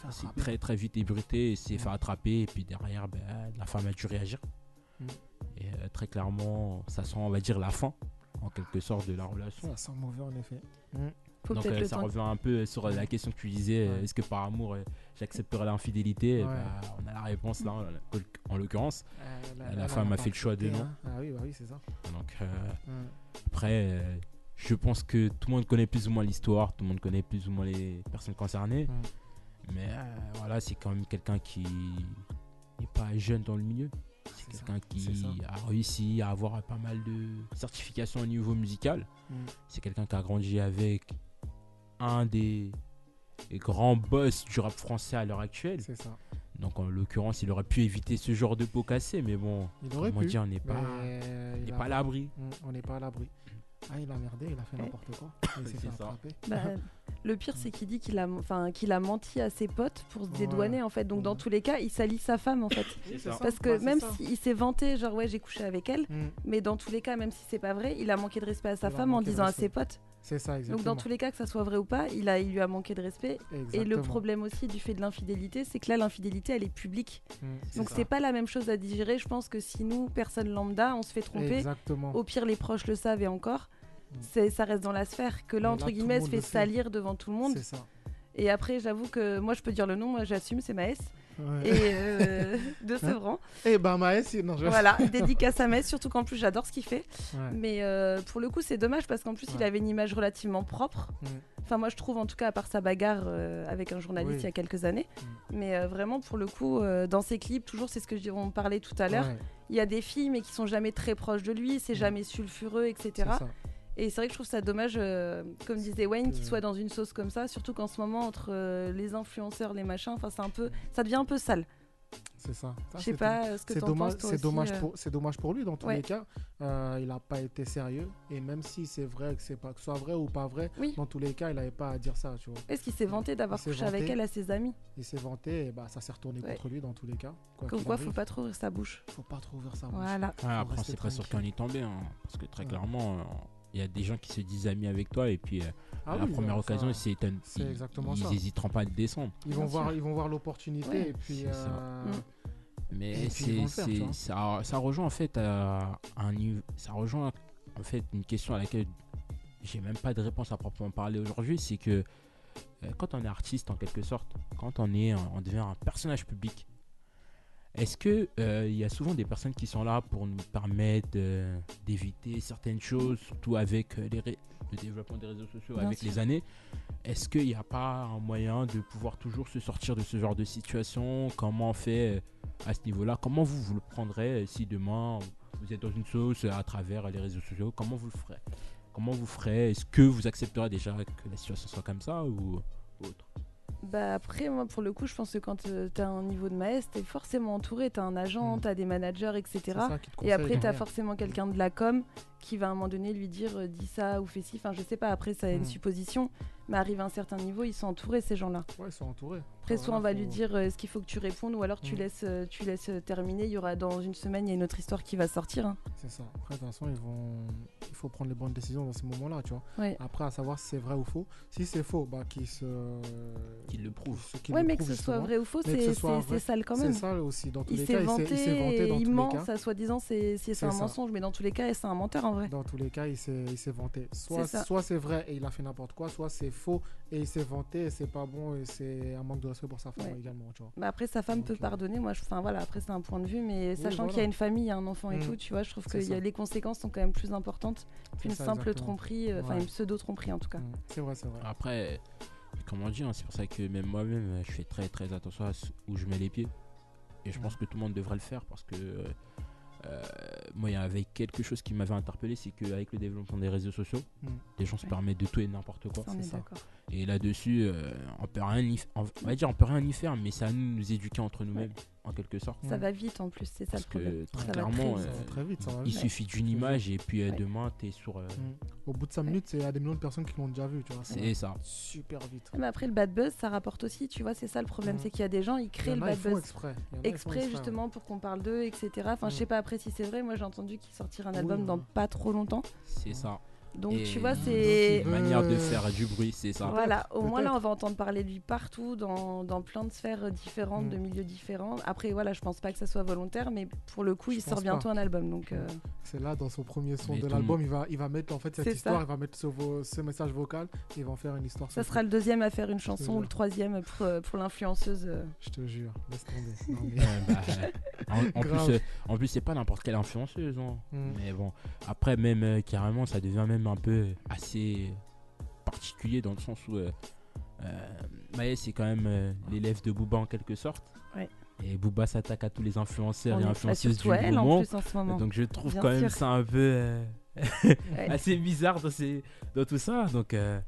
[SPEAKER 1] Ça
[SPEAKER 2] s'est très très vite ébruité, et s'est fait attraper et puis derrière ben, la femme a dû réagir.
[SPEAKER 1] Mm.
[SPEAKER 2] Et euh, très clairement, ça sent, on va dire, la fin, en quelque sorte, de la relation.
[SPEAKER 1] Ça sent mauvais en effet. Hmm.
[SPEAKER 5] Faut
[SPEAKER 2] Donc
[SPEAKER 5] peut-être
[SPEAKER 2] euh,
[SPEAKER 5] le
[SPEAKER 2] ça
[SPEAKER 5] temps-
[SPEAKER 2] revient un peu sur euh, la question que tu disais, euh,
[SPEAKER 1] Ouais.
[SPEAKER 2] est-ce que par amour euh, j'accepterai l'infidélité Et
[SPEAKER 1] Ouais.
[SPEAKER 2] bah, On a la réponse là, en- en l'occurrence.
[SPEAKER 1] Euh, là,
[SPEAKER 2] la
[SPEAKER 1] là, là,
[SPEAKER 2] femme
[SPEAKER 1] on
[SPEAKER 2] a
[SPEAKER 1] va
[SPEAKER 2] fait le choix de
[SPEAKER 1] couper,
[SPEAKER 2] non.
[SPEAKER 1] hein. Ah oui, bah oui, c'est ça.
[SPEAKER 2] Donc euh,
[SPEAKER 1] Ouais.
[SPEAKER 2] après, euh, je pense que tout le monde connaît plus ou moins l'histoire, tout le monde connaît plus ou moins les personnes concernées. Mais euh, voilà, c'est quand même quelqu'un qui n'est pas jeune dans le milieu. C'est quelqu'un
[SPEAKER 1] c'est ça.
[SPEAKER 2] qui a réussi à avoir pas mal de certifications au niveau musical.
[SPEAKER 1] Mm.
[SPEAKER 2] C'est quelqu'un qui a grandi avec un des grands boss du rap français à l'heure actuelle.
[SPEAKER 1] C'est ça.
[SPEAKER 2] Donc en l'occurrence, il aurait pu éviter ce genre de pot cassé, mais bon,
[SPEAKER 1] Il aurait
[SPEAKER 2] comment
[SPEAKER 1] pu.
[SPEAKER 2] dire, on n'est pas.
[SPEAKER 1] mais il
[SPEAKER 2] n'est
[SPEAKER 1] a-
[SPEAKER 2] pas à l'abri.
[SPEAKER 1] Mm, On n'est pas à l'abri. Ah, il a merdé, il a fait n'importe quoi. Il s'est
[SPEAKER 2] C'est
[SPEAKER 1] fait
[SPEAKER 2] ça.
[SPEAKER 1] attraper.
[SPEAKER 5] Bah, le pire, c'est qu'il dit qu'il a, enfin, qu'il a menti à ses potes pour se
[SPEAKER 1] Ouais.
[SPEAKER 5] dédouaner en fait. Donc dans tous les cas, il salit sa femme en fait.
[SPEAKER 1] Oui, c'est ça.
[SPEAKER 5] Parce que
[SPEAKER 1] Bah, c'est
[SPEAKER 5] même
[SPEAKER 1] ça.
[SPEAKER 5] s'il s'est vanté, genre ouais j'ai couché avec elle,
[SPEAKER 1] Mm.
[SPEAKER 5] mais dans tous les cas, même si c'est pas vrai, il a manqué de respect à sa
[SPEAKER 1] Il a
[SPEAKER 5] femme en
[SPEAKER 1] manqué de
[SPEAKER 5] disant à
[SPEAKER 1] respect.
[SPEAKER 5] ses potes.
[SPEAKER 1] C'est ça, exactement.
[SPEAKER 5] Donc dans tous les cas, que ça soit vrai ou pas, il, a, il lui a manqué de respect. Et le
[SPEAKER 1] Exactement.
[SPEAKER 5] problème aussi du fait de l'infidélité, c'est que là, l'infidélité, elle est publique.
[SPEAKER 1] Mm, c'est
[SPEAKER 5] Donc
[SPEAKER 1] ça.
[SPEAKER 5] c'est pas la même chose à digérer. Je pense que si nous, personne lambda, on se fait tromper,
[SPEAKER 1] Exactement. Mm.
[SPEAKER 5] au pire, les proches le savent et encore, c'est- ça reste dans la sphère. Que
[SPEAKER 1] Mais
[SPEAKER 5] là,
[SPEAKER 1] là,
[SPEAKER 5] entre
[SPEAKER 1] tout le
[SPEAKER 5] guillemets, elle se
[SPEAKER 1] monde
[SPEAKER 5] fait
[SPEAKER 1] le sait.
[SPEAKER 5] salir devant tout le monde.
[SPEAKER 1] C'est ça.
[SPEAKER 5] Et après, j'avoue que moi, je peux dire le nom, moi, j'assume, c'est Maës.
[SPEAKER 1] [LAUGHS] Ouais.
[SPEAKER 5] Et
[SPEAKER 1] [LAUGHS]
[SPEAKER 5] euh, de Sevran.
[SPEAKER 1] Eh ben, Maës, il- non, je- [LAUGHS]
[SPEAKER 5] Voilà, dédicace à Metz, surtout qu'en plus j'adore ce qu'il fait.
[SPEAKER 1] Ouais.
[SPEAKER 5] Mais euh, pour le coup, c'est dommage parce qu'en plus, il
[SPEAKER 1] Ouais.
[SPEAKER 5] avait une image relativement propre.
[SPEAKER 1] Mm.
[SPEAKER 5] Enfin, moi je trouve en tout cas, à part sa bagarre euh, avec un journaliste
[SPEAKER 1] Oui. Mm.
[SPEAKER 5] il y a quelques années. Mais euh, vraiment, pour le coup, euh, dans ses clips, toujours, c'est ce que je- on parlait tout à l'heure.
[SPEAKER 1] Ouais. Mm.
[SPEAKER 5] Il y a des filles, mais qui sont jamais très proches de lui, c'est jamais sulfureux, etc.
[SPEAKER 1] C'est ça.
[SPEAKER 5] Et c'est vrai que je trouve ça dommage, euh, comme disait Wayne, qu'il
[SPEAKER 1] que-
[SPEAKER 5] soit dans une sauce comme ça, surtout qu'en ce moment, entre euh, les influenceurs, les machins, enfin, c'est un peu, ça devient un peu sale.
[SPEAKER 1] C'est ça. Ça,
[SPEAKER 5] Je sais
[SPEAKER 1] c'est
[SPEAKER 5] pas
[SPEAKER 1] dommage-
[SPEAKER 5] euh, ce que
[SPEAKER 1] c'est
[SPEAKER 5] t'en
[SPEAKER 1] dommage,
[SPEAKER 5] penses, toi
[SPEAKER 1] c'est
[SPEAKER 5] aussi,
[SPEAKER 1] dommage
[SPEAKER 5] euh.
[SPEAKER 1] pour c'est dommage pour lui dans tous
[SPEAKER 5] Ouais.
[SPEAKER 1] les cas. Euh, il n'a pas été sérieux et même si c'est vrai que c'est pas que ce soit vrai ou pas vrai, dans tous les cas, il n'avait pas à dire ça, tu vois.
[SPEAKER 5] Est-ce qu'il s'est vanté d'avoir
[SPEAKER 1] Il s'est
[SPEAKER 5] couché avec
[SPEAKER 1] vanté.
[SPEAKER 5] elle à ses amis
[SPEAKER 1] Il s'est vanté et bah ça s'est retourné
[SPEAKER 5] Ouais.
[SPEAKER 1] contre lui dans tous les cas.
[SPEAKER 5] Comme
[SPEAKER 1] qu'il
[SPEAKER 5] quoi,
[SPEAKER 1] arrive.
[SPEAKER 5] faut pas trop ouvrir sa bouche.
[SPEAKER 1] Faut pas trop ouvrir sa bouche.
[SPEAKER 5] Voilà.
[SPEAKER 2] Ouais, Ah, après,
[SPEAKER 1] rester
[SPEAKER 2] c'est pas sûr qu'on est tombé. hein, parce que très
[SPEAKER 1] Ouais.
[SPEAKER 2] clairement, euh, il y a des gens qui se disent amis avec toi. Et puis, euh,
[SPEAKER 1] Ah
[SPEAKER 2] à la
[SPEAKER 1] oui,
[SPEAKER 2] première
[SPEAKER 1] ça-
[SPEAKER 2] occasion, ils s'étonnent-
[SPEAKER 1] c'est
[SPEAKER 2] ils-
[SPEAKER 1] exactement
[SPEAKER 2] ils
[SPEAKER 1] ça.
[SPEAKER 2] hésiteront pas à le descendre.
[SPEAKER 1] Ils vont
[SPEAKER 2] Bien
[SPEAKER 1] voir
[SPEAKER 2] sûr.
[SPEAKER 1] ils vont voir l'opportunité
[SPEAKER 5] Ouais.
[SPEAKER 1] et puis
[SPEAKER 2] C'est ça.
[SPEAKER 1] euh,
[SPEAKER 2] Mm.
[SPEAKER 1] et
[SPEAKER 2] Mais
[SPEAKER 1] puis ils vont
[SPEAKER 2] c'est
[SPEAKER 1] le faire, tu vois.
[SPEAKER 2] c'est- ça, ça rejoint en fait à un niveau- ça rejoint en fait une question à laquelle j'ai même pas de réponse à proprement parler aujourd'hui, c'est que euh, quand on est artiste en quelque sorte, quand on est un- on devient un personnage public, est-ce que euh, il y a souvent des personnes qui sont là pour nous permettre euh, d'éviter certaines choses, surtout avec euh, les ré- le développement des réseaux sociaux
[SPEAKER 14] Bien
[SPEAKER 2] avec
[SPEAKER 14] sûr.
[SPEAKER 2] les années Est-ce qu'il n'y a pas un moyen de pouvoir toujours se sortir de ce genre de situation Comment on fait euh, à ce niveau-là Comment vous vous le prendrez euh, si demain vous êtes dans une sauce euh, à travers les réseaux sociaux Comment vous le ferez Comment vous ferez Est-ce que vous accepterez déjà que la situation soit comme ça ou autre
[SPEAKER 5] Bah après, moi, pour le coup, je pense que quand euh, t'as un niveau de maestre, t'es forcément entouré, t'as un agent,
[SPEAKER 1] Hmm.
[SPEAKER 5] t'as des managers, etc.
[SPEAKER 13] ça qui te conseille
[SPEAKER 5] Et après, t'as
[SPEAKER 13] derrière.
[SPEAKER 5] forcément quelqu'un de la com qui va à un moment donné lui dire euh, dis ça ou fais ci. Enfin, je sais pas, après, ça a une
[SPEAKER 1] Mm.
[SPEAKER 5] supposition. Mais arrive à un certain niveau, ils sont entourés, ces gens-là.
[SPEAKER 1] Ouais, ils sont entourés.
[SPEAKER 5] Après,
[SPEAKER 1] Après,
[SPEAKER 5] soit on
[SPEAKER 1] voilà,
[SPEAKER 5] va lui
[SPEAKER 1] faut-
[SPEAKER 5] dire euh, est-ce qu'il faut que tu répondes ou alors tu
[SPEAKER 1] Mm.
[SPEAKER 5] laisses, euh, tu laisses euh, terminer. Il y aura dans une semaine, il y a une autre histoire qui va sortir. hein.
[SPEAKER 1] C'est ça. Après, de toute façon, ils vont... il faut prendre les bonnes décisions dans ces moments-là, tu vois.
[SPEAKER 5] Ouais.
[SPEAKER 1] Après, à savoir si c'est vrai ou faux. Si c'est faux, bah, qu'ils se...
[SPEAKER 2] Qu'ils le prouvent.
[SPEAKER 5] Ouais, mais que ce soit vrai ou faux,
[SPEAKER 1] Mais que
[SPEAKER 5] c'est-
[SPEAKER 1] ce soit
[SPEAKER 5] c'est- c'est
[SPEAKER 1] vrai,
[SPEAKER 5] sale quand même.
[SPEAKER 1] C'est sale aussi, dans tous
[SPEAKER 5] il
[SPEAKER 1] les
[SPEAKER 5] s'est
[SPEAKER 1] cas.
[SPEAKER 5] vanté,
[SPEAKER 1] il s'est vanté dans
[SPEAKER 5] et
[SPEAKER 1] tous
[SPEAKER 5] il
[SPEAKER 1] les
[SPEAKER 5] ment,
[SPEAKER 1] cas.
[SPEAKER 5] ça soi-disant c'est c'est- c'est
[SPEAKER 1] C'est
[SPEAKER 5] un
[SPEAKER 1] ça.
[SPEAKER 5] mensonge, mais dans tous les cas, c'est un menteur en vrai.
[SPEAKER 1] Dans tous les cas, il s'est il s'est vanté. Soit
[SPEAKER 5] C'est ça.
[SPEAKER 1] soit c'est vrai et il a fait n'importe quoi, soit c'est faux et il s'est vanté et c'est pas bon et c'est un manque de respect pour sa femme
[SPEAKER 5] Ouais. Bah.
[SPEAKER 1] également, tu vois. euh,
[SPEAKER 5] Mais après, sa femme peut pardonner. Moi, je- enfin voilà, après c'est un point de vue,
[SPEAKER 1] Oui,
[SPEAKER 5] mais sachant qu'il y a
[SPEAKER 1] voilà.
[SPEAKER 5] une famille, un enfant et
[SPEAKER 1] Mm.
[SPEAKER 5] tout, tu vois, je trouve que
[SPEAKER 1] C'est
[SPEAKER 5] il y a-
[SPEAKER 1] ça.
[SPEAKER 5] les conséquences sont quand même plus importantes
[SPEAKER 1] C'est
[SPEAKER 5] qu'une
[SPEAKER 1] ça,
[SPEAKER 5] simple
[SPEAKER 1] exactement.
[SPEAKER 5] tromperie, euh, enfin
[SPEAKER 1] Ouais. Mm.
[SPEAKER 5] une pseudo tromperie en tout cas.
[SPEAKER 1] C'est vrai, c'est vrai.
[SPEAKER 2] Après, comment dire, hein, c'est pour ça que même moi-même, euh, je fais très très attention à ce- où je mets les pieds. Et je
[SPEAKER 1] Mm.
[SPEAKER 2] pense que tout le monde devrait le faire parce que euh, euh, moi, il y avait quelque chose qui m'avait interpellé, c'est qu'avec le développement des réseaux sociaux,
[SPEAKER 14] Mm.
[SPEAKER 2] les gens se permettent de tout et n'importe quoi.
[SPEAKER 14] Ça, on est C'est ça. d'accord.
[SPEAKER 2] Et là-dessus, euh, on peut rien y f- on on va dire, on peut rien y faire, mais ça à nous de nous éduquer entre nous-mêmes, en quelque sorte.
[SPEAKER 5] Ça
[SPEAKER 1] Mm.
[SPEAKER 5] va vite en plus, c'est ça
[SPEAKER 2] Parce
[SPEAKER 5] le problème.
[SPEAKER 2] que très
[SPEAKER 5] Ça va
[SPEAKER 2] clairement,
[SPEAKER 5] vite.
[SPEAKER 2] euh,
[SPEAKER 1] ça va
[SPEAKER 2] il
[SPEAKER 1] vite. Mm.
[SPEAKER 2] suffit d'une image et puis euh,
[SPEAKER 1] Ouais.
[SPEAKER 2] demain, t'es sur. euh,
[SPEAKER 1] Au bout de 5 minutes, c'est à des millions de personnes qui l'ont déjà vu, tu vois.
[SPEAKER 2] C'est ça.
[SPEAKER 1] Super vite.
[SPEAKER 5] Ah, Mais après, le bad buzz, ça rapporte aussi, tu vois, c'est ça le problème,
[SPEAKER 1] Mm.
[SPEAKER 5] c'est qu'il y a des gens, ils
[SPEAKER 1] Il
[SPEAKER 5] créent
[SPEAKER 1] y en
[SPEAKER 5] le
[SPEAKER 1] a,
[SPEAKER 5] bad
[SPEAKER 1] ils font
[SPEAKER 5] buzz.
[SPEAKER 1] exprès. Il y en a, ils font
[SPEAKER 5] Exprès,
[SPEAKER 1] exprès,
[SPEAKER 5] justement, pour qu'on parle d'eux, etc. Enfin, je
[SPEAKER 2] Mm.
[SPEAKER 5] sais pas après si c'est vrai, moi j'ai entendu qu'il sortira un
[SPEAKER 2] Oui,
[SPEAKER 5] album dans
[SPEAKER 2] voilà.
[SPEAKER 5] pas trop longtemps.
[SPEAKER 2] C'est ça.
[SPEAKER 5] Donc,
[SPEAKER 2] Et
[SPEAKER 5] tu vois,
[SPEAKER 2] donc,
[SPEAKER 5] c'est- Mmh.
[SPEAKER 1] Mm.
[SPEAKER 2] une manière de faire du bruit, c'est ça.
[SPEAKER 5] Voilà, au moins là on va entendre parler de lui partout, dans, dans plein de sphères différentes,
[SPEAKER 1] Mm.
[SPEAKER 5] de milieux différents. Après voilà, je pense pas que ça soit volontaire, mais pour le coup il sort
[SPEAKER 1] pense
[SPEAKER 5] bientôt
[SPEAKER 1] pas. Mm.
[SPEAKER 5] un album. Donc euh,
[SPEAKER 1] C'est là, dans son premier son
[SPEAKER 2] Mais
[SPEAKER 1] de
[SPEAKER 2] tout le
[SPEAKER 1] l'album,
[SPEAKER 2] monde-
[SPEAKER 1] il va, il va mettre en fait cette
[SPEAKER 5] C'est ça.
[SPEAKER 1] histoire, il va mettre ce, vo- ce message vocal et il va en faire une histoire.
[SPEAKER 5] ça
[SPEAKER 1] sur
[SPEAKER 5] sera
[SPEAKER 1] lui.
[SPEAKER 5] le deuxième à faire une
[SPEAKER 1] Je te
[SPEAKER 5] chanson ou le
[SPEAKER 1] jure.
[SPEAKER 5] troisième pour, euh, pour l'influenceuse. euh.
[SPEAKER 1] Je te jure, laisse tomber. Non,
[SPEAKER 5] [LAUGHS]
[SPEAKER 1] mais-
[SPEAKER 2] Ouais, bah, en, en
[SPEAKER 1] Grave.
[SPEAKER 2] plus, euh, en plus, c'est pas n'importe quelle influenceuse. hein.
[SPEAKER 1] Mm.
[SPEAKER 2] Mais bon, après, même euh, carrément, ça devient même un peu assez particulier dans le sens où euh, euh, Maës est quand même euh, l'élève de Booba en quelque sorte.
[SPEAKER 5] Ouais.
[SPEAKER 2] Et Booba s'attaque à tous les influenceurs
[SPEAKER 5] On-
[SPEAKER 2] et
[SPEAKER 5] bah,
[SPEAKER 2] influenceuses du
[SPEAKER 5] surtout à elle, en
[SPEAKER 2] moment.
[SPEAKER 5] plus, en ce moment.
[SPEAKER 2] Donc je trouve
[SPEAKER 5] Bien
[SPEAKER 2] quand même
[SPEAKER 5] sûr.
[SPEAKER 2] ça un peu euh, [LAUGHS] assez bizarre dans, ces- dans tout ça. Donc euh,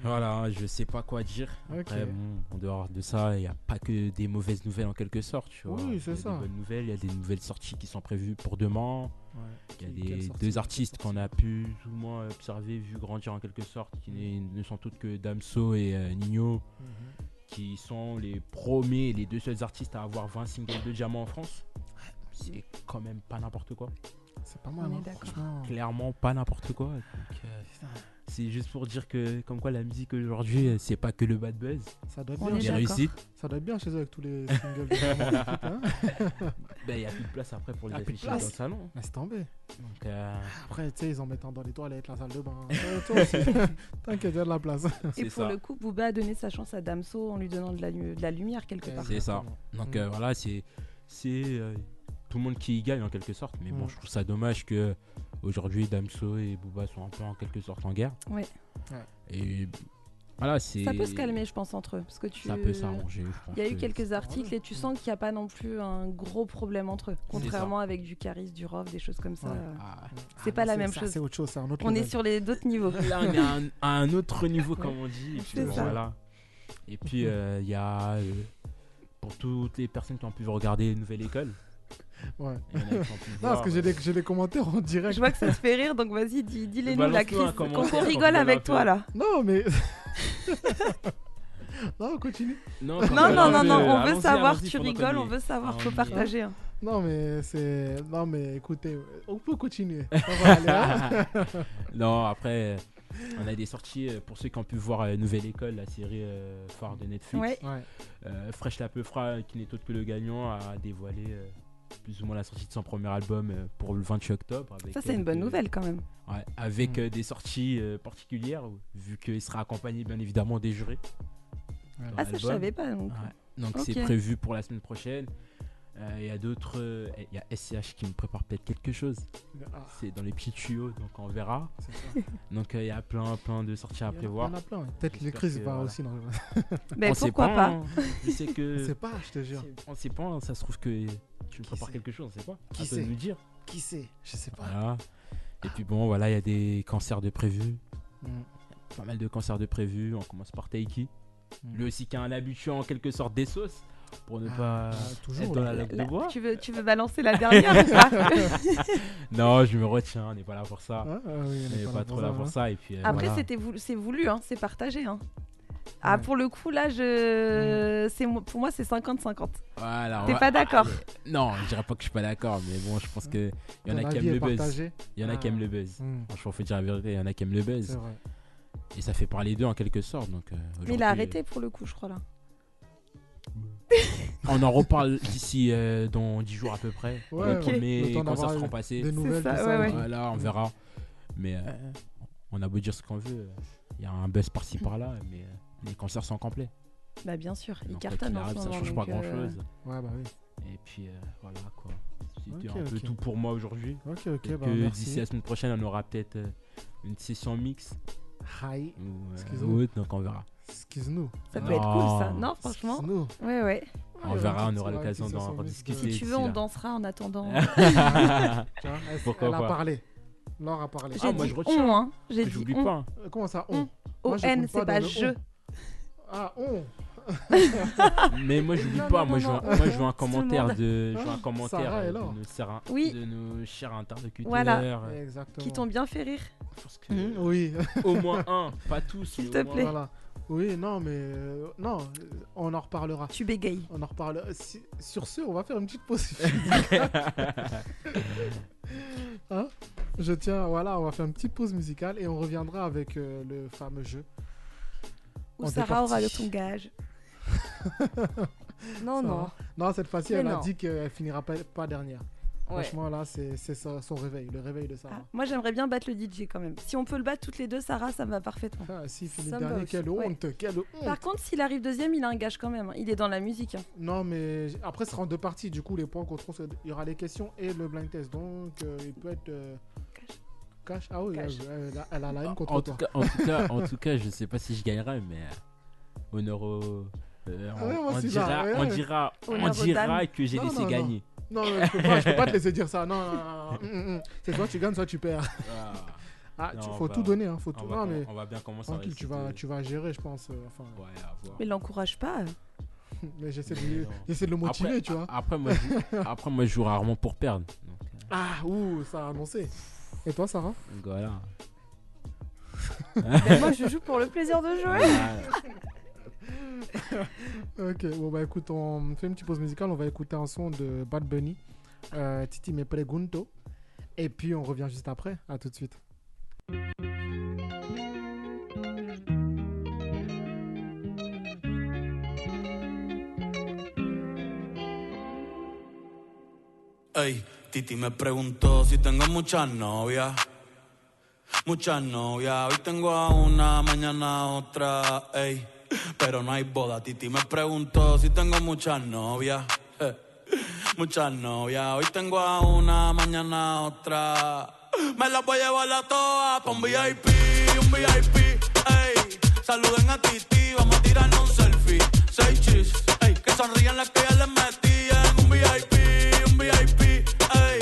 [SPEAKER 2] voilà, hein, je sais pas quoi dire.
[SPEAKER 1] Ok.
[SPEAKER 2] Après, bon, en dehors de ça, il n'y a pas que des mauvaises nouvelles en quelque sorte. Tu vois.
[SPEAKER 1] Oui, c'est
[SPEAKER 2] Il y a
[SPEAKER 1] ça.
[SPEAKER 2] Des bonnes nouvelles, il y a des nouvelles sorties qui sont prévues pour demain.
[SPEAKER 1] Ouais.
[SPEAKER 2] Il
[SPEAKER 1] Qui-
[SPEAKER 2] y a
[SPEAKER 1] quelles
[SPEAKER 2] des
[SPEAKER 1] sorties,
[SPEAKER 2] deux artistes qu'on a pu plus ou moins observer, euh, vu grandir en quelque sorte, qui n'est- ne sont toutes que Damso et euh, Nino, qui sont les premiers, les deux seuls artistes à avoir 20 singles de diamant en France. C'est quand même pas n'importe quoi.
[SPEAKER 1] C'est pas mal,
[SPEAKER 5] On est
[SPEAKER 1] hein,
[SPEAKER 5] d'accord.
[SPEAKER 1] franchement.
[SPEAKER 2] clairement pas n'importe quoi. Donc, euh, c'est juste pour dire que, comme quoi, la musique aujourd'hui, euh, c'est pas que le bad buzz.
[SPEAKER 1] Ça doit
[SPEAKER 2] On
[SPEAKER 1] bien
[SPEAKER 2] est
[SPEAKER 1] chez-
[SPEAKER 2] Des réussites.
[SPEAKER 1] Ça doit bien chez eux avec tous les singles.
[SPEAKER 2] [LAUGHS]
[SPEAKER 1] Il
[SPEAKER 2] Ben, y a plus de place après pour les afficher dans le salon.
[SPEAKER 1] Laisse tomber.
[SPEAKER 2] Donc, euh,
[SPEAKER 1] Après, tu sais, ils en mettent un dans les toilettes, la
[SPEAKER 2] [LAUGHS]
[SPEAKER 1] salle de bain. Euh, toi aussi. [LAUGHS] T'inquiète, il y a de la place.
[SPEAKER 5] Et pour le coup, Booba a donné sa chance à Damso en lui donnant de la, lu- de la lumière quelque part.
[SPEAKER 2] C'est ça. Donc
[SPEAKER 5] Mm.
[SPEAKER 2] euh, voilà, c'est c'est euh, tout le monde qui y gagne en quelque sorte. Mais bon,
[SPEAKER 5] Mm.
[SPEAKER 2] je trouve ça dommage que aujourd'hui Damso et Booba sont un peu en quelque sorte en guerre.
[SPEAKER 5] Ouais.
[SPEAKER 1] Ouais.
[SPEAKER 2] Et voilà, c'est.
[SPEAKER 5] Ça peut se calmer, je pense, entre eux. Parce que tu...
[SPEAKER 2] Ça peut s'arranger, je pense
[SPEAKER 5] Il y a eu
[SPEAKER 2] que-
[SPEAKER 5] quelques articles et tu sens qu'il n'y a pas non plus un gros problème entre eux. Contrairement avec du charisme, du rov, des choses comme ça.
[SPEAKER 1] Ouais.
[SPEAKER 5] euh,
[SPEAKER 2] Ah.
[SPEAKER 5] C'est
[SPEAKER 1] Ah,
[SPEAKER 5] pas
[SPEAKER 1] non,
[SPEAKER 5] la
[SPEAKER 1] c'est-
[SPEAKER 5] même
[SPEAKER 1] ça,
[SPEAKER 5] chose.
[SPEAKER 1] c'est autre chose, c'est un autre
[SPEAKER 5] on est
[SPEAKER 1] level.
[SPEAKER 5] sur
[SPEAKER 1] [LAUGHS]
[SPEAKER 5] les d'autres niveaux.
[SPEAKER 2] Là, on est à un, à un autre niveau, comme
[SPEAKER 5] Ouais.
[SPEAKER 2] on dit. Et puis,
[SPEAKER 5] C'est
[SPEAKER 2] bon,
[SPEAKER 5] ça.
[SPEAKER 2] voilà. Et puis, euh, il y a. euh, pour toutes les personnes qui ont pu regarder Nouvelle École.
[SPEAKER 1] Ouais.
[SPEAKER 2] Il y en a qui ont pu
[SPEAKER 1] Non,
[SPEAKER 2] voir,
[SPEAKER 1] parce que j'ai des, j'ai des commentaires en direct.
[SPEAKER 5] Je vois que ça te fait rire, donc vas-y, dis- dis-les nous, la
[SPEAKER 2] Balance-nous un
[SPEAKER 5] crise. Qu'on
[SPEAKER 2] commentaire
[SPEAKER 5] qu'on
[SPEAKER 2] quand
[SPEAKER 5] rigole
[SPEAKER 2] tu vas
[SPEAKER 5] avec
[SPEAKER 2] l'appeler.
[SPEAKER 5] toi, là.
[SPEAKER 1] Non,
[SPEAKER 5] [LAUGHS]
[SPEAKER 1] mais. non, continue.
[SPEAKER 2] Non,
[SPEAKER 5] Non, non, non,
[SPEAKER 2] euh,
[SPEAKER 5] non, on veut savoir, tu rigoles, on veut savoir, faut partager. hein.
[SPEAKER 1] Non, mais c'est. Non, mais écoutez, on
[SPEAKER 2] [LAUGHS]
[SPEAKER 1] peut continuer. On va aller, hein.
[SPEAKER 2] non, après, euh, on a des sorties euh, pour ceux qui ont pu voir euh, Nouvelle École, la série euh, phare de Netflix.
[SPEAKER 5] Ouais.
[SPEAKER 1] Ouais.
[SPEAKER 2] Euh, Fresh La Peufra, qui n'est autre que le gagnant, a dévoilé euh, plus ou moins la sortie de son premier album euh, pour le 28 octobre. avec,
[SPEAKER 5] Ça, c'est
[SPEAKER 2] euh,
[SPEAKER 5] une bonne
[SPEAKER 2] de-
[SPEAKER 5] nouvelle, quand même.
[SPEAKER 2] Ouais, avec
[SPEAKER 1] Mm.
[SPEAKER 2] euh, des sorties euh, particulières, vu qu'il sera accompagné bien évidemment des jurés. dans
[SPEAKER 5] Ah, ça, je
[SPEAKER 2] l'album.
[SPEAKER 5] savais pas, donc.
[SPEAKER 2] Donc,
[SPEAKER 5] Ok.
[SPEAKER 2] c'est prévu pour la semaine prochaine. Euh, Il y a d'autres. euh, Il y a SCH qui me prépare peut-être quelque chose.
[SPEAKER 1] Ah.
[SPEAKER 2] C'est dans les petits tuyaux, donc on verra. [LAUGHS] Donc, euh, il y a plein, plein de sorties à
[SPEAKER 1] Il y en a-
[SPEAKER 2] prévoir.
[SPEAKER 1] il y en a plein, ouais. Peut-être les
[SPEAKER 2] J'espère
[SPEAKER 1] crises
[SPEAKER 2] que,
[SPEAKER 1] va
[SPEAKER 2] voilà.
[SPEAKER 1] aussi dans le-
[SPEAKER 5] [LAUGHS] Mais
[SPEAKER 2] On sait
[SPEAKER 5] Ben, pourquoi
[SPEAKER 2] pas,
[SPEAKER 5] pas
[SPEAKER 2] hein. Je
[SPEAKER 1] [LAUGHS]
[SPEAKER 2] sais que.
[SPEAKER 1] On sait pas, je te jure.
[SPEAKER 2] On sait pas, hein, ça se trouve que tu me prépares quelque chose, on sait pas.
[SPEAKER 1] Qui
[SPEAKER 2] À toi de
[SPEAKER 1] sait
[SPEAKER 2] nous dire.
[SPEAKER 1] Qui sait Je sais pas.
[SPEAKER 2] Voilà. Et puis bon, voilà, il y a des cancers de prévus.
[SPEAKER 1] Mm.
[SPEAKER 2] Pas mal de cancers de prévus. On commence par Taiki.
[SPEAKER 1] Mm.
[SPEAKER 2] Lui aussi qui a un habitué en quelque sorte des sauces. Pour ne pas
[SPEAKER 1] Ah, toujours,
[SPEAKER 2] être dans la
[SPEAKER 1] là.
[SPEAKER 2] langue de
[SPEAKER 5] Là,
[SPEAKER 2] bois. [LAUGHS]
[SPEAKER 5] tu, veux, tu veux balancer la dernière ou pas
[SPEAKER 1] [LAUGHS]
[SPEAKER 2] non, je me retiens, on n'est pas là pour ça.
[SPEAKER 1] Ah, ah oui,
[SPEAKER 2] on n'est pas, trop là pour
[SPEAKER 1] hein.
[SPEAKER 2] ça. Et puis, euh,
[SPEAKER 5] Après,
[SPEAKER 2] voilà.
[SPEAKER 5] c'était voulu- c'est voulu, hein, c'est partagé. hein. Ah, pour le coup, là, je... c'est mo- pour moi, c'est 50-50.
[SPEAKER 2] Mm. Voilà, on
[SPEAKER 5] T'es
[SPEAKER 2] va- Ah,
[SPEAKER 5] pas d'accord
[SPEAKER 2] Allez. Non, je dirais pas que je suis pas d'accord, mais bon, je pense que il y en
[SPEAKER 1] Mm. Ton
[SPEAKER 2] a qui
[SPEAKER 1] avis
[SPEAKER 2] aiment
[SPEAKER 1] est
[SPEAKER 2] le buzz.
[SPEAKER 1] partagé
[SPEAKER 2] Il y en a qui
[SPEAKER 1] Ah.
[SPEAKER 2] aiment le buzz.
[SPEAKER 1] Hmm.
[SPEAKER 2] Franchement, faut dire la vérité, il y en a qui aiment le
[SPEAKER 1] C'est
[SPEAKER 2] buzz.
[SPEAKER 1] vrai.
[SPEAKER 2] Et ça fait parler d'eux en quelque sorte. Donc, euh,
[SPEAKER 5] Mais il
[SPEAKER 2] aujourd'hui,
[SPEAKER 5] a arrêté pour le coup, je crois, là.
[SPEAKER 2] On en reparle d'ici euh, dans 10 jours à peu près.
[SPEAKER 1] Ouais,
[SPEAKER 2] les
[SPEAKER 1] ok. Le
[SPEAKER 2] premiers
[SPEAKER 1] temps
[SPEAKER 2] concerts
[SPEAKER 1] d'avoir
[SPEAKER 2] seront passés.
[SPEAKER 1] des nouvelles,
[SPEAKER 5] ça, tout ça, ouais, ouais.
[SPEAKER 2] Voilà, on verra. Mais euh, on a beau dire ce qu'on veut, euh, il y a un buzz par-ci par-là, mais euh, les concerts sont complets.
[SPEAKER 5] Bah, bien sûr, il
[SPEAKER 2] Donc, quoi
[SPEAKER 5] cartonne
[SPEAKER 2] qu'il
[SPEAKER 5] en ce
[SPEAKER 2] arrive, ça
[SPEAKER 5] moment,
[SPEAKER 2] change pas
[SPEAKER 5] donc, euh,
[SPEAKER 2] grand-chose.
[SPEAKER 1] Ouais, bah oui.
[SPEAKER 2] Et puis euh, voilà quoi. C'était
[SPEAKER 1] Ok,
[SPEAKER 2] un peu
[SPEAKER 1] ok.
[SPEAKER 2] tout pour moi aujourd'hui.
[SPEAKER 1] Ok, ok,
[SPEAKER 2] Peut-être
[SPEAKER 1] bah,
[SPEAKER 2] que
[SPEAKER 1] merci.
[SPEAKER 2] d'ici la semaine prochaine, on aura peut-être euh, une session mix
[SPEAKER 1] Hi.
[SPEAKER 2] ou, euh,
[SPEAKER 1] Excuse-moi.
[SPEAKER 2] ou autre, donc on verra.
[SPEAKER 1] Excuse-nous.
[SPEAKER 5] Ça peut être cool, ça.
[SPEAKER 2] Non.
[SPEAKER 5] Non, franchement.
[SPEAKER 1] Excuse-nous.
[SPEAKER 5] Ouais, ouais.
[SPEAKER 2] On
[SPEAKER 1] Ouais,
[SPEAKER 2] verra,
[SPEAKER 1] ouais,
[SPEAKER 2] on aura
[SPEAKER 1] ouais,
[SPEAKER 2] l'occasion
[SPEAKER 1] qui se
[SPEAKER 2] d'en
[SPEAKER 1] sent vite,
[SPEAKER 2] rediscuter.
[SPEAKER 5] Si tu veux,
[SPEAKER 2] d'ici
[SPEAKER 5] on
[SPEAKER 2] là.
[SPEAKER 5] dansera
[SPEAKER 2] [LAUGHS]
[SPEAKER 1] [LAUGHS]
[SPEAKER 5] en attendant.
[SPEAKER 1] Tu vois, elle,
[SPEAKER 2] Pourquoi
[SPEAKER 1] elle a
[SPEAKER 2] pas
[SPEAKER 1] parlé. Laure a parlé.
[SPEAKER 5] J'ai
[SPEAKER 2] Ah, moi,
[SPEAKER 5] dit
[SPEAKER 2] je retiens.
[SPEAKER 5] on, hein. J'ai dit
[SPEAKER 2] J'oublie
[SPEAKER 5] on.
[SPEAKER 2] pas. hein.
[SPEAKER 1] Euh, Comment ça, on Moi, je
[SPEAKER 5] O-N,
[SPEAKER 1] compte
[SPEAKER 5] c'est
[SPEAKER 1] dans
[SPEAKER 5] pas
[SPEAKER 1] le
[SPEAKER 5] je.
[SPEAKER 1] on. Ah, on
[SPEAKER 5] [LAUGHS]
[SPEAKER 2] Mais moi je n'oublie
[SPEAKER 5] Non,
[SPEAKER 2] pas,
[SPEAKER 5] non,
[SPEAKER 2] moi,
[SPEAKER 5] non,
[SPEAKER 2] je veux, un-
[SPEAKER 5] non.
[SPEAKER 2] moi je veux un
[SPEAKER 5] [LAUGHS] Tout le
[SPEAKER 2] commentaire
[SPEAKER 5] monde. Hein
[SPEAKER 2] de, je veux un
[SPEAKER 1] Ah,
[SPEAKER 2] commentaire
[SPEAKER 1] Sarah
[SPEAKER 2] euh,
[SPEAKER 1] est
[SPEAKER 2] de
[SPEAKER 1] là.
[SPEAKER 2] nos, serins-
[SPEAKER 5] Oui.
[SPEAKER 2] de nos chers interlocuteurs.
[SPEAKER 5] Voilà.
[SPEAKER 2] Euh,
[SPEAKER 1] Exactement.
[SPEAKER 5] Qui t'ont bien fait rire.
[SPEAKER 2] je pense que
[SPEAKER 1] Mmh, Oui,
[SPEAKER 2] au moins un, pas tous.
[SPEAKER 5] Mhm. [LAUGHS] S'il
[SPEAKER 2] mais
[SPEAKER 5] te
[SPEAKER 2] au moins
[SPEAKER 5] plaît.
[SPEAKER 2] un.
[SPEAKER 1] voilà. Oui, non, mais. euh, Non, euh, on en reparlera.
[SPEAKER 5] Tu bégayes.
[SPEAKER 1] On en reparle. Si- Sur ce, on va faire une
[SPEAKER 2] [LAUGHS]
[SPEAKER 1] petite pause. [LAUGHS] [LAUGHS] Hein Je tiens, voilà, on va faire une petite pause musicale et on reviendra avec euh, le fameux jeu.
[SPEAKER 5] Ou
[SPEAKER 1] On est
[SPEAKER 5] Sarah aura
[SPEAKER 1] parti. [LAUGHS]
[SPEAKER 5] le tongage.
[SPEAKER 4] Non,
[SPEAKER 1] Ça
[SPEAKER 4] non.
[SPEAKER 1] Non, cette fois-ci,
[SPEAKER 4] Mais
[SPEAKER 1] elle a
[SPEAKER 4] non.
[SPEAKER 1] dit qu'elle finira pas, pas dernière.
[SPEAKER 4] Ouais.
[SPEAKER 1] Franchement, là, c'est c'est son son réveil, le réveil de Sarah.
[SPEAKER 5] Moi, j'aimerais bien battre le DJ quand même. Si on peut le battre toutes les deux, Sarah, ça me va parfaitement.
[SPEAKER 1] Ah, S'il finit
[SPEAKER 5] Ça me va
[SPEAKER 1] dernier,
[SPEAKER 5] aussi,
[SPEAKER 1] quelle
[SPEAKER 5] ouais.
[SPEAKER 1] honte, quelle honte.
[SPEAKER 5] Par contre, s'il arrive deuxième, il a un gage quand même. hein. Il est dans la musique. hein.
[SPEAKER 1] Non, mais j- après, ce sera en deux parties. Du coup, les points qu'on trouve, c'est- il y aura les questions et le blind test. Donc, euh, il peut être. euh,
[SPEAKER 5] Cash.
[SPEAKER 1] Cash. Ah oui,
[SPEAKER 5] Cash.
[SPEAKER 1] Elle, elle a, elle a la haine contre
[SPEAKER 2] En
[SPEAKER 1] toi.
[SPEAKER 2] tout, cas, en, tout cas,
[SPEAKER 1] [LAUGHS]
[SPEAKER 2] en tout cas, je sais pas si je gagnerai, mais euh, honneur au. euh,
[SPEAKER 1] Ah ouais,
[SPEAKER 2] on,
[SPEAKER 1] moi,
[SPEAKER 2] on
[SPEAKER 1] c'est
[SPEAKER 2] dira,
[SPEAKER 1] ça, ouais,
[SPEAKER 2] on
[SPEAKER 1] ouais.
[SPEAKER 2] dira, on
[SPEAKER 5] Honneur aux
[SPEAKER 2] dira
[SPEAKER 5] dames.
[SPEAKER 2] que j'ai
[SPEAKER 1] Non,
[SPEAKER 2] laissé
[SPEAKER 1] non, non.
[SPEAKER 2] gagner.
[SPEAKER 1] Non, je peux, pas, je peux pas te laisser dire ça. Non, non, non,
[SPEAKER 2] [LAUGHS]
[SPEAKER 1] non. Mm, mm. C'est soit tu gagnes, soit tu perds.
[SPEAKER 2] Ah,
[SPEAKER 1] Ah, tu-
[SPEAKER 2] Non,
[SPEAKER 1] faut
[SPEAKER 2] bah,
[SPEAKER 1] tout donner. Hein, faut
[SPEAKER 2] on,
[SPEAKER 1] tout...
[SPEAKER 2] va,
[SPEAKER 1] Non,
[SPEAKER 2] com-
[SPEAKER 1] mais
[SPEAKER 2] on va bien commencer. à
[SPEAKER 1] tranquille, tu vas,
[SPEAKER 2] réciter.
[SPEAKER 1] tu vas gérer, je pense. euh, enfin,
[SPEAKER 2] Ouais, à voir.
[SPEAKER 5] Mais l'encourage pas.
[SPEAKER 1] [LAUGHS] mais j'essaie de,
[SPEAKER 2] Mais
[SPEAKER 1] lui-
[SPEAKER 2] non.
[SPEAKER 1] j'essaie de le motiver,
[SPEAKER 2] après,
[SPEAKER 1] tu vois.
[SPEAKER 2] a- Après moi, je, après, moi, je joue rarement pour perdre. Donc, euh,
[SPEAKER 1] [LAUGHS] Ah, ouh, ça a annoncé. Et toi, Sarah
[SPEAKER 2] donc voilà.
[SPEAKER 4] [LAUGHS] Ben, moi, je joue pour le plaisir de jouer.
[SPEAKER 13] [LAUGHS]
[SPEAKER 2] Voilà.
[SPEAKER 1] [LAUGHS] Ok, bon bah écoute, on fait une petite pause musicale, on va écouter un son de Bad Bunny, euh, Titi Me Pregunto. Et puis on revient juste après. À tout de suite.
[SPEAKER 14] Ey, Titi me preguntó si tengo muchas novias. Muchas novias, hoy tengo a una, mañana a otra, ey. Pero no hay boda, Titi me preguntó si tengo muchas [LAUGHS] novias. eh. Muchas novias, hoy tengo a una, mañana a otra. Me las voy a llevar a todas pa' un VIP, un VIP, ey. Saluden a Titi, vamos a tirarnos un selfie. Seis chis, ey. Que sonrían las que ya les metí en un VIP, un VIP, ey.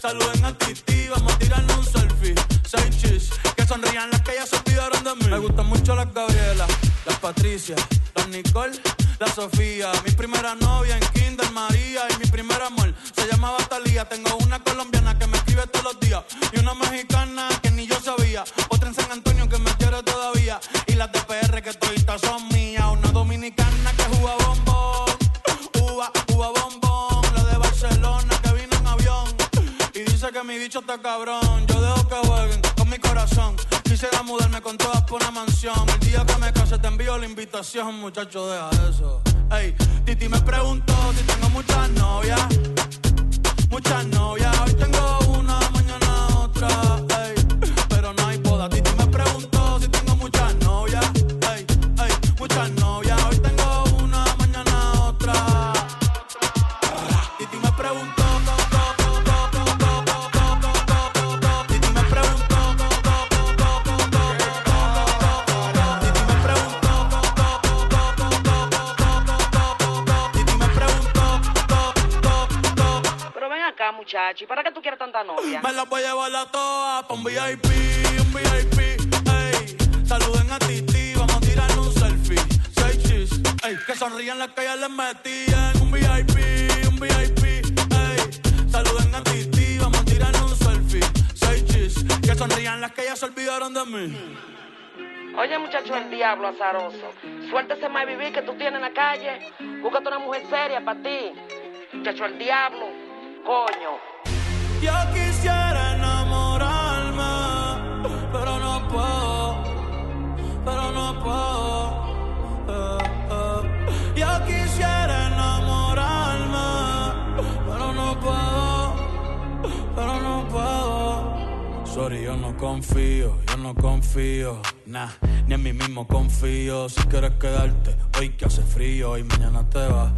[SPEAKER 14] Saluden a Titi, vamos a tirarnos un selfie. Seis chis, que sonrían las que ya se olvidaron de mí. Me gustan mucho las Gabriela, las Patricia, las Nicole, la Sofía. Mi primera novia en Kinder María y mi primer amor se llamaba Talía. Tengo una colombiana que me escribe todos los días y una mexicana que ni yo sabía. Otra en San Antonio que me quiere todavía y las de PR que toditas son mías. Una dominicana que juega bombón, uva, uva bombón. La de Barcelona que vino en avión y dice que mi bicho está cabrón. Yo dejo que jueguen con mi corazón. Quisiera mudarme con todas por una mansión. El día que me case te envío la invitación, muchacho, deja eso. Ey, Titi me preguntó si tengo muchas novias. Muchas novias, hoy tengo una, mañana otra. Ey, pero no hay boda. Titi me preguntó si tengo muchas novias. Ey, ey, muchas novias, hoy tengo una, mañana otra. Titi me preguntó.
[SPEAKER 15] Pero ven acá, muchacho, ¿y para qué tú quieres tanta novia?
[SPEAKER 14] Me las voy a llevar a todas pa' un VIP, un VIP, ey. Saluden a Titi, vamos a tirar un selfie. Seis chis, ey. Que sonrían las que ya les metían. Un VIP, un VIP, ey. Saluden a Titi, vamos a tirar un selfie. Seis chis, que sonrían las que ya se olvidaron de mí.
[SPEAKER 15] Oye, muchacho, el diablo azaroso. Suéltese más vivir que tú tienes en la calle. Búscate una mujer seria para ti. Muchacho, el diablo. Coño.
[SPEAKER 14] Yo quisiera enamorarme, pero no puedo, pero no puedo. eh, eh. Yo quisiera enamorarme, pero no puedo, pero no puedo. Sorry, yo no confío, yo no confío, nah, ni en mí mismo confío. Si quieres quedarte, hoy que hace frío y mañana te vas.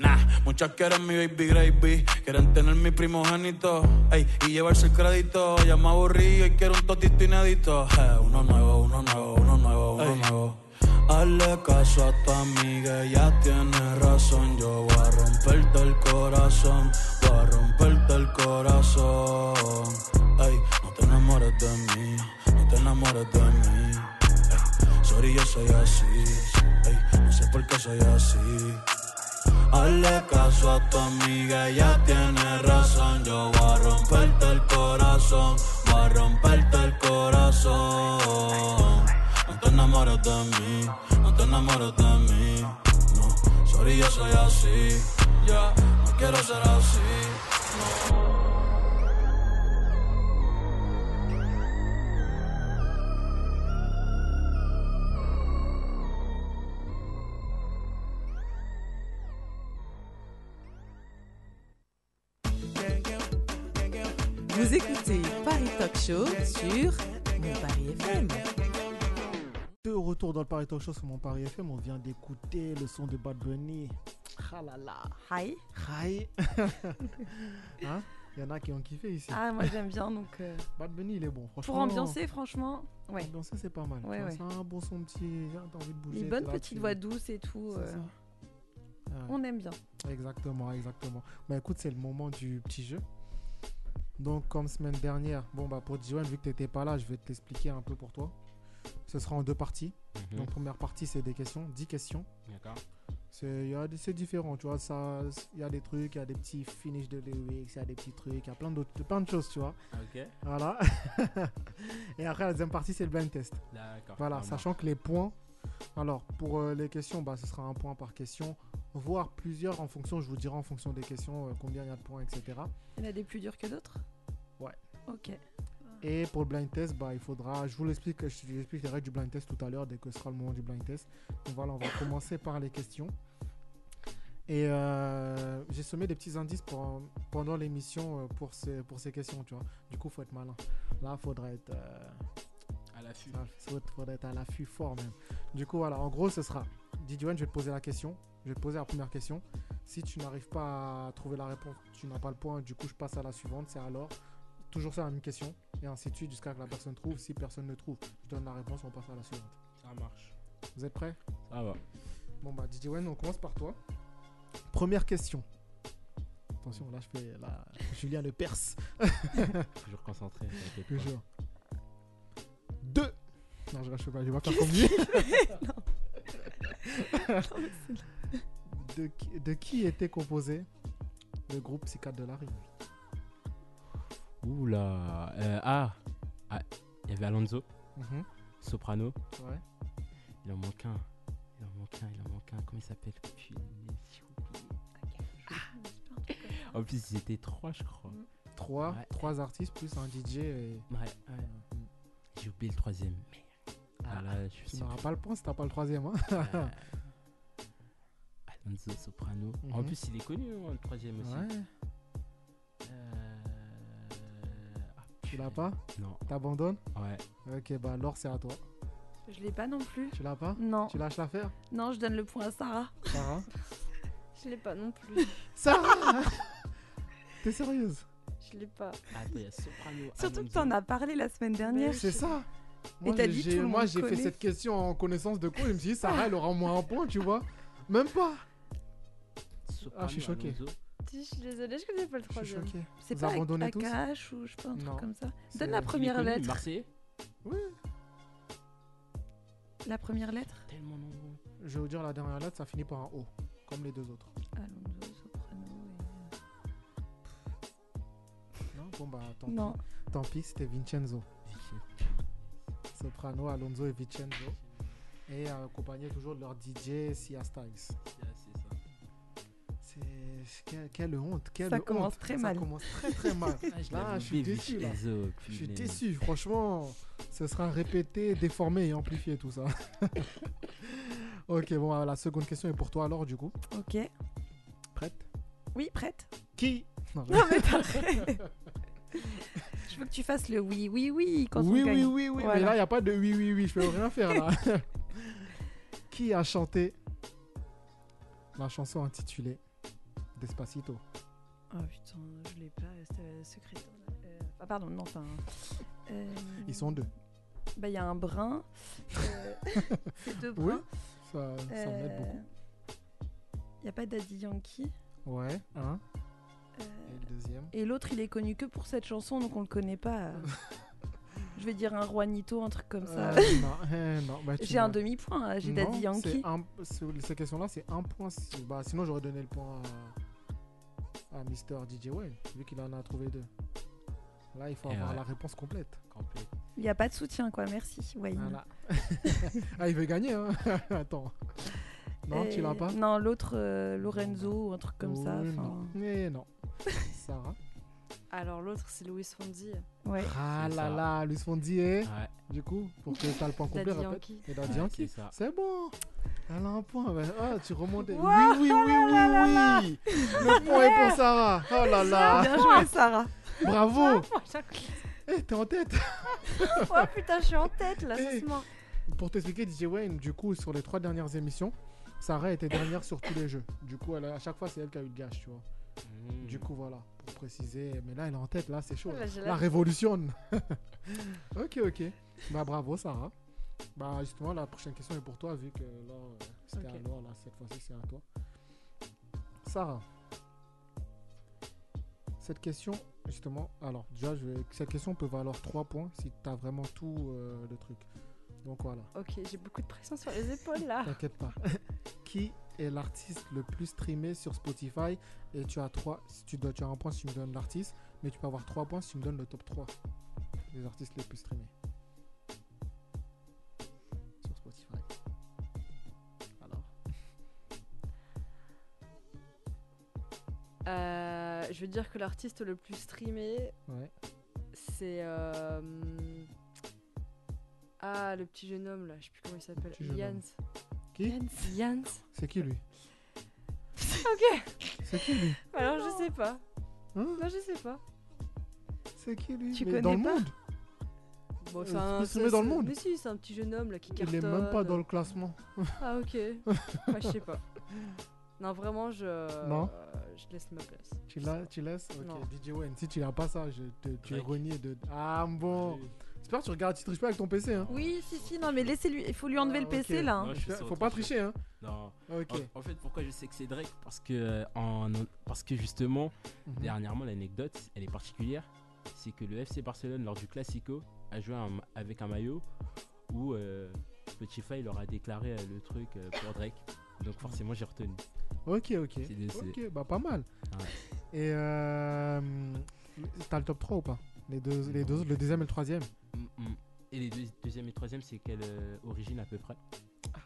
[SPEAKER 14] Nah, muchas quieren mi baby gravy, quieren tener mi primogénito, ey, y llevarse el crédito. Ya me aburrí y quiero un totito inédito. Eh, uno nuevo, uno nuevo, uno nuevo, uno nuevo. Hazle caso a tu amiga, ya tiene razón. Yo voy a romperte el corazón, voy a romperte el corazón. Ey, no te enamores de mí, no te enamores de mí. Ey, sorry, yo soy así, ey, no sé por qué soy así. Hazle caso a tu amiga, ella tiene razón. Yo voy a romperte el corazón, voy a romperte el corazón. No te enamores de mí, no te enamores de mí. No, sorry, yo soy así. Ya, no quiero ser así.
[SPEAKER 16] Vous écoutez Paris Talk Show sur Mon Paris FM.
[SPEAKER 1] De retour dans le Paris Talk Show sur mon Paris FM, on vient d'écouter le son de Bad Bunny. Ah là là.
[SPEAKER 5] Hi.
[SPEAKER 1] Hi. [LAUGHS] Hein Il y en a qui ont kiffé ici.
[SPEAKER 5] Ah, moi j'aime bien donc. euh,
[SPEAKER 1] Bad Bunny, il est bon. Franchement,
[SPEAKER 5] Pour ambiancer, franchement, ouais.
[SPEAKER 1] Ambiancer, c'est pas mal.
[SPEAKER 5] Ouais,
[SPEAKER 1] Tu vois,
[SPEAKER 5] ouais.
[SPEAKER 1] C'est un bon son petit. T'as envie de bouger.
[SPEAKER 5] Les
[SPEAKER 1] t'es
[SPEAKER 5] bonnes
[SPEAKER 1] là,
[SPEAKER 5] petites
[SPEAKER 1] tu-
[SPEAKER 5] voix douces et tout.
[SPEAKER 1] C'est
[SPEAKER 5] euh,
[SPEAKER 1] ça. Ouais.
[SPEAKER 5] On aime bien.
[SPEAKER 1] Exactement, exactement. Bah écoute, c'est le moment du petit jeu. Donc, comme semaine dernière, bon bah pour Johan, vu que t'étais pas là, je vais te l'expliquer un peu pour toi. Ce sera en deux parties.
[SPEAKER 2] Mhm.
[SPEAKER 1] Donc, première partie, c'est des questions, 10 questions.
[SPEAKER 2] D'accord.
[SPEAKER 1] C'est il y a des- c'est différent, tu vois. ça- Il y a des trucs, il y a des petits finishes de lyrics, il y a des petits trucs, il y a plein, d'autres- plein de choses, tu vois.
[SPEAKER 2] Ok.
[SPEAKER 1] Voilà. [LAUGHS] Et après, la deuxième partie, c'est le blind test.
[SPEAKER 2] D'accord,
[SPEAKER 1] Voilà,
[SPEAKER 2] ça
[SPEAKER 1] sachant que les points. Alors, pour euh, les questions, bah, ce sera un point par question, voire plusieurs en fonction, je vous dirai en fonction des questions, euh, combien il y a de points, etc.
[SPEAKER 5] Il y en a des plus durs que d'autres
[SPEAKER 1] Ouais.
[SPEAKER 5] Ok.
[SPEAKER 1] Et pour le blind test, bah, il faudra. Je vous l'explique, je vous explique les règles du blind test tout à l'heure, dès que ce sera le moment du blind test. Donc voilà, on va commencer par les questions. Et euh, j'ai semé des petits indices pour- pendant l'émission euh, pour ces, pour ces questions, tu vois. Du coup, faut être malin. Là, faudra être. euh,
[SPEAKER 2] À l'affût.
[SPEAKER 1] Faudra, faudra être à l'affût fort, même. Du coup, voilà, en gros, ce sera. Didier, Wayne, je vais te poser la question. Je vais te poser la première question. Si tu n'arrives pas à trouver la réponse, tu n'as pas le point, du coup, je passe à la suivante. C'est alors. Toujours sur la même question, et ainsi de suite jusqu'à que la personne trouve. Si personne ne trouve, je donne la réponse, on passe à la suivante.
[SPEAKER 2] Ça marche.
[SPEAKER 1] Vous êtes prêts
[SPEAKER 2] Ça va.
[SPEAKER 1] Bon, bah, Didier Wayne, on commence par toi. Première question. Attention, là, je fais la... [LAUGHS] Julien le perse. [LAUGHS]
[SPEAKER 2] Toujours concentré. t'inquiète pas.
[SPEAKER 1] Toujours. Deux. Non, je rachète pas, je vais pas faire comme [LAUGHS] lui. de, qui- de qui était composé le groupe C4 de la rime
[SPEAKER 2] Oula. Euh, ah. Ah, Il y avait Alonso.
[SPEAKER 1] Mhm.
[SPEAKER 2] Soprano.
[SPEAKER 1] Ouais.
[SPEAKER 2] Il en manque un. Il en manque un. Il en manque un. Comment il s'appelle Punaise, j'ai oublié.
[SPEAKER 5] Ah,
[SPEAKER 2] En plus, ils étaient trois, je crois.
[SPEAKER 5] Mhm.
[SPEAKER 1] Trois,
[SPEAKER 2] Ouais.
[SPEAKER 1] trois artistes plus un DJ. Et...
[SPEAKER 2] Ouais, J'ai oublié le troisième. Merde. Ah, là, je
[SPEAKER 1] Tu
[SPEAKER 2] sais
[SPEAKER 1] n'auras
[SPEAKER 2] plus.
[SPEAKER 1] pas le point si t'as pas le troisième. hein. [LAUGHS]
[SPEAKER 2] Alonso Soprano. En
[SPEAKER 1] Mhm.
[SPEAKER 2] plus, il est connu, hein, le troisième aussi.
[SPEAKER 1] Ouais.
[SPEAKER 2] Euh, ah,
[SPEAKER 1] Tu l'as pas
[SPEAKER 2] Non.
[SPEAKER 1] T'abandonnes
[SPEAKER 2] Ouais.
[SPEAKER 1] Ok, bah alors c'est à toi.
[SPEAKER 5] Je l'ai pas non plus.
[SPEAKER 1] Tu l'as pas
[SPEAKER 5] Non.
[SPEAKER 1] Tu lâches l'affaire
[SPEAKER 5] Non, je donne le point à Sarah.
[SPEAKER 1] Sarah
[SPEAKER 5] Je l'ai pas non [LAUGHS] plus.
[SPEAKER 1] [LAUGHS] Sarah T'es sérieuse
[SPEAKER 5] Je l'ai pas.
[SPEAKER 2] Attends, Ah, il y a Soprano.
[SPEAKER 5] [LAUGHS] Surtout que
[SPEAKER 2] Alonso.
[SPEAKER 5] t'en as parlé la semaine dernière.
[SPEAKER 1] C'est ça.
[SPEAKER 5] Et
[SPEAKER 1] Moi,
[SPEAKER 5] t'as
[SPEAKER 1] j'ai-
[SPEAKER 5] dit
[SPEAKER 1] j'ai-
[SPEAKER 5] tout le
[SPEAKER 1] Moi
[SPEAKER 5] monde
[SPEAKER 1] j'ai fait
[SPEAKER 5] connaît.
[SPEAKER 1] cette question en connaissance de cause. Je me suis dit, Sarah, elle aura au moins un point, tu vois. Même pas.
[SPEAKER 2] Soprano,
[SPEAKER 1] Ah, je suis choqué.
[SPEAKER 2] Alonso.
[SPEAKER 5] Si, Je suis désolée, je connais pas le troisième.
[SPEAKER 1] choquée.
[SPEAKER 5] C'est
[SPEAKER 1] Vous
[SPEAKER 5] pas
[SPEAKER 1] abandonnez tous
[SPEAKER 5] Akash ou je sais pas, un
[SPEAKER 1] Non.
[SPEAKER 5] truc comme ça.
[SPEAKER 1] C'est-
[SPEAKER 5] Donne la
[SPEAKER 1] Il est
[SPEAKER 5] première
[SPEAKER 2] connu,
[SPEAKER 5] lettre.
[SPEAKER 2] Marseillais
[SPEAKER 1] Oui.
[SPEAKER 5] La première lettre
[SPEAKER 2] Tellement nombreux.
[SPEAKER 1] Je vais vous dire la dernière lettre, ça finit par un O, comme les deux autres.
[SPEAKER 5] Ah, Alonso, Soprano
[SPEAKER 1] Non, bon bah tant
[SPEAKER 5] Non.
[SPEAKER 1] pis. Tant pis, c'était Vincenzo. Soprano, Alonso et Vincenzo. Et euh, accompagné toujours de leur DJ Sia Styles. C'est quelle, quelle honte, quelle
[SPEAKER 5] Ça
[SPEAKER 1] honte.
[SPEAKER 5] commence très mal.
[SPEAKER 1] Ça commence très très mal.
[SPEAKER 5] [LAUGHS] Ah, je
[SPEAKER 1] là,
[SPEAKER 5] l'avais
[SPEAKER 1] je suis
[SPEAKER 2] oublié,
[SPEAKER 1] déçu là.
[SPEAKER 2] Vincenzo,
[SPEAKER 1] Je suis
[SPEAKER 2] punaise.
[SPEAKER 1] déçu, franchement. Ce sera répété, déformé et amplifié tout ça. [LAUGHS] ok, bon, euh, la seconde question est pour toi alors du coup.
[SPEAKER 5] Ok.
[SPEAKER 1] Prête
[SPEAKER 5] Oui, prête.
[SPEAKER 1] Qui Non,
[SPEAKER 5] Non,
[SPEAKER 1] [LAUGHS]
[SPEAKER 5] mais t'arrêtes. je veux que tu fasses le oui, oui, oui quand
[SPEAKER 1] oui,
[SPEAKER 5] on gagne.
[SPEAKER 1] oui, oui, oui,
[SPEAKER 5] Voilà.
[SPEAKER 1] mais là, il n'y a pas de oui, oui, oui, je peux rien faire
[SPEAKER 5] [LAUGHS]
[SPEAKER 1] là. Qui a chanté la chanson intitulée Despacito
[SPEAKER 5] Oh putain, je l'ai pas. C'était euh, secret. Euh, ah, pardon, non, enfin. euh,
[SPEAKER 1] Ils sont deux.
[SPEAKER 5] Bah, il y a un brun.
[SPEAKER 1] [LAUGHS]
[SPEAKER 5] euh, c'est deux
[SPEAKER 1] Oui,
[SPEAKER 5] bruns.
[SPEAKER 1] ça, ça m'aide beaucoup.
[SPEAKER 5] Il n'y a pas Daddy Yankee.
[SPEAKER 1] Ouais, hein
[SPEAKER 5] Euh,
[SPEAKER 1] Et le deuxième
[SPEAKER 5] Et l'autre, il est connu que pour cette chanson, donc on le
[SPEAKER 1] [LAUGHS]
[SPEAKER 5] connaît pas. euh. je vais dire un Juanito, un truc comme ça. [LAUGHS]
[SPEAKER 1] Euh, non, [LAUGHS] eh, non, bah, tu
[SPEAKER 5] J'ai un
[SPEAKER 1] m'as-
[SPEAKER 5] demi-point, hein, j'ai
[SPEAKER 1] Non,
[SPEAKER 5] Daddy Yankee.
[SPEAKER 1] c'est un- ce- ces questions-là, c'est un point. si- bah, sinon, j'aurais donné le point à, à Mister DJ Wayne, vu qu'il en a trouvé deux. Là, il faut
[SPEAKER 2] Eh
[SPEAKER 1] avoir
[SPEAKER 2] ouais.
[SPEAKER 1] la réponse complète.
[SPEAKER 2] Complète.
[SPEAKER 5] Il n'y a pas de soutien, quoi. Merci, Wayne. [LAUGHS]
[SPEAKER 1] Voilà. ah, il veut gagner, hein [LAUGHS] Attends. Non, tu l'as
[SPEAKER 5] Euh,
[SPEAKER 1] pas
[SPEAKER 5] Non, l'autre, euh, Lorenzo, ou un truc comme ça.
[SPEAKER 1] Euh,
[SPEAKER 5] enfin.
[SPEAKER 1] non. Eh
[SPEAKER 5] [LAUGHS]
[SPEAKER 1] non. Sarah.
[SPEAKER 13] Alors l'autre, c'est Louis Fonzi.
[SPEAKER 5] Ouais.
[SPEAKER 1] Ah
[SPEAKER 2] C'est
[SPEAKER 1] là
[SPEAKER 2] ça.
[SPEAKER 1] là, Luis Fondi est.
[SPEAKER 2] Ouais.
[SPEAKER 1] Du coup, pour que tu le point complet,
[SPEAKER 13] Daddy
[SPEAKER 1] répète.
[SPEAKER 13] Yankee.
[SPEAKER 1] Et Daddy
[SPEAKER 2] Ouais,
[SPEAKER 1] Yankee.
[SPEAKER 2] c'est ça.
[SPEAKER 1] C'est bon. Elle a un point. bah, ah, tu remontais.
[SPEAKER 5] Wow,
[SPEAKER 1] oui, oui, oui, oui, oui. Le point est pour Sarah. Oh là là.
[SPEAKER 5] Bien joué, Sarah.
[SPEAKER 13] Ah,
[SPEAKER 1] Bravo.
[SPEAKER 13] J'ai un
[SPEAKER 1] Eh, t'es en
[SPEAKER 13] [LAUGHS]
[SPEAKER 1] tête.
[SPEAKER 5] Oh putain, je suis en tête là
[SPEAKER 1] Eh.
[SPEAKER 5] ce soir.
[SPEAKER 1] Pour t'expliquer, DJ Wayne, du coup, sur les trois dernières émissions, Sarah était dernière sur tous les jeux. Du coup, elle a- à chaque fois, c'est elle qui a eu le gage, tu vois.
[SPEAKER 2] Hmm.
[SPEAKER 1] Du coup, voilà, pour préciser. Mais là, elle est en tête, là, c'est
[SPEAKER 7] Oh
[SPEAKER 1] chaud.
[SPEAKER 13] Là, j'ai la-
[SPEAKER 1] la révolutionne. ok, ok. Bah, bravo, Sarah. Bah, justement, la prochaine question est pour toi, vu que là, euh, c'était
[SPEAKER 13] Ok.
[SPEAKER 1] à Laure, là, cette fois-ci, c'est à toi. Sarah, cette question, justement, alors, déjà, je vais- cette question peut valoir 3 points si t'as vraiment tout euh, le truc. Donc, voilà,
[SPEAKER 13] Ok, j'ai beaucoup de pression sur les épaules là.
[SPEAKER 1] t'inquiète pas. [LAUGHS] Qui est l'artiste le plus streamé sur Spotify Et tu as 3, si tu, dois, tu as un point si tu me donnes l'artiste, mais tu peux avoir 3 points si tu me donnes le top 3 des artistes les plus streamés sur Spotify. Alors
[SPEAKER 13] Euh, je veux dire que l'artiste le plus streamé,
[SPEAKER 1] Ouais.
[SPEAKER 13] c'est. euh, Ah, le petit jeune homme là, je sais plus comment il s'appelle.
[SPEAKER 1] Petit jeune
[SPEAKER 13] Jans.
[SPEAKER 1] Qui
[SPEAKER 13] Jans. Jans.
[SPEAKER 1] C'est qui lui
[SPEAKER 13] Ok. [LAUGHS]
[SPEAKER 1] C'est qui lui
[SPEAKER 13] Alors je sais pas. Non, je sais pas.
[SPEAKER 1] Hein C'est qui lui
[SPEAKER 13] Tu
[SPEAKER 1] Mais
[SPEAKER 13] connais
[SPEAKER 1] dans le
[SPEAKER 13] pas
[SPEAKER 1] monde
[SPEAKER 13] Bon,
[SPEAKER 1] Euh,
[SPEAKER 13] c'est un.
[SPEAKER 1] il se met dans le
[SPEAKER 13] c'est-
[SPEAKER 1] monde.
[SPEAKER 13] Mais si, c'est un petit jeune homme là qui
[SPEAKER 1] Il
[SPEAKER 13] cartonne.
[SPEAKER 1] est même pas dans le classement.
[SPEAKER 13] Ah,
[SPEAKER 1] [LAUGHS]
[SPEAKER 13] ok. Bah, je sais pas. Non, vraiment, je.
[SPEAKER 1] Non.
[SPEAKER 13] euh, Je laisse ma place.
[SPEAKER 1] Tu, la- tu laisses Ok,
[SPEAKER 13] Non.
[SPEAKER 1] DJ Wayne, si tu n'as pas ça, je te, tu es renié de. Ah bon J'espère que tu regardes, tu triches pas avec ton PC. Hein.
[SPEAKER 5] Oui, si, si, non, mais laissez-lui. Il faut lui enlever le
[SPEAKER 1] ok.
[SPEAKER 5] PC là.
[SPEAKER 1] Non,
[SPEAKER 5] hein.
[SPEAKER 1] je suis Faut pas tricher, hein.
[SPEAKER 2] Non.
[SPEAKER 1] Ok.
[SPEAKER 2] En, en fait, pourquoi je sais que c'est Drake Parce que, euh, en- parce que justement,
[SPEAKER 1] Mhm.
[SPEAKER 2] dernièrement, l'anecdote, elle est particulière. C'est que le FC Barcelone, lors du Classico, a joué un- avec un maillot où euh, Petit Fay leur a déclaré euh, le truc euh, pour Drake. Donc forcément, j'ai retenu.
[SPEAKER 1] Ok, ok.
[SPEAKER 2] C'est des- c'est-
[SPEAKER 1] Ok, bah pas mal.
[SPEAKER 2] Ouais.
[SPEAKER 1] Et euh, t'as le top 3 ou pas les deux, les deux, Le deuxième et le troisième
[SPEAKER 2] Mm, mm. Et les deux- deuxième et troisième, c'est quelle euh, origine à peu près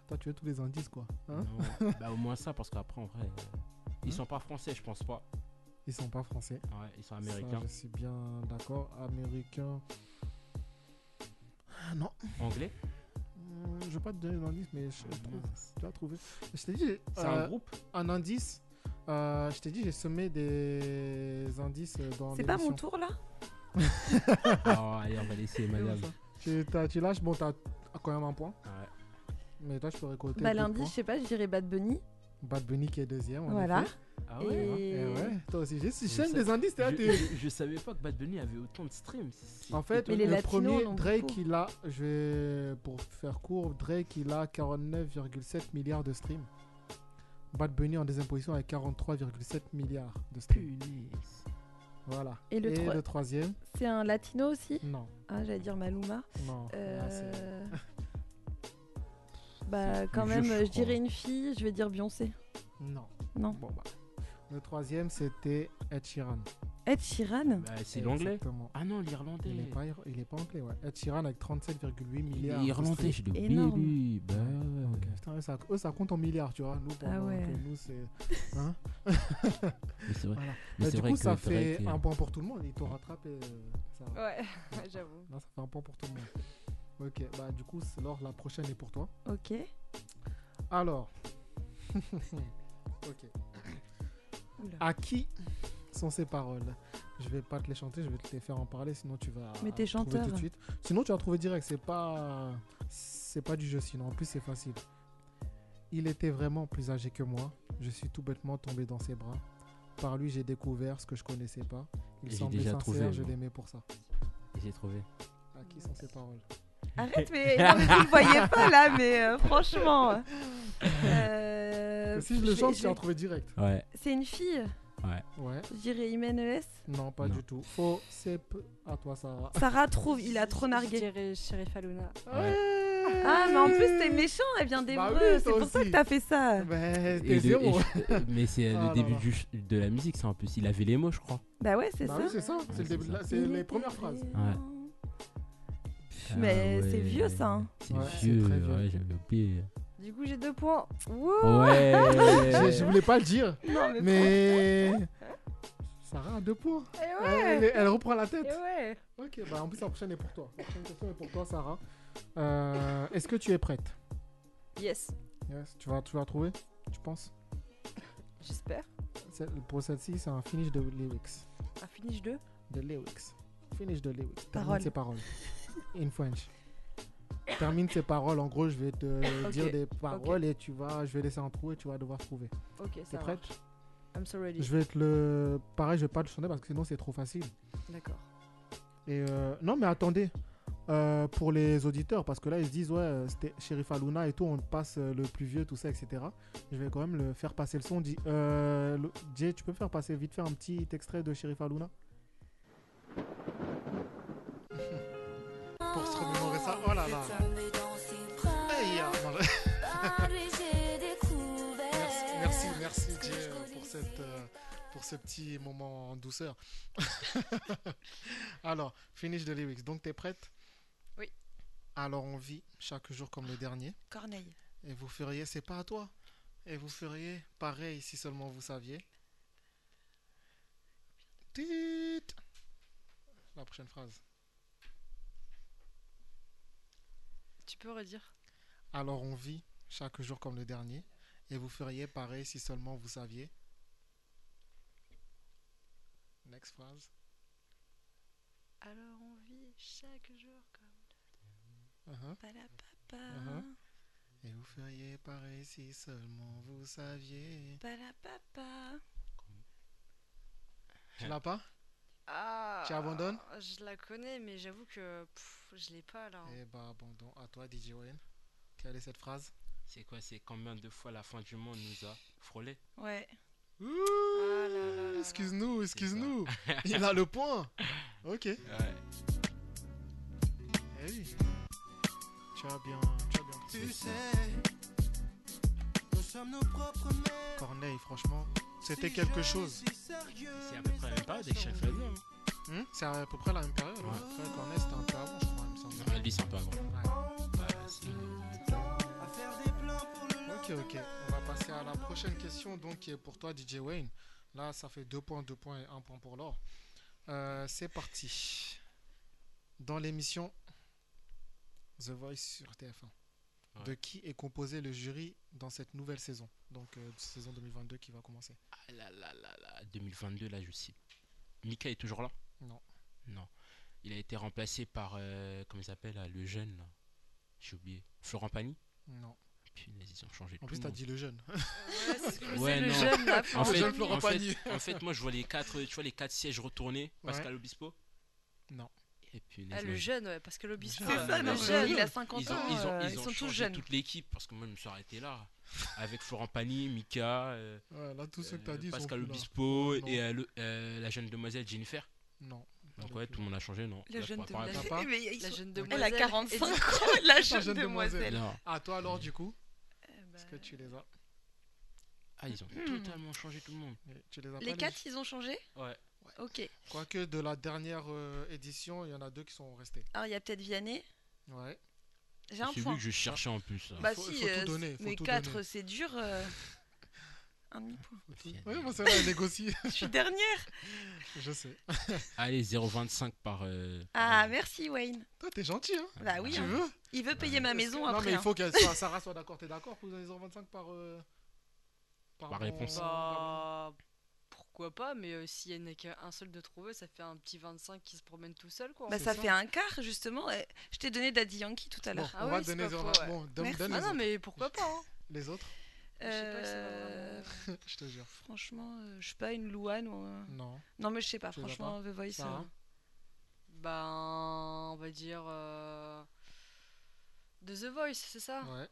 [SPEAKER 1] Toi, tu veux tous les indices quoi. Hein
[SPEAKER 2] Non, Bah au moins ça, parce qu'après, en vrai, euh, ils sont pas français, je pense pas.
[SPEAKER 1] [LAUGHS] Ils sont pas français.
[SPEAKER 2] Ouais, ils sont
[SPEAKER 1] Ça,
[SPEAKER 2] américains.
[SPEAKER 1] je suis bien d'accord. Américains. Ah, Non.
[SPEAKER 2] Anglais
[SPEAKER 1] Hmm, Je vais pas te donner d'indice, mais je je trouve. Tu as trouvé. Je t'ai dit. euh,
[SPEAKER 2] C'est un groupe
[SPEAKER 1] Un indice. Euh, je t'ai dit, j'ai semé des indices euh, dans.
[SPEAKER 5] C'est pas mon
[SPEAKER 1] l'émission.
[SPEAKER 5] tour là
[SPEAKER 2] Ah, allez, on va laisser madame.
[SPEAKER 1] hein. Tu, t'as- tu lâches, bon, t'as quand même un point.
[SPEAKER 2] Ouais.
[SPEAKER 1] Mais toi, je peux récolter.
[SPEAKER 5] Bah,
[SPEAKER 1] deux
[SPEAKER 5] lundi,
[SPEAKER 1] points.
[SPEAKER 5] je sais pas, je dirais Bad Bunny.
[SPEAKER 1] Bad Bunny qui est deuxième. en
[SPEAKER 5] Voilà.
[SPEAKER 1] effet.
[SPEAKER 2] Ah ouais, hein.
[SPEAKER 1] Eh ouais, toi aussi, j'ai
[SPEAKER 2] Je
[SPEAKER 1] si j'aime
[SPEAKER 2] sais-
[SPEAKER 1] des indices, t'es là,
[SPEAKER 2] je,
[SPEAKER 1] t'es-
[SPEAKER 2] je- je savais pas que Bad Bunny avait autant de streams. C'est-
[SPEAKER 1] En fait,
[SPEAKER 2] c'est-
[SPEAKER 1] le premier, Drake, il a, je vais, pour faire court, Drake, il a 49,7 milliards de streams. Bad Bunny en deuxième position avec 43,7 milliards de streams. Voilà.
[SPEAKER 5] Et le, troi-
[SPEAKER 1] troisième
[SPEAKER 5] C'est un latino aussi
[SPEAKER 1] Non.
[SPEAKER 5] Ah, j'allais dire Maluma.
[SPEAKER 1] Non, là, c'est-
[SPEAKER 5] Euh, [LAUGHS] bah,
[SPEAKER 1] C'est
[SPEAKER 5] quand
[SPEAKER 1] plus
[SPEAKER 5] même,
[SPEAKER 1] vieux, je
[SPEAKER 5] je, dirais
[SPEAKER 1] crois.
[SPEAKER 5] une fille, je vais dire Beyoncé.
[SPEAKER 1] Non.
[SPEAKER 5] Non.
[SPEAKER 1] Bon, bah. Le troisième, c'était Ed Sheeran.
[SPEAKER 5] Ed Sheeran
[SPEAKER 2] Bah, c'est l'anglais
[SPEAKER 1] Exactement.
[SPEAKER 2] Ah non, l'irlandais.
[SPEAKER 1] Il est pas, ir- il est pas anglais, ouais. Ed Sheeran avec 37,8
[SPEAKER 2] Il
[SPEAKER 1] milliards.
[SPEAKER 2] est
[SPEAKER 1] de
[SPEAKER 2] irlandais, je l'ai
[SPEAKER 1] streams.
[SPEAKER 2] oublié lui. Bah,
[SPEAKER 1] Ok, putain, eux, ça, eux, ça compte en milliards, tu vois. Nous,
[SPEAKER 5] Ah
[SPEAKER 1] pendant
[SPEAKER 5] ouais.
[SPEAKER 1] que nous,
[SPEAKER 5] [LAUGHS]
[SPEAKER 1] c'est. Hein
[SPEAKER 2] Mais c'est vrai. Mais
[SPEAKER 1] Voilà. Bah,
[SPEAKER 2] c'est
[SPEAKER 1] du
[SPEAKER 2] vrai
[SPEAKER 1] coup,
[SPEAKER 2] que
[SPEAKER 1] ça
[SPEAKER 2] Drake
[SPEAKER 1] fait
[SPEAKER 2] est-
[SPEAKER 1] un point pour tout le monde. Ils t'ont rattrapé. euh, ça va.
[SPEAKER 13] Ouais,
[SPEAKER 5] [LAUGHS]
[SPEAKER 13] j'avoue.
[SPEAKER 1] Non, ça fait un point pour tout le monde. Ok, bah du coup, c'est- Laure, la prochaine est pour toi.
[SPEAKER 5] Ok.
[SPEAKER 1] Alors. [LAUGHS] Bah, ok. À qui sont ces paroles Je vais pas te les chanter, je vais te les faire en parler, sinon tu vas.
[SPEAKER 5] Mais
[SPEAKER 1] trouver
[SPEAKER 5] t'es chanteur.
[SPEAKER 1] Tout de suite. Sinon, tu vas trouver direct. C'est pas. C'est pas du jeu, sinon. En plus, c'est facile. Il était vraiment plus âgé que moi. Je suis tout bêtement tombé dans ses bras. Par lui, j'ai découvert ce que je connaissais pas. Il
[SPEAKER 2] J'ai
[SPEAKER 1] semblait
[SPEAKER 2] déjà
[SPEAKER 1] sincère,
[SPEAKER 2] trouvé,
[SPEAKER 1] je
[SPEAKER 2] moi.
[SPEAKER 1] l'aimais pour ça.
[SPEAKER 2] J'ai trouvé.
[SPEAKER 1] À qui sont ces paroles
[SPEAKER 5] Arrête,
[SPEAKER 1] [LAUGHS]
[SPEAKER 2] [LAUGHS]
[SPEAKER 5] mais, non, mais vous le voyez pas là, mais euh, franchement. euh,
[SPEAKER 1] Si je le
[SPEAKER 5] vais-
[SPEAKER 1] chante,
[SPEAKER 5] je
[SPEAKER 1] tu vas
[SPEAKER 5] vais-
[SPEAKER 1] trouver direct.
[SPEAKER 2] Ouais.
[SPEAKER 5] C'est une fille
[SPEAKER 2] Ouais.
[SPEAKER 1] Ouais.
[SPEAKER 5] Je dirais Jiménez.
[SPEAKER 1] Non, pas
[SPEAKER 2] Non.
[SPEAKER 1] du tout. Faux, c'est peu- à toi, Sarah.
[SPEAKER 5] Sarah trouve, il a trop
[SPEAKER 13] Je
[SPEAKER 5] nargué.
[SPEAKER 13] dirais Sheriff Aluna.
[SPEAKER 5] Ah, mais en plus, t'es méchant, elle vient
[SPEAKER 1] Bah
[SPEAKER 5] d'Evreux.
[SPEAKER 1] oui,
[SPEAKER 5] c'est
[SPEAKER 1] toi
[SPEAKER 5] pour ça que
[SPEAKER 1] aussi.
[SPEAKER 5] t'as fait ça.
[SPEAKER 1] Bah,
[SPEAKER 2] Et
[SPEAKER 1] t'es
[SPEAKER 2] le-
[SPEAKER 1] zéro.
[SPEAKER 2] et je- [LAUGHS] euh, mais c'est euh,
[SPEAKER 1] Ah
[SPEAKER 2] le
[SPEAKER 1] là
[SPEAKER 2] début
[SPEAKER 1] là.
[SPEAKER 2] du ch- de la musique, c'est un peu. Il avait les mots, je crois.
[SPEAKER 5] Bah ouais, c'est
[SPEAKER 1] Bah
[SPEAKER 5] ça.
[SPEAKER 1] oui, c'est ça. C'est le début de la- c'est les premières phrases.
[SPEAKER 2] Ouais.
[SPEAKER 5] Mais
[SPEAKER 2] Ah
[SPEAKER 5] c'est
[SPEAKER 2] ouais.
[SPEAKER 5] vieux ça. hein.
[SPEAKER 2] C'est
[SPEAKER 1] Ouais, c'est
[SPEAKER 2] vieux,
[SPEAKER 1] très vieux.
[SPEAKER 2] ouais, j'avais oublié.
[SPEAKER 5] Du coup, j'ai deux points. Wouh
[SPEAKER 2] Ouais.
[SPEAKER 1] je, je voulais pas le dire.
[SPEAKER 5] Non, mais.
[SPEAKER 1] Mais. Sarah a deux points.
[SPEAKER 5] Eh
[SPEAKER 1] Elle,
[SPEAKER 5] ouais
[SPEAKER 1] elle reprend la tête.
[SPEAKER 5] Eh ouais
[SPEAKER 1] Ok, bah en plus, la prochaine est pour toi. La prochaine question est pour toi, Sarah. Euh, Est-ce que tu es prête
[SPEAKER 13] Yes,
[SPEAKER 1] Yes. Tu vas, tu vas trouver Tu penses
[SPEAKER 13] j'espère.
[SPEAKER 1] C'est- Pour celle-ci, c'est un finish de lyrics.
[SPEAKER 13] Un finish 2.
[SPEAKER 1] De lyrics. Finish de lyrics.
[SPEAKER 5] Paroles.
[SPEAKER 1] Termine ses paroles. In French. Termine ses paroles. En gros, je vais te dire des paroles et tu vas, je vais laisser un trou et tu vas devoir trouver.
[SPEAKER 13] Ok, ça
[SPEAKER 1] T'es prête
[SPEAKER 13] marche. I'm so ready.
[SPEAKER 1] Je vais te le. Pareil, je vais pas le chanter parce que sinon c'est trop facile.
[SPEAKER 13] D'accord.
[SPEAKER 1] Et euh, non, mais attendez. Euh, pour les auditeurs, parce que là ils se disent, ouais, euh, c'était Sheriff Aluna et tout, on passe euh, le plus vieux, tout ça, etc. Je vais quand même le faire passer le son. Dis, euh, le- Jay, tu peux faire passer vite fait un petit extrait de Sheriff Aluna Pour se remémorer ça, oh là là Aïe, [LAUGHS] ah, non, là. Merci, merci, merci Jay, euh, pour, cette, euh, pour ce petit moment en douceur. [LAUGHS] Alors, finish de lyrics. Donc, t'es prête
[SPEAKER 13] Oui.
[SPEAKER 1] Alors, on vit chaque jour comme le dernier.
[SPEAKER 13] Corneille.
[SPEAKER 1] Et vous feriez, c'est pas à toi. Et vous feriez pareil si seulement vous saviez. Tut. La prochaine phrase.
[SPEAKER 13] peux redire
[SPEAKER 1] Alors on vit chaque jour comme le dernier, et vous feriez pareil si seulement vous saviez. Next phrase.
[SPEAKER 9] Alors on vit chaque jour comme.
[SPEAKER 1] Uh-huh.
[SPEAKER 9] Palapapa.
[SPEAKER 1] Uh-huh. Et vous feriez pareil si seulement vous saviez.
[SPEAKER 9] Palapapa.
[SPEAKER 1] Tu l'as pas
[SPEAKER 13] Ah
[SPEAKER 1] Tu abandonnes
[SPEAKER 13] Je la connais, mais j'avoue que pff, je l'ai pas là.
[SPEAKER 1] Eh bah abandon. À toi DJ Owen. Quelle est cette phrase
[SPEAKER 2] C'est quoi C'est combien de fois la fin du monde nous a frôlé
[SPEAKER 9] Ouais.
[SPEAKER 1] Excuse-nous, excuse-nous. [LAUGHS] Il a le point. Ok.
[SPEAKER 2] Ah
[SPEAKER 1] Eh oui. Tu as bien, tu as bien
[SPEAKER 6] Tu
[SPEAKER 1] pris.
[SPEAKER 6] sais, nous sommes nos propres mères.
[SPEAKER 1] Corneille, franchement, c'était
[SPEAKER 6] Si
[SPEAKER 1] quelque
[SPEAKER 6] je
[SPEAKER 1] chose.
[SPEAKER 6] suis sérieux,
[SPEAKER 2] peu près la même période avec Chef Freddy, hein.
[SPEAKER 1] Hmm C'est à peu près la même période. hein. Après, Corneille, c'était un peu avant, je crois, il me semble.
[SPEAKER 2] Elvis, c'est un peu avant.
[SPEAKER 1] Ok, ok. On va passer à la prochaine question, donc qui est pour toi, DJ Wayne. Là, ça fait 2 points, 2 points et 1 point pour l'or. Euh, c'est parti. Dans l'émission The Voice sur TF1,
[SPEAKER 2] Ouais.
[SPEAKER 1] de qui est composé le jury dans cette nouvelle saison Donc, euh, saison 2022 qui va commencer.
[SPEAKER 2] Ah là là là là, 2022, là, je sais. Mika est toujours là
[SPEAKER 1] Non.
[SPEAKER 2] Non. Il a été remplacé par, euh, comment il s'appelle, là, le jeune, là. J'ai oublié. Florent Pagny [LAUGHS]
[SPEAKER 1] Non.
[SPEAKER 2] Punaise, ils ont changé
[SPEAKER 1] En
[SPEAKER 2] tout
[SPEAKER 1] plus,
[SPEAKER 2] le
[SPEAKER 1] t'as
[SPEAKER 2] monde.
[SPEAKER 1] dit le jeune.
[SPEAKER 2] Ouais, non. en, fait,
[SPEAKER 1] jeune Florent
[SPEAKER 2] en, fait-
[SPEAKER 1] Pagny.
[SPEAKER 2] en fait, moi, je vois les quatre, tu vois, les quatre sièges retournés. Pascal
[SPEAKER 13] Ouais.
[SPEAKER 2] Obispo
[SPEAKER 1] Non.
[SPEAKER 2] Et punaise,
[SPEAKER 13] Ah,
[SPEAKER 2] moi,
[SPEAKER 13] le
[SPEAKER 2] je-
[SPEAKER 13] jeune, ouais, parce que l'obispo.
[SPEAKER 2] Ah, non, non, non. Ils ont, ils ont- ils ont
[SPEAKER 13] sont tous
[SPEAKER 2] changé
[SPEAKER 13] jeunes.
[SPEAKER 2] toute l'équipe parce que moi je me suis arrêté là avec Florent Pagny, Mika, euh,
[SPEAKER 1] Ouais, là, tous ceux que t'as
[SPEAKER 2] euh,
[SPEAKER 1] dit, ils sont
[SPEAKER 2] Pascal
[SPEAKER 1] plus là.
[SPEAKER 2] Obispo
[SPEAKER 1] Ouais, non.
[SPEAKER 2] et euh, le- euh, la jeune demoiselle Jennifer.
[SPEAKER 1] Non.
[SPEAKER 2] Donc
[SPEAKER 1] Non
[SPEAKER 2] ouais,
[SPEAKER 1] plus.
[SPEAKER 2] tout le monde a changé, non.
[SPEAKER 1] La
[SPEAKER 2] Là, je
[SPEAKER 1] jeune
[SPEAKER 2] pourrais pas
[SPEAKER 1] demoiselle. [LAUGHS]
[SPEAKER 2] répondre.
[SPEAKER 9] [LAUGHS] mais ils
[SPEAKER 13] La
[SPEAKER 9] sont-
[SPEAKER 13] jeune
[SPEAKER 9] Elle a
[SPEAKER 13] demoiselle.
[SPEAKER 9] 45 ans,
[SPEAKER 13] Exactement.
[SPEAKER 9] la jeune, demoiselle. Eh ben,
[SPEAKER 2] Non.
[SPEAKER 1] À Ah, toi, alors, du coup Est-ce que tu les as
[SPEAKER 2] Ah, ils ont
[SPEAKER 9] Hmm.
[SPEAKER 2] totalement changé tout le monde.
[SPEAKER 1] Tu les as pas,
[SPEAKER 9] Les quatre, ils ont changé
[SPEAKER 2] Ouais.
[SPEAKER 9] Ok.
[SPEAKER 1] Quoique de la dernière euh, édition, il y en a deux qui sont restés.
[SPEAKER 9] Alors, il y a peut-être Vianney.
[SPEAKER 1] Ouais.
[SPEAKER 9] J'ai un
[SPEAKER 2] C'est
[SPEAKER 9] point.
[SPEAKER 2] lui que je cherchais en plus. là.
[SPEAKER 9] Bah
[SPEAKER 1] Faut-
[SPEAKER 9] si,
[SPEAKER 1] faut tout
[SPEAKER 9] euh,
[SPEAKER 1] donner, faut
[SPEAKER 9] mais
[SPEAKER 1] tout
[SPEAKER 9] 4,
[SPEAKER 1] donner.
[SPEAKER 9] c'est dur.
[SPEAKER 1] [LAUGHS]
[SPEAKER 9] euh, Un demi-point.
[SPEAKER 1] Oui, moi, celle-là, elle négocie.
[SPEAKER 9] [LAUGHS] Je suis dernière.
[SPEAKER 1] Je
[SPEAKER 9] [LAUGHS]
[SPEAKER 1] sais.
[SPEAKER 2] Allez, 0,25 par. euh,
[SPEAKER 9] Ah, merci Wayne.
[SPEAKER 1] Toi, t'es gentil, hein
[SPEAKER 9] Bah oui,
[SPEAKER 1] Tu
[SPEAKER 9] hein.
[SPEAKER 1] veux
[SPEAKER 9] Il veut
[SPEAKER 2] Ah,
[SPEAKER 9] payer ma
[SPEAKER 1] Parce que-
[SPEAKER 9] maison
[SPEAKER 1] non,
[SPEAKER 9] après.
[SPEAKER 1] mais il
[SPEAKER 9] hein.
[SPEAKER 1] faut que
[SPEAKER 2] [LAUGHS]
[SPEAKER 1] Sarah- Sarah soit d'accord. T'es d'accord pour donner 0,25 par. euh,
[SPEAKER 2] Par
[SPEAKER 1] mon-
[SPEAKER 2] réponse.
[SPEAKER 13] Bah, pourquoi pas, mais euh, s'il n'y en a qu'un seul de trouvé, ça fait un petit 25 qui se promène tout seul, quoi.
[SPEAKER 9] Bah ça fait un quart justement. Eh, Je t'ai donné Daddy Yankee tout à l'heure.
[SPEAKER 1] on va donner 0,25. Bon, donne-
[SPEAKER 9] Merci.
[SPEAKER 1] donne les
[SPEAKER 9] Ah non,
[SPEAKER 1] autres.
[SPEAKER 9] mais-
[SPEAKER 13] Mais pourquoi pas, hein
[SPEAKER 1] [LAUGHS] Les autres
[SPEAKER 9] Euh,
[SPEAKER 1] Je te jure.
[SPEAKER 9] Franchement, euh, je suis pas une Louane ou. un-
[SPEAKER 1] Non.
[SPEAKER 9] Non, mais je sais pas,
[SPEAKER 1] Tu les as
[SPEAKER 9] franchement,
[SPEAKER 1] pas
[SPEAKER 9] The Voice.
[SPEAKER 1] Sarah
[SPEAKER 9] euh,
[SPEAKER 13] Ben, on va dire. euh, De The Voice, c'est ça
[SPEAKER 1] Ouais.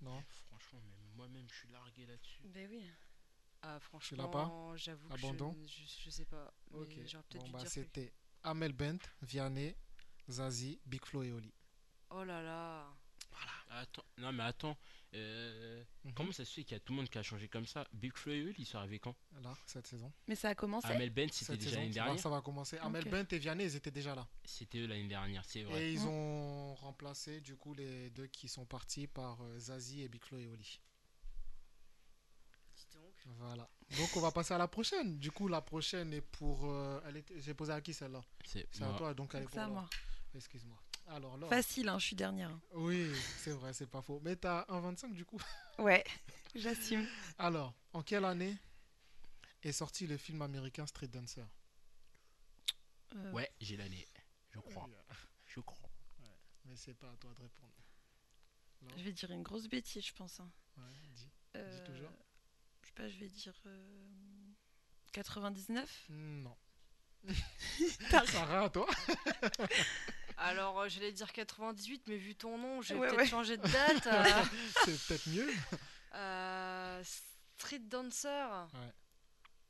[SPEAKER 1] Non.
[SPEAKER 2] Franchement, même moi-même, je suis largué là-dessus.
[SPEAKER 9] Ben oui.
[SPEAKER 13] Ah,
[SPEAKER 1] Tu
[SPEAKER 13] franchement,
[SPEAKER 1] l'as pas
[SPEAKER 13] j'avoue que je-
[SPEAKER 1] Abandon
[SPEAKER 13] je, je sais pas. mais
[SPEAKER 1] Ok.
[SPEAKER 13] J'aurais peut-être
[SPEAKER 1] Bon,
[SPEAKER 13] dû
[SPEAKER 1] bah,
[SPEAKER 13] dire quelque-
[SPEAKER 1] c'était Amel Bent, Vianney, Zazie, Big Flo et Oli.
[SPEAKER 13] Oh là là.
[SPEAKER 2] Attends, non mais attends, euh, comment ça se fait qu'il y a tout le monde qui a changé comme ça Big Flo et Eul, ils sont arrivés quand
[SPEAKER 1] Là, cette saison.
[SPEAKER 9] Mais ça a commencé Ah,
[SPEAKER 2] Amel Bent, c'était
[SPEAKER 1] Cette
[SPEAKER 2] déjà
[SPEAKER 1] saison,
[SPEAKER 2] l'année
[SPEAKER 1] tu vois,
[SPEAKER 2] dernière
[SPEAKER 1] Ça va commencer. Amel
[SPEAKER 9] Ok.
[SPEAKER 1] Bent et Vianney, ils étaient déjà là.
[SPEAKER 2] C'était eux l'année dernière, c'est vrai. Mmh.
[SPEAKER 1] Et ils ont remplacé du coup les deux qui sont partis par euh, Zazie et Biclo et Oli. Voilà. Donc on va passer à la prochaine. Du coup la prochaine est pour. euh, elle est- J'ai posé à qui celle-là
[SPEAKER 2] C'est
[SPEAKER 1] à
[SPEAKER 2] moi.
[SPEAKER 1] toi donc elle est
[SPEAKER 9] Donc
[SPEAKER 1] pour
[SPEAKER 9] c'est à
[SPEAKER 1] Laure.
[SPEAKER 9] moi.
[SPEAKER 1] Excuse-moi. Alors Laure.
[SPEAKER 9] Facile, hein, je suis dernière. hein.
[SPEAKER 1] Oui, c'est vrai, c'est pas faux. Mais t'as 1,25 du coup. [LAUGHS]
[SPEAKER 9] Ouais, [LAUGHS] j'assume.
[SPEAKER 1] Alors, en quelle année est sorti le film américain Street Dancer
[SPEAKER 9] Euh,
[SPEAKER 2] Ouais, j'ai l'année, je crois. Je crois.
[SPEAKER 1] Mais c'est pas à toi de répondre.
[SPEAKER 9] Je vais dire une grosse bêtise, je pense. hein.
[SPEAKER 1] Ouais, dis.
[SPEAKER 9] Euh,
[SPEAKER 1] toujours.
[SPEAKER 9] Je sais pas, je vais dire. euh, 99 [LAUGHS]
[SPEAKER 1] Non.
[SPEAKER 9] Sarah,
[SPEAKER 1] à toi
[SPEAKER 13] Alors, euh, j'allais dire 98, mais vu ton nom, j'ai
[SPEAKER 9] Ouais,
[SPEAKER 13] peut-être
[SPEAKER 9] ouais.
[SPEAKER 13] changé de
[SPEAKER 9] [LAUGHS]
[SPEAKER 13] date. euh.
[SPEAKER 1] [LAUGHS] C'est peut-être mieux.
[SPEAKER 13] Euh, Street Dancer.
[SPEAKER 1] Ouais.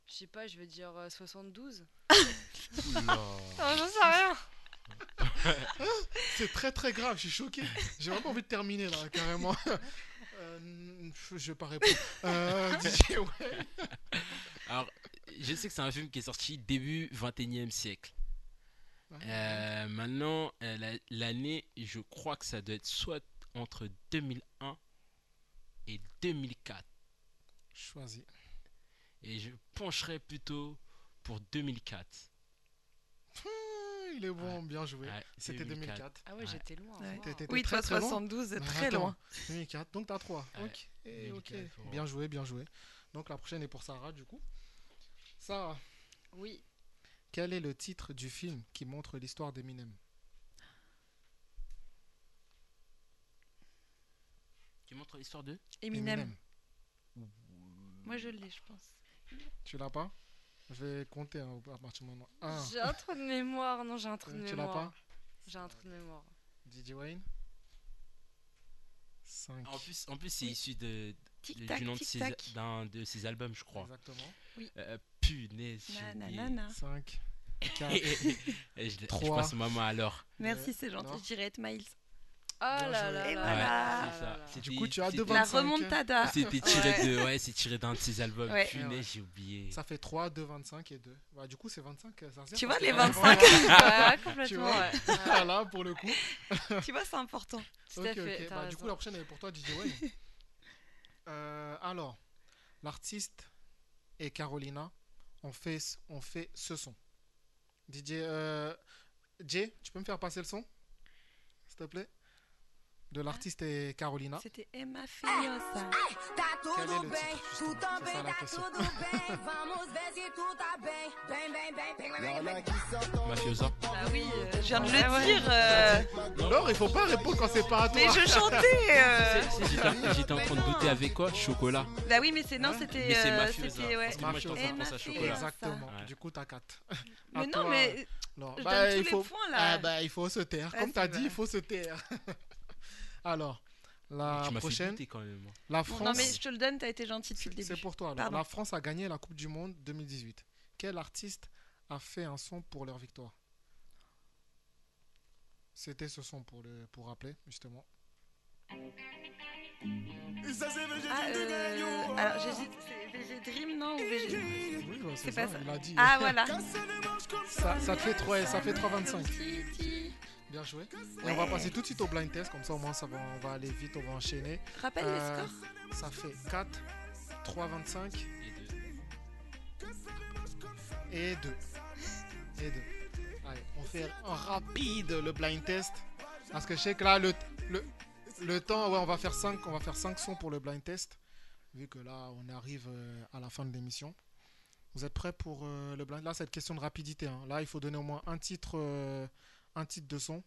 [SPEAKER 13] Je sais pas, je vais dire
[SPEAKER 9] [LAUGHS]
[SPEAKER 13] euh, 72.
[SPEAKER 9] Oh. Non, Ah, j'en sais rien.
[SPEAKER 1] C'est très très grave, je suis choqué. J'ai vraiment envie de terminer là, carrément. Euh, je vais pas répondre. Euh, DJ Wayne.
[SPEAKER 2] Alors, je sais que c'est un film qui est sorti début 21e siècle.
[SPEAKER 1] Ah.
[SPEAKER 2] Euh, maintenant, euh, la- l'année, je crois que ça doit être soit entre 2001 et 2004.
[SPEAKER 1] Choisis.
[SPEAKER 2] Et je pencherais plutôt pour 2004.
[SPEAKER 1] Hum, il est bon, bien joué.
[SPEAKER 2] Ouais, c'est
[SPEAKER 1] C'était 2004.
[SPEAKER 2] 2004.
[SPEAKER 9] Ah ouais, j'étais loin,
[SPEAKER 1] T'as-
[SPEAKER 9] wow.
[SPEAKER 1] t'as été
[SPEAKER 9] Oui,
[SPEAKER 1] très,
[SPEAKER 9] toi,
[SPEAKER 1] très loin.
[SPEAKER 9] 72,
[SPEAKER 1] Mais
[SPEAKER 9] très
[SPEAKER 1] attends,
[SPEAKER 9] loin.
[SPEAKER 1] 2004, donc t'as 3. Ok,
[SPEAKER 9] Ouais,
[SPEAKER 1] ok.
[SPEAKER 9] 2004 pour-
[SPEAKER 1] Bien joué, bien joué. Donc la prochaine est pour Sarah, du coup. Sarah,
[SPEAKER 9] Oui.
[SPEAKER 1] quel est le titre du film qui montre l'histoire d'Eminem
[SPEAKER 2] Tu montres l'histoire de
[SPEAKER 9] Eminem.
[SPEAKER 1] Hmm.
[SPEAKER 9] Moi, je l'ai, je pense.
[SPEAKER 1] Tu l'as pas Je vais compter hein, à partir du moment. 1.
[SPEAKER 9] J'ai un trou de mémoire, non, j'ai un trou de
[SPEAKER 1] Euh, Tu l'as
[SPEAKER 9] mémoire.
[SPEAKER 1] pas
[SPEAKER 9] J'ai un trou de mémoire.
[SPEAKER 1] DJ Wayne 5.
[SPEAKER 2] Ah, En plus, en plus c'est issu de, de-
[SPEAKER 9] tac,
[SPEAKER 2] du nom de
[SPEAKER 9] tic
[SPEAKER 2] ses,
[SPEAKER 9] tac.
[SPEAKER 2] d'un de ses albums, je crois.
[SPEAKER 1] Exactement.
[SPEAKER 9] Oui.
[SPEAKER 2] Euh, punaise. j'ai oublié.
[SPEAKER 1] 5.
[SPEAKER 2] [LAUGHS] Et je, je
[SPEAKER 1] 3.
[SPEAKER 2] passe maman alors.
[SPEAKER 1] Euh,
[SPEAKER 5] Merci, c'est gentil. Je dirais être Miles.
[SPEAKER 9] Oh là là
[SPEAKER 5] Et
[SPEAKER 9] là.
[SPEAKER 5] voilà.
[SPEAKER 2] Ouais, c'est ça. C'était-
[SPEAKER 1] Du coup, tu as
[SPEAKER 2] c'était-
[SPEAKER 1] 2,25.
[SPEAKER 5] La remontada.
[SPEAKER 2] C'était Ah, tiré
[SPEAKER 5] Ouais.
[SPEAKER 2] de, ouais, c'est tiré d'un de ses albums.
[SPEAKER 5] Ouais.
[SPEAKER 2] Punaise,
[SPEAKER 1] Ouais, ouais.
[SPEAKER 2] j'ai oublié.
[SPEAKER 1] Ça fait 3, 2, 25 et 2. Bah, du coup, c'est 25. euh, Ça revient
[SPEAKER 5] Tu
[SPEAKER 1] parce
[SPEAKER 5] vois,
[SPEAKER 1] que-
[SPEAKER 5] les
[SPEAKER 1] Ouais,
[SPEAKER 5] 25.
[SPEAKER 1] voilà.
[SPEAKER 5] Ouais,
[SPEAKER 1] Tu
[SPEAKER 5] complètement,
[SPEAKER 1] vois
[SPEAKER 5] ouais.
[SPEAKER 1] [LAUGHS] Voilà, pour le coup. [LAUGHS]
[SPEAKER 5] Tu vois, c'est important. Tout à
[SPEAKER 1] Ok,
[SPEAKER 5] fait,
[SPEAKER 1] ok.
[SPEAKER 5] t'as
[SPEAKER 1] Bah, du
[SPEAKER 5] raison.
[SPEAKER 1] coup, la prochaine elle est pour toi, DJ
[SPEAKER 5] [LAUGHS]
[SPEAKER 1] Wayne. Euh, alors, l'artiste et Carolina ont fait, ce- ont fait ce son. DJ. Euh, Jay, tu peux me faire passer le son S'il te plaît De l'artiste et Carolina.
[SPEAKER 5] C'était Emma Fiosa.
[SPEAKER 6] Tá
[SPEAKER 5] Quer ver,
[SPEAKER 6] tudo
[SPEAKER 5] Letícia?
[SPEAKER 6] bem, tu também
[SPEAKER 5] falar
[SPEAKER 6] tá
[SPEAKER 5] que eu sou-
[SPEAKER 6] tudo bem. Vamos ver se tu tá bem. Bem, bem, bem, bem, bem, bem, bem.
[SPEAKER 2] Mafiosa.
[SPEAKER 5] Ah oui, euh, je viens de
[SPEAKER 6] Ah
[SPEAKER 5] le
[SPEAKER 6] ouais.
[SPEAKER 5] dire. euh,
[SPEAKER 1] Non, il faut pas répondre quand c'est pas à toi.
[SPEAKER 5] Mais je chantais.
[SPEAKER 1] [LAUGHS]
[SPEAKER 5] euh.
[SPEAKER 2] Si, si, J'étais j'étais en train de douter avec quoi Chocolat.
[SPEAKER 5] Bah oui, mais c'est
[SPEAKER 1] Hein
[SPEAKER 5] non, c'était.
[SPEAKER 2] Mais c'est
[SPEAKER 5] euh,
[SPEAKER 2] Mafiosa,
[SPEAKER 5] c'était, ouais.
[SPEAKER 2] parce que moi, je pense à
[SPEAKER 5] Emma
[SPEAKER 2] France à chocolat.
[SPEAKER 5] Fiosa.
[SPEAKER 1] Exactement.
[SPEAKER 2] Ouais.
[SPEAKER 1] Du coup, t'as 4.
[SPEAKER 5] Mais non, mais je donne tous les points, là.
[SPEAKER 1] bah, il faut se taire.
[SPEAKER 5] Ah,
[SPEAKER 1] Comme
[SPEAKER 5] c'est
[SPEAKER 1] t'as dit,
[SPEAKER 5] vrai.
[SPEAKER 1] il faut se taire. [LAUGHS] Alors, la
[SPEAKER 2] Tu m'as fait
[SPEAKER 1] prochaine.
[SPEAKER 2] douter quand même, moi.
[SPEAKER 1] La
[SPEAKER 5] Bon,
[SPEAKER 1] France.
[SPEAKER 5] Non, mais je te le donne, t'as été gentil depuis le début.
[SPEAKER 1] C'est pour toi. alors.
[SPEAKER 5] Pardon.
[SPEAKER 1] La France a gagné la Coupe du Monde 2018. Quel artiste a fait un son pour leur victoire C'était ce son pour, le, pour rappeler, justement.
[SPEAKER 5] Ah, euh, alors j'hésite, c'est VG Dream, non Ou VG
[SPEAKER 1] c'est ça, il l'a dit.
[SPEAKER 5] Ah voilà.
[SPEAKER 1] Ça, ça te fait 3 ça fait 3,25. Bien joué. Et on va
[SPEAKER 5] Ouais.
[SPEAKER 1] passer tout de suite au blind test, comme ça au moins ça va, on va aller vite, on va enchaîner.
[SPEAKER 5] Rappelle les
[SPEAKER 1] scores Ça fait 4, 3, 25 et 2. Et 2. Allez, on fait en rapide le blind test. Parce que je sais que là, le, le, le temps, ouais, on va faire 5, on va faire 5 sons pour le blind test. Vu que là, on arrive euh, à la fin de l'émission. Vous êtes prêts pour euh, le blind Là, c'est une question de rapidité. hein. Là, il faut donner au moins un titre, euh, un titre de son.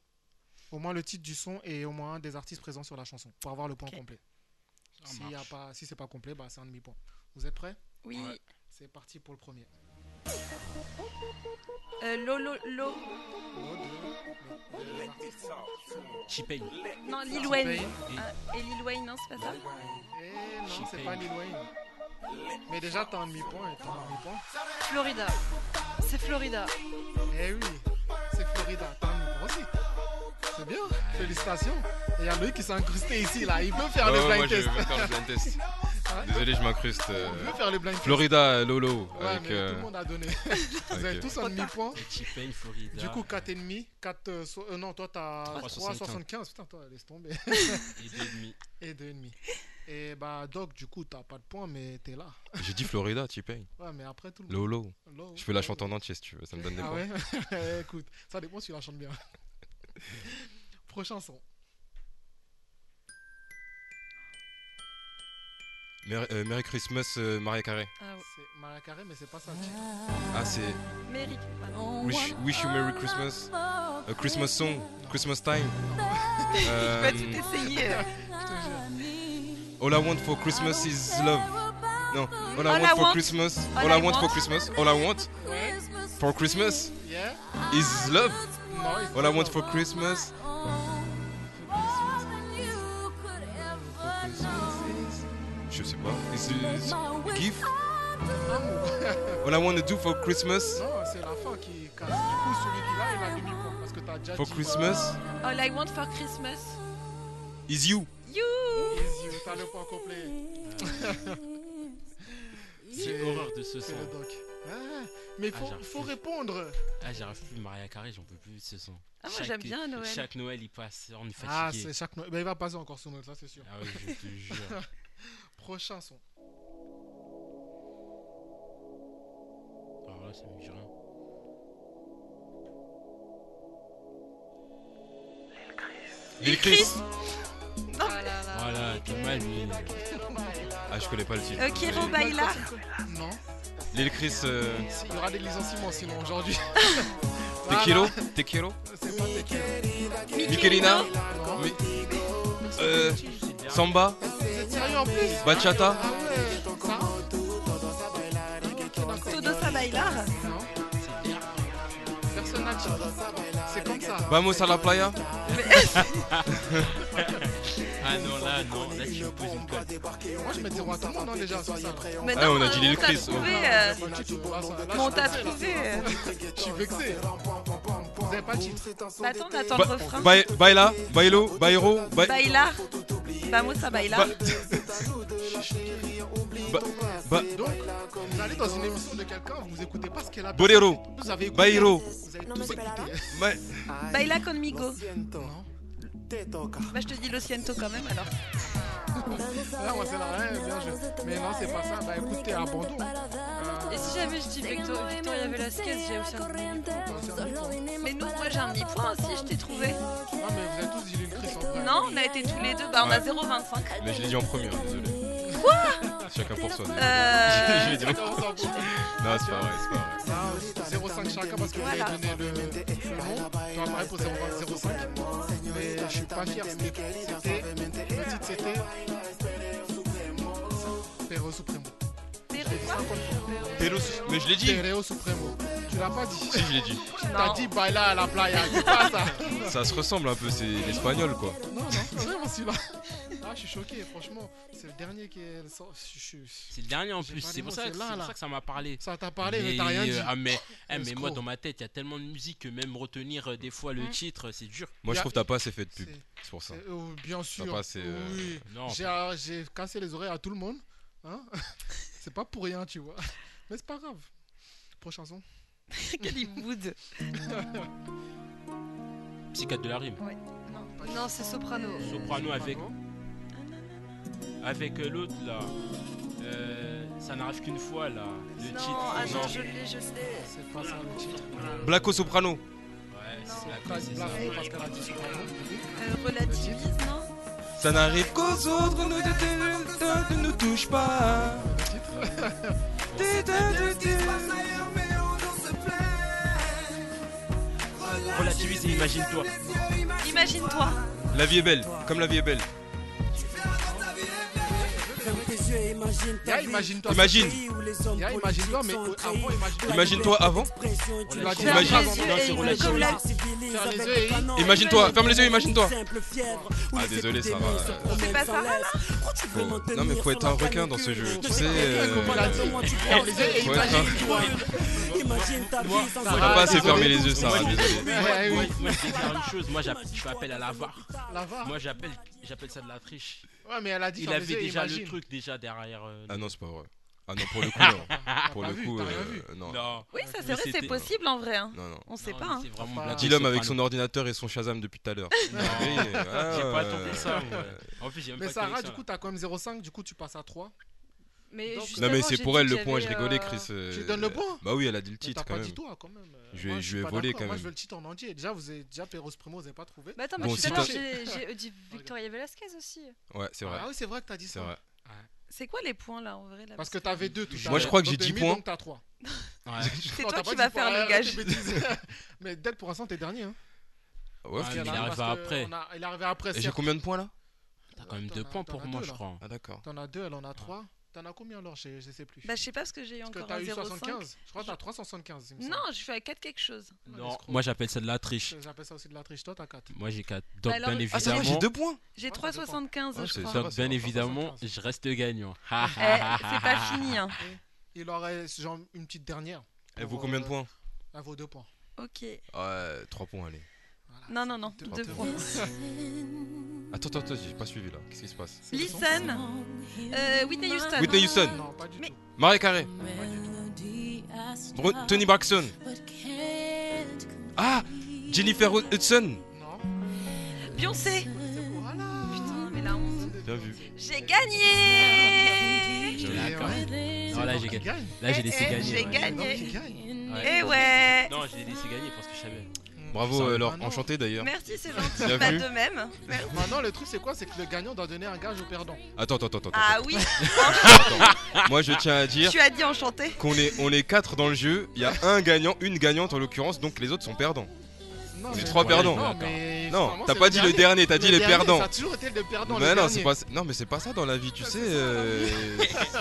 [SPEAKER 1] Au moins le titre du son et au moins un des artistes présents sur la chanson pour avoir le point complet.
[SPEAKER 2] Ça
[SPEAKER 1] S'il y a
[SPEAKER 2] marche.
[SPEAKER 1] pas, si c'est pas complet, bah, c'est un demi-point. Vous êtes prêts
[SPEAKER 5] Oui. Ouais.
[SPEAKER 1] C'est parti pour le premier.
[SPEAKER 5] Euh, Lolo, Lo.
[SPEAKER 2] Chipay.
[SPEAKER 5] Non, Lil Wayne. Ah, et Lil Wayne, non, c'est pas ça
[SPEAKER 1] Eh non, c'est
[SPEAKER 2] Chipay.
[SPEAKER 1] pas Lil Wayne. Mais déjà, t'as un demi-point et t'as un demi-point.
[SPEAKER 9] Florida. C'est Florida.
[SPEAKER 1] Eh oui, c'est Florida. T'as un demi-point aussi. C'est bien, félicitations. Et il y a Loïc qui s'est incrusté ici, là. Il veut faire
[SPEAKER 17] Ouais,
[SPEAKER 1] le
[SPEAKER 17] ouais,
[SPEAKER 1] blind
[SPEAKER 17] moi, je
[SPEAKER 1] test.
[SPEAKER 17] veux faire le blind test.
[SPEAKER 1] [LAUGHS] Ouais.
[SPEAKER 17] Désolé, je m'incruste. euh,
[SPEAKER 1] On veut faire le blind test.
[SPEAKER 17] Florida, euh, Lolo.
[SPEAKER 1] Ouais,
[SPEAKER 17] avec,
[SPEAKER 1] mais tout
[SPEAKER 17] euh,
[SPEAKER 1] le monde
[SPEAKER 17] [LAUGHS]
[SPEAKER 1] a donné. Vous avez
[SPEAKER 17] ok.
[SPEAKER 1] tous un demi-point.
[SPEAKER 2] Chipay, Florida.
[SPEAKER 1] Du coup, 4,5. 4, euh, so- euh, non, toi, t'as
[SPEAKER 2] 3,75.
[SPEAKER 1] 3,75. Putain, toi,
[SPEAKER 2] [LAUGHS]
[SPEAKER 1] laisse tomber.
[SPEAKER 2] Et deux et demi.
[SPEAKER 1] Et 2,5. Et bah, Doc, du coup, t'as pas de points, mais t'es là.
[SPEAKER 17] J'ai dit Florida, T-Pain.
[SPEAKER 1] Ouais, mais après, tout le monde-
[SPEAKER 17] Lolo.
[SPEAKER 1] Lolo.
[SPEAKER 17] Je peux la chanter en entier si tu veux, ça me donne des
[SPEAKER 1] ah
[SPEAKER 17] points.
[SPEAKER 1] ouais [LAUGHS] Écoute, ça dépend si la chante bien. [LAUGHS] Prochain son.
[SPEAKER 17] Mer- euh, Merry Christmas, euh, Maria Carey.
[SPEAKER 1] C'est Maria Carey, mais c'est pas ça. le titre.
[SPEAKER 17] Ah, c'est.
[SPEAKER 5] Merry.
[SPEAKER 17] Wish, wish you Merry Christmas. A Christmas song. Christmas
[SPEAKER 5] [LAUGHS]
[SPEAKER 17] time. Euh,
[SPEAKER 5] Pas tout
[SPEAKER 17] [LAUGHS]
[SPEAKER 5] essayer.
[SPEAKER 17] All I want for Christmas is love. Non, all I
[SPEAKER 5] All
[SPEAKER 17] want
[SPEAKER 5] I
[SPEAKER 17] for
[SPEAKER 5] want-
[SPEAKER 17] Christmas.
[SPEAKER 5] all
[SPEAKER 17] All I
[SPEAKER 5] I
[SPEAKER 17] want for
[SPEAKER 5] want-
[SPEAKER 17] Christmas. All I want for Christmas
[SPEAKER 1] Yeah.
[SPEAKER 17] is love.
[SPEAKER 1] No, it's
[SPEAKER 17] All I
[SPEAKER 1] not
[SPEAKER 17] want
[SPEAKER 1] love.
[SPEAKER 17] for Christmas. Je sais pas. Is is gift.
[SPEAKER 1] [LAUGHS]
[SPEAKER 17] All I want to do for Christmas.
[SPEAKER 1] Non, c'est la fin qui casse. Du coup, celui qui l'a, il a demi point parce que t'as déjà
[SPEAKER 17] For
[SPEAKER 1] dit-
[SPEAKER 17] Christmas
[SPEAKER 5] All I want for Christmas.
[SPEAKER 17] is you.
[SPEAKER 5] You.
[SPEAKER 1] Is you, t'as le point
[SPEAKER 2] [LAUGHS]
[SPEAKER 1] complet.
[SPEAKER 2] J'ai horreur de ce
[SPEAKER 1] c'est
[SPEAKER 2] son.
[SPEAKER 1] le doc. Ah, mais
[SPEAKER 2] Ah,
[SPEAKER 1] faut,
[SPEAKER 2] j'arrive
[SPEAKER 1] faut
[SPEAKER 2] plus.
[SPEAKER 1] répondre.
[SPEAKER 2] Ah, j'arrive plus, Maria Carré, j'en peux plus de ce son.
[SPEAKER 1] Ah, moi,
[SPEAKER 2] Chaque-
[SPEAKER 1] j'aime bien Noël.
[SPEAKER 2] Chaque Noël, il passe, on est
[SPEAKER 1] Ah,
[SPEAKER 2] fatigué.
[SPEAKER 1] c'est chaque Noël. Ben, il va passer encore sous Noël, ça c'est sûr.
[SPEAKER 2] Ah oui, je te jure.
[SPEAKER 1] [LAUGHS] Prochain son.
[SPEAKER 2] Oh, Alors là, ça me dit rien.
[SPEAKER 17] Lil Chris.
[SPEAKER 5] Non,
[SPEAKER 1] Oh
[SPEAKER 17] Voilà, dommage. Ah, je connais pas le titre.
[SPEAKER 5] Euh,
[SPEAKER 17] mais-
[SPEAKER 5] Kiro Baila.
[SPEAKER 1] Non.
[SPEAKER 17] Lil Chris. euh,
[SPEAKER 1] Il y aura des licenciements sinon aujourd'hui.
[SPEAKER 5] [LAUGHS]
[SPEAKER 17] Tequilo Tequilo
[SPEAKER 1] C'est pas Tequilo.
[SPEAKER 17] Mikelina
[SPEAKER 1] Non.
[SPEAKER 17] Mi- euh, Samba
[SPEAKER 1] C'est sérieux en plus
[SPEAKER 17] Bachata
[SPEAKER 5] Todo ça bailar.
[SPEAKER 1] Personnage. C'est comme ça.
[SPEAKER 17] Vamos a la [LAUGHS] playa
[SPEAKER 2] Ah non, là, non, là, tu me poses une colle.
[SPEAKER 1] Moi je mettais roi tout le monde hein, déjà sur ça.
[SPEAKER 5] Mais
[SPEAKER 17] Ah, on a dit Lil Chris. ouais.
[SPEAKER 5] euh,
[SPEAKER 1] On
[SPEAKER 5] on t'a trouvé, euh.
[SPEAKER 1] Je suis vexé. Vous avez pas de titre.
[SPEAKER 5] Bah attends, on attend
[SPEAKER 17] Ba-
[SPEAKER 5] le refrain.
[SPEAKER 17] Bai- Baila Bailo Bairo Bai-
[SPEAKER 5] Bailar. Vamos a bailar.
[SPEAKER 17] Ba- Ba- Ba-
[SPEAKER 1] Donc, vous allez dans une émission de quelqu'un, vous écoutez pas ce qu'elle a
[SPEAKER 17] Bolero
[SPEAKER 1] Vous avez écouté.
[SPEAKER 17] Bairo
[SPEAKER 1] Vous avez tous écouté. [LAUGHS]
[SPEAKER 17] Ba-
[SPEAKER 5] Baila conmigo. Bah je te dis Lo siento quand même alors.
[SPEAKER 1] Là, Ah, moi, c'est la reine, bien joué. Mais non, c'est pas ça. Bah écoutez, abandon.
[SPEAKER 5] Et si jamais je dis Victor, Victoria Velasquez, j'ai aussi un demi-point. Mais nous, moi j'ai un demi-point aussi, je t'ai trouvé.
[SPEAKER 1] Non, mais vous avez tous dit Lil Chris en vrai.
[SPEAKER 5] Non, on a été tous les deux, bah on a
[SPEAKER 17] Ouais.
[SPEAKER 5] 0,25.
[SPEAKER 17] Mais je l'ai dit en premier, hein, désolé.
[SPEAKER 5] Quoi
[SPEAKER 17] Chacun pour soi. désolé. [LAUGHS]
[SPEAKER 5] Euh.
[SPEAKER 17] Je l'ai dit en premier. Non, c'est pas vrai, c'est pas vrai.
[SPEAKER 1] Ah, 0,5 chacun parce que vous avez donné le, le nom. Toi, pareil pour 0,5. Mais je suis pas fier. C'était. c'était- Le titre, c'était. Perro Supremo.
[SPEAKER 17] Pero- Mais je l'ai dit
[SPEAKER 1] Perro Supremo. Tu l'as pas dit.
[SPEAKER 17] Si, je l'ai dit.
[SPEAKER 1] T'as dit baila à la playa. C'est pas ça.
[SPEAKER 17] [LAUGHS] Ça se ressemble un peu, c'est l'espagnol quoi.
[SPEAKER 1] Non, non, c'est vraiment celui-là. Ah, je suis choqué, franchement. C'est le dernier qui est. C'est
[SPEAKER 2] C'est le dernier en
[SPEAKER 1] J'ai
[SPEAKER 2] plus,
[SPEAKER 1] pas
[SPEAKER 2] c'est
[SPEAKER 1] les
[SPEAKER 2] pour
[SPEAKER 1] mots,
[SPEAKER 2] ça
[SPEAKER 1] c'est
[SPEAKER 2] que
[SPEAKER 1] là,
[SPEAKER 2] c'est pour
[SPEAKER 1] là.
[SPEAKER 2] ça que ça m'a parlé.
[SPEAKER 1] Ça t'a parlé, mais t'as rien dit.
[SPEAKER 2] euh, Ah, mais, eh, mais
[SPEAKER 1] Escroc.
[SPEAKER 2] moi dans ma tête, il y a tellement de musique que même retenir euh, des fois le
[SPEAKER 1] Mm.
[SPEAKER 2] titre, c'est dur.
[SPEAKER 17] Moi
[SPEAKER 1] Il y
[SPEAKER 17] je
[SPEAKER 1] a-
[SPEAKER 17] trouve que t'as pas assez fait de pub,
[SPEAKER 1] c'est-
[SPEAKER 17] c'est pour Hein. ça.
[SPEAKER 1] c'est- euh, bien sûr.
[SPEAKER 17] T'as pas assez. euh,
[SPEAKER 1] Oui.
[SPEAKER 2] Non.
[SPEAKER 1] J'ai, euh, j'ai cassé les oreilles à tout le monde. hein. [LAUGHS] c'est pas pour rien, tu vois. [LAUGHS] Mais c'est pas grave. Prochaine chanson.
[SPEAKER 5] Quel
[SPEAKER 1] [LAUGHS]
[SPEAKER 5] mood.
[SPEAKER 2] Psychiatre de la rime.
[SPEAKER 5] Ouais. Non, non c'est soprano.
[SPEAKER 2] Soprano avec. Avec euh, l'autre là. Euh, ça n'arrive qu'une fois là. Le
[SPEAKER 5] Non,
[SPEAKER 2] titre.
[SPEAKER 5] attends, je l'ai, je l'ai.
[SPEAKER 1] C'est pas ça le titre.
[SPEAKER 17] Blacko Soprano
[SPEAKER 2] Ouais, c'est la
[SPEAKER 1] Pas
[SPEAKER 2] c'est ça.
[SPEAKER 1] Blafro, parce qu'elle a dit soprano.
[SPEAKER 5] Euh, relativise, non
[SPEAKER 17] Ça n'arrive qu'aux autres, ne, ne- ne- ne- ne nous touche pas.
[SPEAKER 2] Relativise et imagine-toi.
[SPEAKER 5] Imagine-toi.
[SPEAKER 17] La vie est belle, comme la vie est belle.
[SPEAKER 1] Yeah, imagine-toi.
[SPEAKER 17] Imagine.
[SPEAKER 1] Yeah, imagine-toi, mais euh, avant, imagine-toi.
[SPEAKER 17] Imagine-toi avant.
[SPEAKER 1] Tu l'as dit.
[SPEAKER 17] Imagine-
[SPEAKER 1] Ferme les yeux
[SPEAKER 17] Non,
[SPEAKER 1] et
[SPEAKER 17] c'est relatif.
[SPEAKER 1] il veut comme la-
[SPEAKER 18] Ferme
[SPEAKER 1] les yeux et il-
[SPEAKER 17] Imagine-toi, ferme les yeux, imagine-toi. Ah désolé Sarah.
[SPEAKER 5] C'est pas ça.
[SPEAKER 17] Faut- Non mais faut être un requin dans ce jeu, tu sais. euh,
[SPEAKER 1] Ferme les yeux et
[SPEAKER 17] Faut être un-
[SPEAKER 1] imagine-toi.
[SPEAKER 17] T'as pas assez fermé les yeux Sarah, désolé.
[SPEAKER 1] Eh
[SPEAKER 2] Moi,
[SPEAKER 1] oui.
[SPEAKER 2] moi, je vais dire une chose, moi j'appelle- je fais appel à la VAR.
[SPEAKER 1] La VAR
[SPEAKER 2] Moi j'appelle j'appelle ça de la triche.
[SPEAKER 1] Ouais, mais elle a dit
[SPEAKER 2] Il
[SPEAKER 1] ferme les
[SPEAKER 2] avait
[SPEAKER 1] yeux et
[SPEAKER 2] déjà
[SPEAKER 1] imagine.
[SPEAKER 2] le truc déjà derrière. euh,
[SPEAKER 17] Ah non c'est pas vrai. Ah non
[SPEAKER 2] [LAUGHS]
[SPEAKER 17] pour le coup non. Pour
[SPEAKER 2] pas
[SPEAKER 17] le
[SPEAKER 2] vu,
[SPEAKER 17] coup
[SPEAKER 2] t'as rien
[SPEAKER 17] euh,
[SPEAKER 2] vu.
[SPEAKER 17] non.
[SPEAKER 2] Non.
[SPEAKER 5] Oui, ça c'est
[SPEAKER 2] Mais
[SPEAKER 5] vrai,
[SPEAKER 2] c'était-
[SPEAKER 5] c'est possible en vrai. Hein.
[SPEAKER 17] Non, non.
[SPEAKER 5] On sait
[SPEAKER 2] Non,
[SPEAKER 5] pas.
[SPEAKER 2] mais
[SPEAKER 5] Hein.
[SPEAKER 2] c'est vraiment
[SPEAKER 1] Enfin,
[SPEAKER 2] Black
[SPEAKER 17] Dis l'homme
[SPEAKER 2] Soprano.
[SPEAKER 17] avec son ordinateur et son Shazam depuis tout à l'heure.
[SPEAKER 2] Non, [LAUGHS] j'ai pas
[SPEAKER 17] euh,
[SPEAKER 2] attendu ça. moi. En plus, j'ai même
[SPEAKER 1] Mais
[SPEAKER 2] pas
[SPEAKER 1] Sarah,
[SPEAKER 2] connu
[SPEAKER 1] du
[SPEAKER 2] ça,
[SPEAKER 1] coup, t'as quand même 0,5, du coup, tu passes à 3.
[SPEAKER 5] Mais
[SPEAKER 1] Donc,
[SPEAKER 17] Non
[SPEAKER 5] justement,
[SPEAKER 17] mais c'est
[SPEAKER 5] j'ai
[SPEAKER 17] pour
[SPEAKER 5] dit
[SPEAKER 17] elle
[SPEAKER 5] qu'il
[SPEAKER 17] le
[SPEAKER 5] y
[SPEAKER 17] point, je
[SPEAKER 5] avait,
[SPEAKER 17] rigolais
[SPEAKER 5] euh,
[SPEAKER 17] Chris. euh,
[SPEAKER 1] tu lui donnes le point
[SPEAKER 17] Bah oui, elle a dit le
[SPEAKER 1] Mais
[SPEAKER 17] titre
[SPEAKER 1] t'as
[SPEAKER 17] quand
[SPEAKER 1] pas
[SPEAKER 17] même.
[SPEAKER 1] dit toi, quand même. Euh,
[SPEAKER 17] Je lui
[SPEAKER 1] moi,
[SPEAKER 17] ai- je
[SPEAKER 1] suis
[SPEAKER 17] lui ai
[SPEAKER 1] pas
[SPEAKER 17] volé
[SPEAKER 1] d'accord.
[SPEAKER 17] quand
[SPEAKER 1] Moi,
[SPEAKER 17] même.
[SPEAKER 1] je veux le titre en entier. Déjà, vous avez déjà Perros Primo, vous avez pas trouvé.
[SPEAKER 5] Bah attends, mais
[SPEAKER 17] Bon,
[SPEAKER 5] tout
[SPEAKER 17] si
[SPEAKER 5] à l'heure
[SPEAKER 17] t'as-
[SPEAKER 5] j'ai j'ai dit Euh, Victoria Velasquez aussi.
[SPEAKER 17] Ouais, c'est vrai.
[SPEAKER 1] Ah oui, c'est vrai que t'as dit
[SPEAKER 17] C'est
[SPEAKER 1] ça.
[SPEAKER 17] vrai.
[SPEAKER 5] C'est quoi les points là en vrai là
[SPEAKER 1] Parce que t'avais 2 tout à l'heure.
[SPEAKER 17] Moi, je crois que j'ai
[SPEAKER 1] Donc, t'as
[SPEAKER 17] 10
[SPEAKER 1] mis,
[SPEAKER 17] points.
[SPEAKER 1] Donc, t'as 3. [LAUGHS]
[SPEAKER 5] C'est toi qui vas faire le gage.
[SPEAKER 1] Mais Del, pour l'instant, t'es dernier. hein.
[SPEAKER 17] Ouais,
[SPEAKER 2] Ah,
[SPEAKER 17] faut-
[SPEAKER 2] mais il
[SPEAKER 1] Parce
[SPEAKER 2] arrive
[SPEAKER 1] que
[SPEAKER 2] après.
[SPEAKER 1] on a- Il est arrivé après.
[SPEAKER 17] Et j'ai
[SPEAKER 1] certes.
[SPEAKER 17] combien de points là
[SPEAKER 2] T'as quand même
[SPEAKER 1] T'en
[SPEAKER 2] deux
[SPEAKER 1] as-
[SPEAKER 2] points
[SPEAKER 1] t'en
[SPEAKER 2] pour
[SPEAKER 1] as
[SPEAKER 2] moi,
[SPEAKER 1] deux,
[SPEAKER 2] je
[SPEAKER 1] là.
[SPEAKER 2] crois.
[SPEAKER 17] Ah d'accord.
[SPEAKER 1] T'en as 2, elle en a 3. T'en as combien alors je, je sais plus.
[SPEAKER 5] Bah je sais pas parce que j'ai eu
[SPEAKER 1] Parce que
[SPEAKER 5] encore
[SPEAKER 1] t'as
[SPEAKER 5] un
[SPEAKER 1] eu
[SPEAKER 5] 0,5.
[SPEAKER 1] 75. Je crois que t'as 375. il me semble.
[SPEAKER 5] [LAUGHS] Non, je suis à 4 quelque chose.
[SPEAKER 2] Non, moi j'appelle ça de la triche.
[SPEAKER 1] J'appelle ça aussi de la triche. Toi, t'as 4.
[SPEAKER 2] Moi j'ai 4.
[SPEAKER 5] Bah
[SPEAKER 2] Donc
[SPEAKER 5] alors,
[SPEAKER 2] bien
[SPEAKER 5] il-
[SPEAKER 1] ah,
[SPEAKER 17] ah,
[SPEAKER 2] évidemment.
[SPEAKER 17] points
[SPEAKER 5] J'ai
[SPEAKER 17] Ah,
[SPEAKER 5] 3,75 je crois.
[SPEAKER 2] Donc bien évidemment, je reste gagnant. Ha,
[SPEAKER 5] Eh,
[SPEAKER 2] ha, ha,
[SPEAKER 5] c'est
[SPEAKER 2] ha,
[SPEAKER 5] pas
[SPEAKER 2] ha.
[SPEAKER 5] fini hein.
[SPEAKER 1] Il en reste genre une petite dernière.
[SPEAKER 17] Elle vaut
[SPEAKER 1] Pour,
[SPEAKER 17] combien de
[SPEAKER 1] euh,
[SPEAKER 17] points
[SPEAKER 1] Elle vaut 2 points.
[SPEAKER 5] OK.
[SPEAKER 17] Ouais, 3 Euh, points, allez.
[SPEAKER 5] Non non non, deux points.
[SPEAKER 17] [LAUGHS] Attends, attends, attends, j'ai pas suivi là. Qu'est-ce qui se passe
[SPEAKER 5] Listen. Euh, Whitney Houston.
[SPEAKER 17] Whitney Houston.
[SPEAKER 1] Non, pas du
[SPEAKER 5] Mais-
[SPEAKER 1] tout.
[SPEAKER 17] Marie Carré.
[SPEAKER 19] Bru-
[SPEAKER 17] Tony Braxton. Ah Jennifer Hudson.
[SPEAKER 5] Beyoncé. Putain, mais la honte.
[SPEAKER 17] Bien vu.
[SPEAKER 5] J'ai gagné.
[SPEAKER 2] Non, là j'ai
[SPEAKER 1] qui
[SPEAKER 2] gagné.
[SPEAKER 1] gagne.
[SPEAKER 2] Là j'ai
[SPEAKER 5] Eh,
[SPEAKER 2] laissé
[SPEAKER 5] eh,
[SPEAKER 2] gagner.
[SPEAKER 5] J'ai
[SPEAKER 2] ouais.
[SPEAKER 5] gagné.
[SPEAKER 1] Qui gagne
[SPEAKER 5] Eh ouais.
[SPEAKER 2] Non, j'ai laissé gagner parce que Hmm. je savais.
[SPEAKER 17] Bravo, euh, Laure. Enchanté d'ailleurs.
[SPEAKER 5] Merci, c'est
[SPEAKER 17] Bien
[SPEAKER 5] gentil. Pas
[SPEAKER 17] vu.
[SPEAKER 5] de même. Merci.
[SPEAKER 1] Maintenant, le truc, c'est quoi C'est que le gagnant doit donner un gage au perdant.
[SPEAKER 17] Attends, attends, attends. attends.
[SPEAKER 5] Ah oui. [LAUGHS]
[SPEAKER 17] Attends. Moi, je tiens à dire.
[SPEAKER 5] Tu as dit enchanté.
[SPEAKER 17] Qu'on est, on est quatre dans le jeu. Il y a un gagnant, une gagnante en l'occurrence, donc les autres sont perdants.
[SPEAKER 1] Non,
[SPEAKER 17] on est
[SPEAKER 1] mais-
[SPEAKER 17] trois
[SPEAKER 1] Ouais,
[SPEAKER 17] perdants.
[SPEAKER 1] non, mais
[SPEAKER 17] Non,
[SPEAKER 1] normalement,
[SPEAKER 17] t'as
[SPEAKER 1] c'est
[SPEAKER 17] pas
[SPEAKER 1] le
[SPEAKER 17] dit le
[SPEAKER 1] dernier.
[SPEAKER 17] dernier, t'as
[SPEAKER 1] Le
[SPEAKER 17] dit les
[SPEAKER 1] dernier,
[SPEAKER 17] perdants.
[SPEAKER 1] ça a toujours été le perdant, le
[SPEAKER 17] Mais non, c'est
[SPEAKER 1] dernier.
[SPEAKER 17] pas, non, mais c'est pas ça dans la vie, tu sais.
[SPEAKER 1] [LAUGHS]
[SPEAKER 17] euh,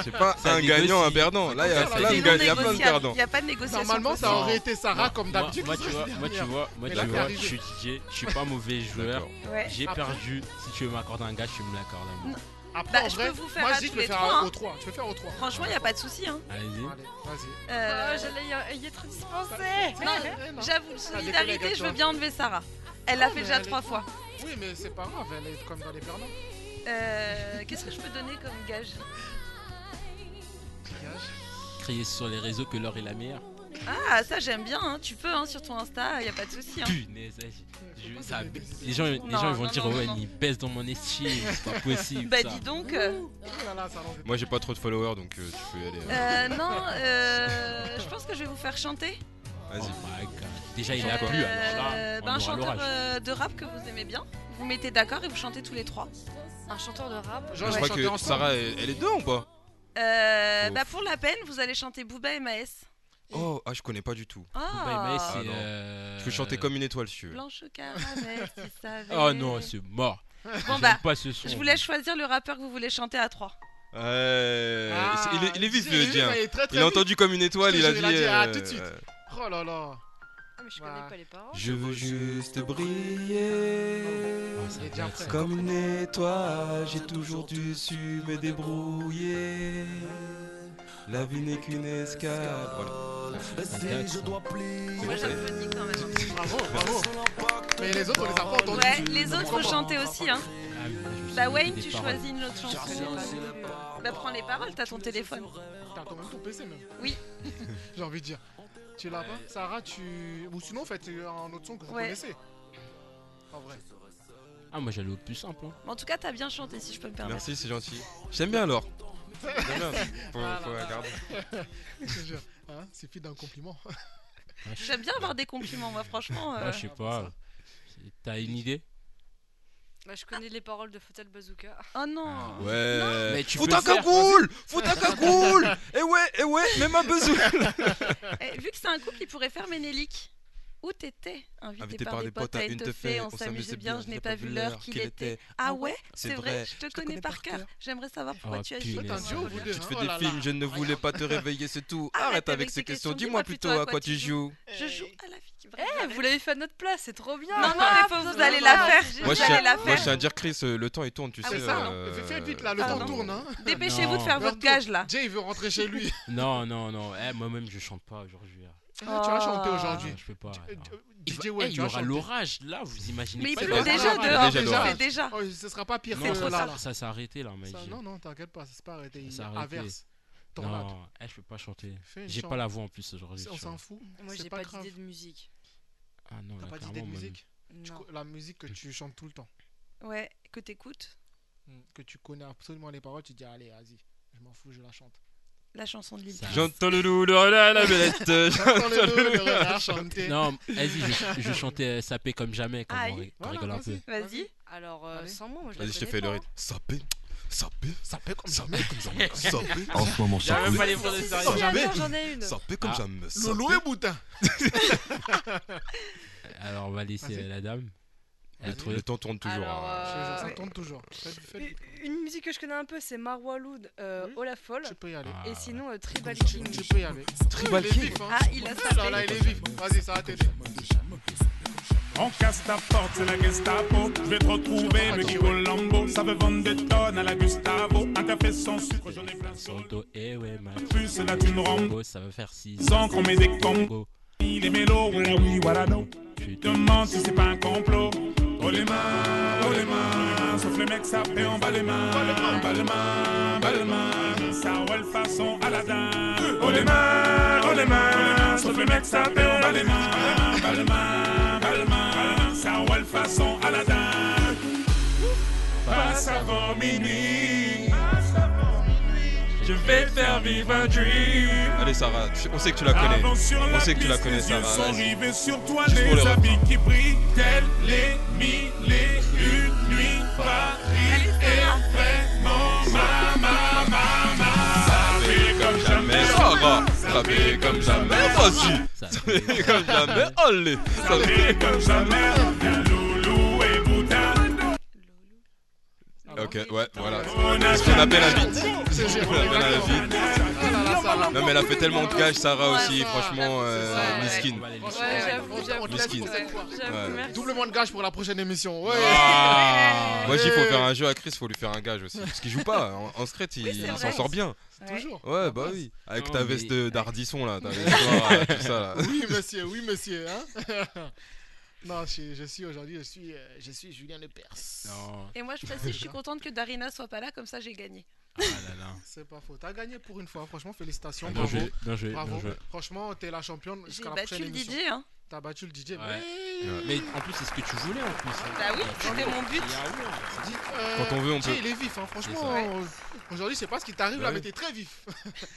[SPEAKER 17] C'est pas
[SPEAKER 2] Ça
[SPEAKER 17] un
[SPEAKER 2] négocie.
[SPEAKER 17] gagnant, un perdant. Là, il y a
[SPEAKER 2] C'est
[SPEAKER 17] plein de
[SPEAKER 2] non
[SPEAKER 17] gagnants, il y a plein de perdants.
[SPEAKER 5] Il n'y a pas de négociation.
[SPEAKER 1] Normalement, ça
[SPEAKER 5] possible.
[SPEAKER 1] aurait été Sarah
[SPEAKER 2] Moi-
[SPEAKER 1] Ah, comme
[SPEAKER 2] moi-
[SPEAKER 1] d'habitude.
[SPEAKER 2] Moi, tu vois,
[SPEAKER 1] la
[SPEAKER 2] moi, tu
[SPEAKER 1] dernière.
[SPEAKER 2] vois, moi,
[SPEAKER 1] Mais
[SPEAKER 2] tu
[SPEAKER 1] là, t'es
[SPEAKER 2] vois, je
[SPEAKER 1] arrivé.
[SPEAKER 2] suis DJ, je suis pas mauvais joueur.
[SPEAKER 5] Ouais.
[SPEAKER 2] J'ai
[SPEAKER 5] Après-
[SPEAKER 2] perdu. Si tu veux m'accorder un gage, tu me l'accordes. à moi.
[SPEAKER 1] Après,
[SPEAKER 5] Bah,
[SPEAKER 1] en
[SPEAKER 5] je
[SPEAKER 1] vrai,
[SPEAKER 5] peux vous faire
[SPEAKER 1] moi,
[SPEAKER 5] à
[SPEAKER 1] je dis,
[SPEAKER 5] tous
[SPEAKER 1] je vais
[SPEAKER 5] les
[SPEAKER 1] faire
[SPEAKER 5] trois,
[SPEAKER 1] un
[SPEAKER 5] hein.
[SPEAKER 1] au 3. Je vais faire au 3.
[SPEAKER 5] Franchement, il n'y a pas de souci. Hein.
[SPEAKER 2] Allez-y.
[SPEAKER 1] Ah, Vas-y.
[SPEAKER 5] Euh,
[SPEAKER 13] Oh, J'allais y- y être dispensée.
[SPEAKER 5] non,
[SPEAKER 13] Ah,
[SPEAKER 5] j'avoue,
[SPEAKER 1] des collègues
[SPEAKER 5] solidarité,
[SPEAKER 1] à
[SPEAKER 5] je
[SPEAKER 1] toi.
[SPEAKER 5] veux bien enlever Sarah. Elle l'a
[SPEAKER 1] Non, Ah,
[SPEAKER 5] fait
[SPEAKER 1] mais
[SPEAKER 5] déjà
[SPEAKER 1] elle est-
[SPEAKER 5] trois fois.
[SPEAKER 1] Oui, mais c'est pas grave, elle est comme dans les perdants.
[SPEAKER 5] Euh, Qu'est-ce que je peux donner comme gage
[SPEAKER 2] Crier sur les réseaux que l'or est la meilleure.
[SPEAKER 5] Ah, ça j'aime bien, hein. tu peux hein, sur ton Insta, y a pas de souci. Hein.
[SPEAKER 2] Punaise, je- je- ça- les gens, les
[SPEAKER 5] Non,
[SPEAKER 2] gens ils vont
[SPEAKER 5] non,
[SPEAKER 2] dire
[SPEAKER 5] non,
[SPEAKER 2] ouais,
[SPEAKER 5] non.
[SPEAKER 2] il baisse dans mon estime, c'est
[SPEAKER 5] [LAUGHS]
[SPEAKER 2] pas possible.
[SPEAKER 5] Bah
[SPEAKER 2] ça.
[SPEAKER 5] dis donc. euh,
[SPEAKER 17] Moi, j'ai pas trop de followers, donc euh, tu peux y aller. hein.
[SPEAKER 5] euh, non, euh, je pense que je vais vous faire chanter.
[SPEAKER 2] Oh
[SPEAKER 17] Vas-y.
[SPEAKER 2] Déjà, il a
[SPEAKER 17] Euh,
[SPEAKER 2] plu alors là.
[SPEAKER 5] Euh,
[SPEAKER 2] on
[SPEAKER 5] ben, un
[SPEAKER 2] aura
[SPEAKER 5] chanteur
[SPEAKER 2] l'orage.
[SPEAKER 5] euh, de rap que vous aimez bien. Vous mettez d'accord et vous chantez tous les trois.
[SPEAKER 13] Un chanteur de rap
[SPEAKER 17] Je crois que Sarah, elle, elle est dedans ou pas
[SPEAKER 5] Euh,
[SPEAKER 17] Oh.
[SPEAKER 5] bah pour la peine, vous allez chanter Booba et Maes.
[SPEAKER 17] Oh, ah, je connais pas du tout.
[SPEAKER 5] Ah. Booba
[SPEAKER 2] et Maes, c'est,
[SPEAKER 17] non.
[SPEAKER 2] euh,
[SPEAKER 17] Je peux chanter comme une étoile, si tu veux. Ah
[SPEAKER 5] Blanche caramel, si
[SPEAKER 17] [LAUGHS]
[SPEAKER 5] ça
[SPEAKER 2] Oh non, c'est mort.
[SPEAKER 5] Bon
[SPEAKER 2] J'aime
[SPEAKER 5] bah,
[SPEAKER 2] pas ce son.
[SPEAKER 5] je vous laisse choisir le rappeur que vous voulez chanter à trois.
[SPEAKER 17] Ouais.
[SPEAKER 1] Ah,
[SPEAKER 17] Euh, il, est, il est vif,
[SPEAKER 1] si,
[SPEAKER 17] le
[SPEAKER 1] il est
[SPEAKER 17] dien.
[SPEAKER 1] vif, il est très, très
[SPEAKER 17] Il a
[SPEAKER 1] vif.
[SPEAKER 17] entendu comme une étoile,
[SPEAKER 1] Je te
[SPEAKER 17] il a
[SPEAKER 1] jure,
[SPEAKER 17] dit.
[SPEAKER 1] ah,
[SPEAKER 17] euh,
[SPEAKER 1] tout de suite. Oh là là.
[SPEAKER 5] Ah,
[SPEAKER 13] mais je connais pas les paroles.
[SPEAKER 17] Je veux juste briller.
[SPEAKER 20] Comme une étoile, j'ai toujours dû su me débrouiller. La vie n'est qu'une escale.
[SPEAKER 17] Voilà.
[SPEAKER 20] Je dois plier.
[SPEAKER 5] Moi j'applaudis quand même.
[SPEAKER 1] Bravo, bravo. Mais les autres, on les a pas entendus.
[SPEAKER 5] Ouais, les autres faut chanter aussi hein. Bah Wayne, tu choisis une autre chanson. Bah prends les paroles, t'as ton téléphone.
[SPEAKER 1] T'as quand même ton PC même.
[SPEAKER 5] Oui.
[SPEAKER 1] J'ai envie de dire. Tu l'as pas Sarah, tu. Ou sinon, faites un autre son que vous
[SPEAKER 5] Ouais.
[SPEAKER 1] connaissez. En vrai.
[SPEAKER 2] Ah, moi j'allais au plus simple. hein.
[SPEAKER 5] En tout cas, t'as bien chanté si je peux me permettre.
[SPEAKER 17] Merci, c'est gentil. J'aime bien alors. J'aime bien. Faut,
[SPEAKER 1] [LAUGHS] Ah,
[SPEAKER 17] faut
[SPEAKER 1] là, là.
[SPEAKER 17] regarder.
[SPEAKER 1] Je te jure, hein, suffit d'un compliment.
[SPEAKER 17] Ah,
[SPEAKER 5] J'aime bien avoir des compliments, moi [LAUGHS] franchement. euh.
[SPEAKER 2] Moi, Ah, je sais pas. C'est- T'as une idée
[SPEAKER 13] Bah, je connais les paroles de Fatal Bazooka.
[SPEAKER 5] Oh non
[SPEAKER 17] Ah. Ouais.
[SPEAKER 2] Mais tu
[SPEAKER 17] Fous
[SPEAKER 2] peux
[SPEAKER 17] ta
[SPEAKER 2] le faire,
[SPEAKER 17] cagoule
[SPEAKER 2] vas-y.
[SPEAKER 17] Fous ta cagoule Eh ouais, eh ouais, même un besoin
[SPEAKER 5] Eh, vu que c'est un couple, il pourrait faire Ménélique. Où t'étais Invité, par, des potes à une te fait, on s'amusait bien, je n'ai pas vu l'heure qu'il était. Ah ouais C'est vrai, je te connais par cœur. J'aimerais savoir pourquoi
[SPEAKER 17] Oh,
[SPEAKER 5] tu as
[SPEAKER 17] punaise.
[SPEAKER 5] joué.
[SPEAKER 17] Toi, t'as un duo, vous deux,
[SPEAKER 5] Je
[SPEAKER 17] Tu te
[SPEAKER 1] Oh
[SPEAKER 17] fais des films, je ne voulais pas te réveiller, c'est tout.
[SPEAKER 5] Arrête
[SPEAKER 17] Arrête avec ces questions, dis-moi plutôt à quoi tu joues.
[SPEAKER 5] joue à la
[SPEAKER 13] Eh, vous l'avez fait à notre place, c'est trop bien.
[SPEAKER 5] Non, non,
[SPEAKER 13] Ah,
[SPEAKER 5] les pauvres, vous
[SPEAKER 13] putain,
[SPEAKER 5] allez la
[SPEAKER 13] c'est
[SPEAKER 5] faire.
[SPEAKER 13] génial.
[SPEAKER 17] Moi je,
[SPEAKER 5] J'allais
[SPEAKER 17] tiens,
[SPEAKER 5] la
[SPEAKER 17] moi
[SPEAKER 5] faire.
[SPEAKER 17] je tiens à dire Chris, euh, le temps il tourne, tu
[SPEAKER 1] Ah,
[SPEAKER 17] sais.
[SPEAKER 1] c'est ça, hein.
[SPEAKER 17] euh,
[SPEAKER 1] Faites vite, là, le temps tourne, hein.
[SPEAKER 5] Ah, Dépêchez-vous de
[SPEAKER 2] Non.
[SPEAKER 5] faire votre gage là.
[SPEAKER 1] Jay, il veut rentrer chez lui.
[SPEAKER 2] Non, non, non. Eh, Moi-même, je chante pas aujourd'hui. hein.
[SPEAKER 1] Ah, tu vas chanter aujourd'hui.
[SPEAKER 2] Ah, Je peux pas.
[SPEAKER 1] Tu-
[SPEAKER 2] non.
[SPEAKER 1] euh,
[SPEAKER 2] [LAUGHS] Il
[SPEAKER 1] DJ
[SPEAKER 2] va-
[SPEAKER 1] Well,
[SPEAKER 2] eh, il
[SPEAKER 1] tu
[SPEAKER 2] y
[SPEAKER 1] vas
[SPEAKER 2] aura
[SPEAKER 1] chanter.
[SPEAKER 2] l'orage là, vous imaginez
[SPEAKER 1] Mais il
[SPEAKER 2] pas.
[SPEAKER 1] pleut
[SPEAKER 2] va-
[SPEAKER 1] déjà
[SPEAKER 2] Ah,
[SPEAKER 1] dehors,
[SPEAKER 2] déjà
[SPEAKER 1] déjà.
[SPEAKER 2] dehors.
[SPEAKER 1] C'est déjà. Oh, ce sera pas pire
[SPEAKER 2] Non,
[SPEAKER 1] que
[SPEAKER 2] ça,
[SPEAKER 1] là,
[SPEAKER 2] ça-
[SPEAKER 1] là.
[SPEAKER 2] ça s'est arrêté là, mais
[SPEAKER 1] Ça-
[SPEAKER 2] j'ai-
[SPEAKER 1] non, non, t'inquiète pas, c'est pas arrêté.
[SPEAKER 2] ça
[SPEAKER 1] Il
[SPEAKER 2] s'est
[SPEAKER 1] y a
[SPEAKER 2] arrêté.
[SPEAKER 1] averse. Tornade.
[SPEAKER 2] Non, eh, je peux pas chanter.
[SPEAKER 1] Fais une
[SPEAKER 2] J'ai
[SPEAKER 1] chan-
[SPEAKER 2] pas la voix en plus aujourd'hui.
[SPEAKER 1] On
[SPEAKER 2] tu
[SPEAKER 1] s'en
[SPEAKER 2] vois.
[SPEAKER 1] fout.
[SPEAKER 13] Moi,
[SPEAKER 1] c'est
[SPEAKER 13] j'ai
[SPEAKER 1] pas
[SPEAKER 13] pas
[SPEAKER 1] grave.
[SPEAKER 13] d'idée de musique.
[SPEAKER 2] Ah non,
[SPEAKER 1] T'as
[SPEAKER 2] là,
[SPEAKER 1] pas d'idée de
[SPEAKER 2] clairement, même-
[SPEAKER 1] musique Tu
[SPEAKER 13] Non.
[SPEAKER 1] co- La musique que tu chantes tout le temps, Hmm,
[SPEAKER 5] Ouais, que t'écoutes.
[SPEAKER 1] que tu connais absolument les paroles, tu dis allez, vas-y, je m'en fous, je la chante.
[SPEAKER 5] La chanson de Lil Peep.
[SPEAKER 17] J'entends le loup, le renard, la
[SPEAKER 13] [LAUGHS]
[SPEAKER 17] belette. J'entends
[SPEAKER 1] le loup, le
[SPEAKER 17] renard
[SPEAKER 1] renard chanter.
[SPEAKER 2] Non, vas-y, je, je chantais euh, sapé comme jamais quand
[SPEAKER 5] Aïe.
[SPEAKER 2] on ri- quand on rigole un peu.
[SPEAKER 5] Ah Vas-y.
[SPEAKER 13] Alors, euh, sans moi, moi je la
[SPEAKER 17] Vas-y, je te
[SPEAKER 13] connais
[SPEAKER 17] fais le
[SPEAKER 13] pas,
[SPEAKER 1] hein.
[SPEAKER 17] rythme. Sapé, sapé,
[SPEAKER 1] sapé comme
[SPEAKER 17] jamais, comme jamais,
[SPEAKER 1] [LAUGHS]
[SPEAKER 13] hein.
[SPEAKER 17] sapé.
[SPEAKER 13] Y'a même pas les phrases de sérieux. Attends, j'en ai une.
[SPEAKER 17] Sapé comme
[SPEAKER 2] Ah.
[SPEAKER 17] jamais.
[SPEAKER 1] Loulou et
[SPEAKER 17] [LAUGHS]
[SPEAKER 1] Boutin
[SPEAKER 2] [LAUGHS] Alors, on va laisser
[SPEAKER 1] Vas-y.
[SPEAKER 2] euh, la dame. Elle a
[SPEAKER 17] Le-
[SPEAKER 2] trouvé.
[SPEAKER 17] le temps tourne toujours, Alors, hein.
[SPEAKER 13] euh,
[SPEAKER 1] Ça
[SPEAKER 13] ouais.
[SPEAKER 1] tourne toujours. Faites- faites-
[SPEAKER 13] Une musique que je connais un peu, c'est Marwa Loud, euh,
[SPEAKER 5] Hmm
[SPEAKER 13] Ola Folle. Tu
[SPEAKER 1] peux y aller.
[SPEAKER 17] Ah.
[SPEAKER 13] Et sinon, euh, Tribal King.
[SPEAKER 1] Tu peux y aller.
[SPEAKER 13] Tribal
[SPEAKER 1] Il est
[SPEAKER 13] King.
[SPEAKER 1] vif, hein.
[SPEAKER 13] Ah, il a
[SPEAKER 1] Oh Là, là, il est vif. Vas-y, ça va t'aider.
[SPEAKER 21] On casse ta porte, c'est la Gestapo. Je vais te retrouver, me guigo Lambo. Ça veut vendre des tonnes à la Gustavo. Un café sans sucre, j'en ai
[SPEAKER 13] euh,
[SPEAKER 21] plein sur
[SPEAKER 2] Sur le dos, eh ouais, ma.
[SPEAKER 21] Plus la thune rampe.
[SPEAKER 2] Combo, Ça va faire 6.
[SPEAKER 21] Sans qu'on met des combos. Les mélos, voilà oui, voilà non. Tu te demandes si c'est pas un complot. Oh les mains, oh les mains. Sauf les mecs, ça fait en bas les mains. En bas les mains, en bas les mains. Ça ouais, le façon Aladdin. Oh les mains, oh les mains. Sauf les mecs, ça fait en bas les mains. En bas les mains, en bas les mains. Ça ouais, le façon Aladdin. Passe avant minuit. Je vais faire vivre un dream.
[SPEAKER 17] Allez, Sarah, tu- on sait que tu la connais.
[SPEAKER 21] Avant sur
[SPEAKER 17] On
[SPEAKER 21] la
[SPEAKER 17] sait que tu la
[SPEAKER 21] piste,
[SPEAKER 17] connais,
[SPEAKER 21] les yeux
[SPEAKER 17] Sarah.
[SPEAKER 21] sont
[SPEAKER 17] vas-y.
[SPEAKER 21] rivés sur toi,
[SPEAKER 17] Juste pour
[SPEAKER 21] les
[SPEAKER 17] le
[SPEAKER 21] habits qui brillent, tels les mille et une nuits. Paris est vraiment ma, ma, ma, ma. Habillée comme jamais,
[SPEAKER 17] Sarah, habillée comme jamais. Vas-y, habillée comme jamais. Allez,
[SPEAKER 21] habillée comme jamais. Viens, Loulou et Bouddha.
[SPEAKER 17] Ok, ouais, voilà. C'est ce qu'on appelle la vie. C'est ce qu'on appelle la vie. Non, mais elle a fait tellement de gages, Sarah aussi, franchement, euh, miskine. Miskine. Ouais.
[SPEAKER 1] Doublement de gage pour la prochaine émission. Ouais.
[SPEAKER 17] Ah. Moi, je dis, faut faire un jeu à Chris, faut lui faire un gage aussi. Parce qu'il joue pas, en, en secret, il, il s'en sort bien.
[SPEAKER 1] Toujours.
[SPEAKER 17] Ouais, bah oui. Avec
[SPEAKER 1] Non,
[SPEAKER 17] ta
[SPEAKER 1] mais-
[SPEAKER 17] veste de- d'ardisson, là,
[SPEAKER 1] [LAUGHS]
[SPEAKER 21] [LAUGHS]
[SPEAKER 17] ta veste noire, là, tout ça, là.
[SPEAKER 1] Oui, monsieur, oui, monsieur. Hein [LAUGHS] non, je, suis- je suis aujourd'hui, je suis, euh, je suis Julien Lepers.
[SPEAKER 17] Non.
[SPEAKER 5] Et moi, je précise, je suis contente que Darina soit pas là, comme ça j'ai gagné.
[SPEAKER 1] C'est pas faux. T'as gagné pour une fois, franchement, félicitations.
[SPEAKER 2] Ah, bien
[SPEAKER 1] bravo.
[SPEAKER 2] joué, bien joué,
[SPEAKER 1] bravo.
[SPEAKER 2] bien joué.
[SPEAKER 1] Franchement, t'es la championne jusqu'à la
[SPEAKER 5] battu
[SPEAKER 1] prochaine
[SPEAKER 5] le
[SPEAKER 1] émission.
[SPEAKER 5] DJ, hein.
[SPEAKER 1] T'as battu le DJ,
[SPEAKER 2] Ouais.
[SPEAKER 1] mais-
[SPEAKER 17] Euh,
[SPEAKER 2] Ouais. Mais en plus, c'est ce que tu voulais en plus. hein.
[SPEAKER 5] Bah oui,
[SPEAKER 2] Et tu
[SPEAKER 5] c'était
[SPEAKER 2] vois,
[SPEAKER 5] mon but.
[SPEAKER 2] il y a un ouais.
[SPEAKER 5] hein.
[SPEAKER 1] Euh,
[SPEAKER 17] Quand on veut, on
[SPEAKER 1] Jay,
[SPEAKER 17] peut.
[SPEAKER 1] il est vif, hein, franchement.
[SPEAKER 17] C'est ça.
[SPEAKER 1] euh, Aujourd'hui, je sais pas ce qui t'arrive
[SPEAKER 17] Bah
[SPEAKER 1] là,
[SPEAKER 17] oui.
[SPEAKER 1] mais t'es très vif.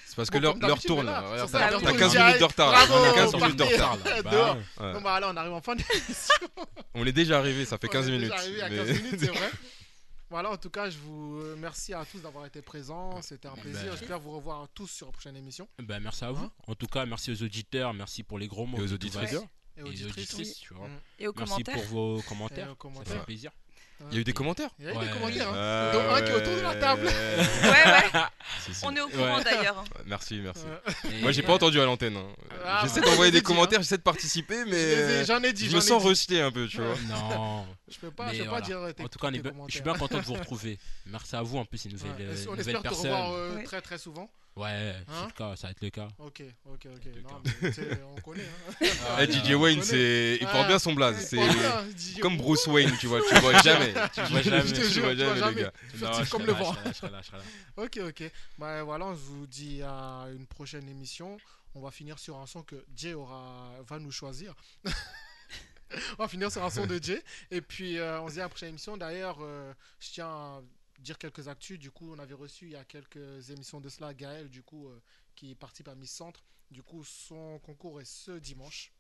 [SPEAKER 17] C'est parce que
[SPEAKER 1] Bon,
[SPEAKER 17] l'heure-
[SPEAKER 1] comme
[SPEAKER 17] l'heure
[SPEAKER 1] d'habitude,
[SPEAKER 17] tourne,
[SPEAKER 1] mais
[SPEAKER 17] là, regarde,
[SPEAKER 1] ça,
[SPEAKER 17] t'as-
[SPEAKER 1] ça
[SPEAKER 17] t'as 15
[SPEAKER 1] tourne
[SPEAKER 17] minutes de
[SPEAKER 1] direct.
[SPEAKER 17] retard, là.
[SPEAKER 1] Bravo,
[SPEAKER 17] On a 15 minutes de
[SPEAKER 1] partez.
[SPEAKER 17] retard, là. Bah
[SPEAKER 1] Dehors.
[SPEAKER 17] ouais.
[SPEAKER 1] Non, bah là, on arrive en
[SPEAKER 17] [LAUGHS]
[SPEAKER 1] fin d'émission.
[SPEAKER 17] On est déjà arrivé, ça fait
[SPEAKER 1] On
[SPEAKER 17] 15
[SPEAKER 1] est déjà
[SPEAKER 17] minutes.
[SPEAKER 1] arrivé à
[SPEAKER 17] mais-
[SPEAKER 1] 15
[SPEAKER 17] [LAUGHS]
[SPEAKER 1] minutes, c'est vrai. Voilà, en tout cas, je vous euh, merci à tous d'avoir été présents. C'était
[SPEAKER 17] Eh
[SPEAKER 1] un plaisir.
[SPEAKER 2] Ben-
[SPEAKER 1] J'espère vous revoir tous sur la prochaine émission.
[SPEAKER 2] Bah, merci à vous. En tout cas, merci aux auditeurs, merci pour les gros mots.
[SPEAKER 17] Hein Et aux
[SPEAKER 2] tout va
[SPEAKER 17] auditrices.
[SPEAKER 2] bien.
[SPEAKER 1] Et
[SPEAKER 2] Et
[SPEAKER 1] aux
[SPEAKER 2] aux
[SPEAKER 1] auditrices,
[SPEAKER 2] auditrices,
[SPEAKER 1] oui.
[SPEAKER 2] tu vois.
[SPEAKER 1] Mm.
[SPEAKER 5] Et aux
[SPEAKER 2] Merci
[SPEAKER 5] commentaires.
[SPEAKER 2] pour vos
[SPEAKER 1] Et aux
[SPEAKER 2] commentaires.
[SPEAKER 1] commentaires.
[SPEAKER 2] Ça fait plaisir.
[SPEAKER 17] Il y a eu des commentaires
[SPEAKER 1] Il y a eu des
[SPEAKER 2] Ouais.
[SPEAKER 1] commentaires, hein.
[SPEAKER 17] Ah
[SPEAKER 1] dont un qui est autour de la
[SPEAKER 17] ouais. [LAUGHS]
[SPEAKER 1] table.
[SPEAKER 17] Si, si.
[SPEAKER 5] On est au courant
[SPEAKER 17] Ouais.
[SPEAKER 5] d'ailleurs. hein.
[SPEAKER 17] Merci, merci.
[SPEAKER 1] Ouais.
[SPEAKER 17] Moi, j'ai
[SPEAKER 1] Et-
[SPEAKER 2] euh,
[SPEAKER 17] pas entendu à l'antenne. hein.
[SPEAKER 1] Ah,
[SPEAKER 17] j'essaie
[SPEAKER 1] bah, je les ai
[SPEAKER 17] d'envoyer des
[SPEAKER 1] dit,
[SPEAKER 17] commentaires,
[SPEAKER 1] hein.
[SPEAKER 17] j'essaie de participer, mais
[SPEAKER 1] Je les ai-
[SPEAKER 17] euh,
[SPEAKER 1] j'en ai dit,
[SPEAKER 17] je
[SPEAKER 1] j'en ai
[SPEAKER 17] me sens
[SPEAKER 1] dit.
[SPEAKER 17] rejeté un peu, tu vois.
[SPEAKER 2] [LAUGHS] Non.
[SPEAKER 1] Je peux pas-
[SPEAKER 2] Mais
[SPEAKER 1] je peux pas dire, euh, tes-
[SPEAKER 2] En tout cas, on est
[SPEAKER 1] tes
[SPEAKER 2] bien- je suis bien content de vous retrouver. Merci à vous, en plus, une nouvelle,
[SPEAKER 1] Ouais.
[SPEAKER 2] euh,
[SPEAKER 1] On
[SPEAKER 2] nouvelle
[SPEAKER 1] espère te
[SPEAKER 2] personne.
[SPEAKER 1] revoir euh,
[SPEAKER 5] Oui.
[SPEAKER 1] très très souvent.
[SPEAKER 2] Ouais, c'est
[SPEAKER 1] Hein
[SPEAKER 2] le cas, ça va être le cas.
[SPEAKER 1] Ok, ok, ok. Non, mais tu sais, on connaît. hein.
[SPEAKER 17] [LAUGHS] Eh, DJ Wayne,
[SPEAKER 1] On connaît.
[SPEAKER 17] c'est... il porte
[SPEAKER 1] Ah,
[SPEAKER 17] bien son blaze.
[SPEAKER 1] il porte bien,
[SPEAKER 17] C'est [LAUGHS]
[SPEAKER 1] DJ
[SPEAKER 17] comme Bruce Wayne, tu vois. Tu vois
[SPEAKER 1] [LAUGHS]
[SPEAKER 17] jamais. Tu vois jamais,
[SPEAKER 1] Je te
[SPEAKER 17] tu
[SPEAKER 1] jure,
[SPEAKER 17] vois
[SPEAKER 1] tu
[SPEAKER 17] jamais,
[SPEAKER 1] vois
[SPEAKER 17] le
[SPEAKER 1] jamais.
[SPEAKER 17] gars. Non,
[SPEAKER 1] Furtif
[SPEAKER 17] je
[SPEAKER 1] comme
[SPEAKER 17] serai là,
[SPEAKER 1] le
[SPEAKER 17] je
[SPEAKER 1] vent.
[SPEAKER 17] serai là, je serai là, je serai là.
[SPEAKER 1] [LAUGHS] Ok, ok. Bah voilà, on vous dit à une prochaine émission. On va finir sur un son que Jay aura... va nous choisir. [LAUGHS] on va finir sur un son de Jay. Et puis, euh, on se dit à la prochaine émission. D'ailleurs, euh, je tiens à dire quelques actus. Du coup, on avait reçu il y a quelques émissions de cela Gaël, du coup, euh, qui participe à Miss Centre. Du coup, son concours est ce dimanche.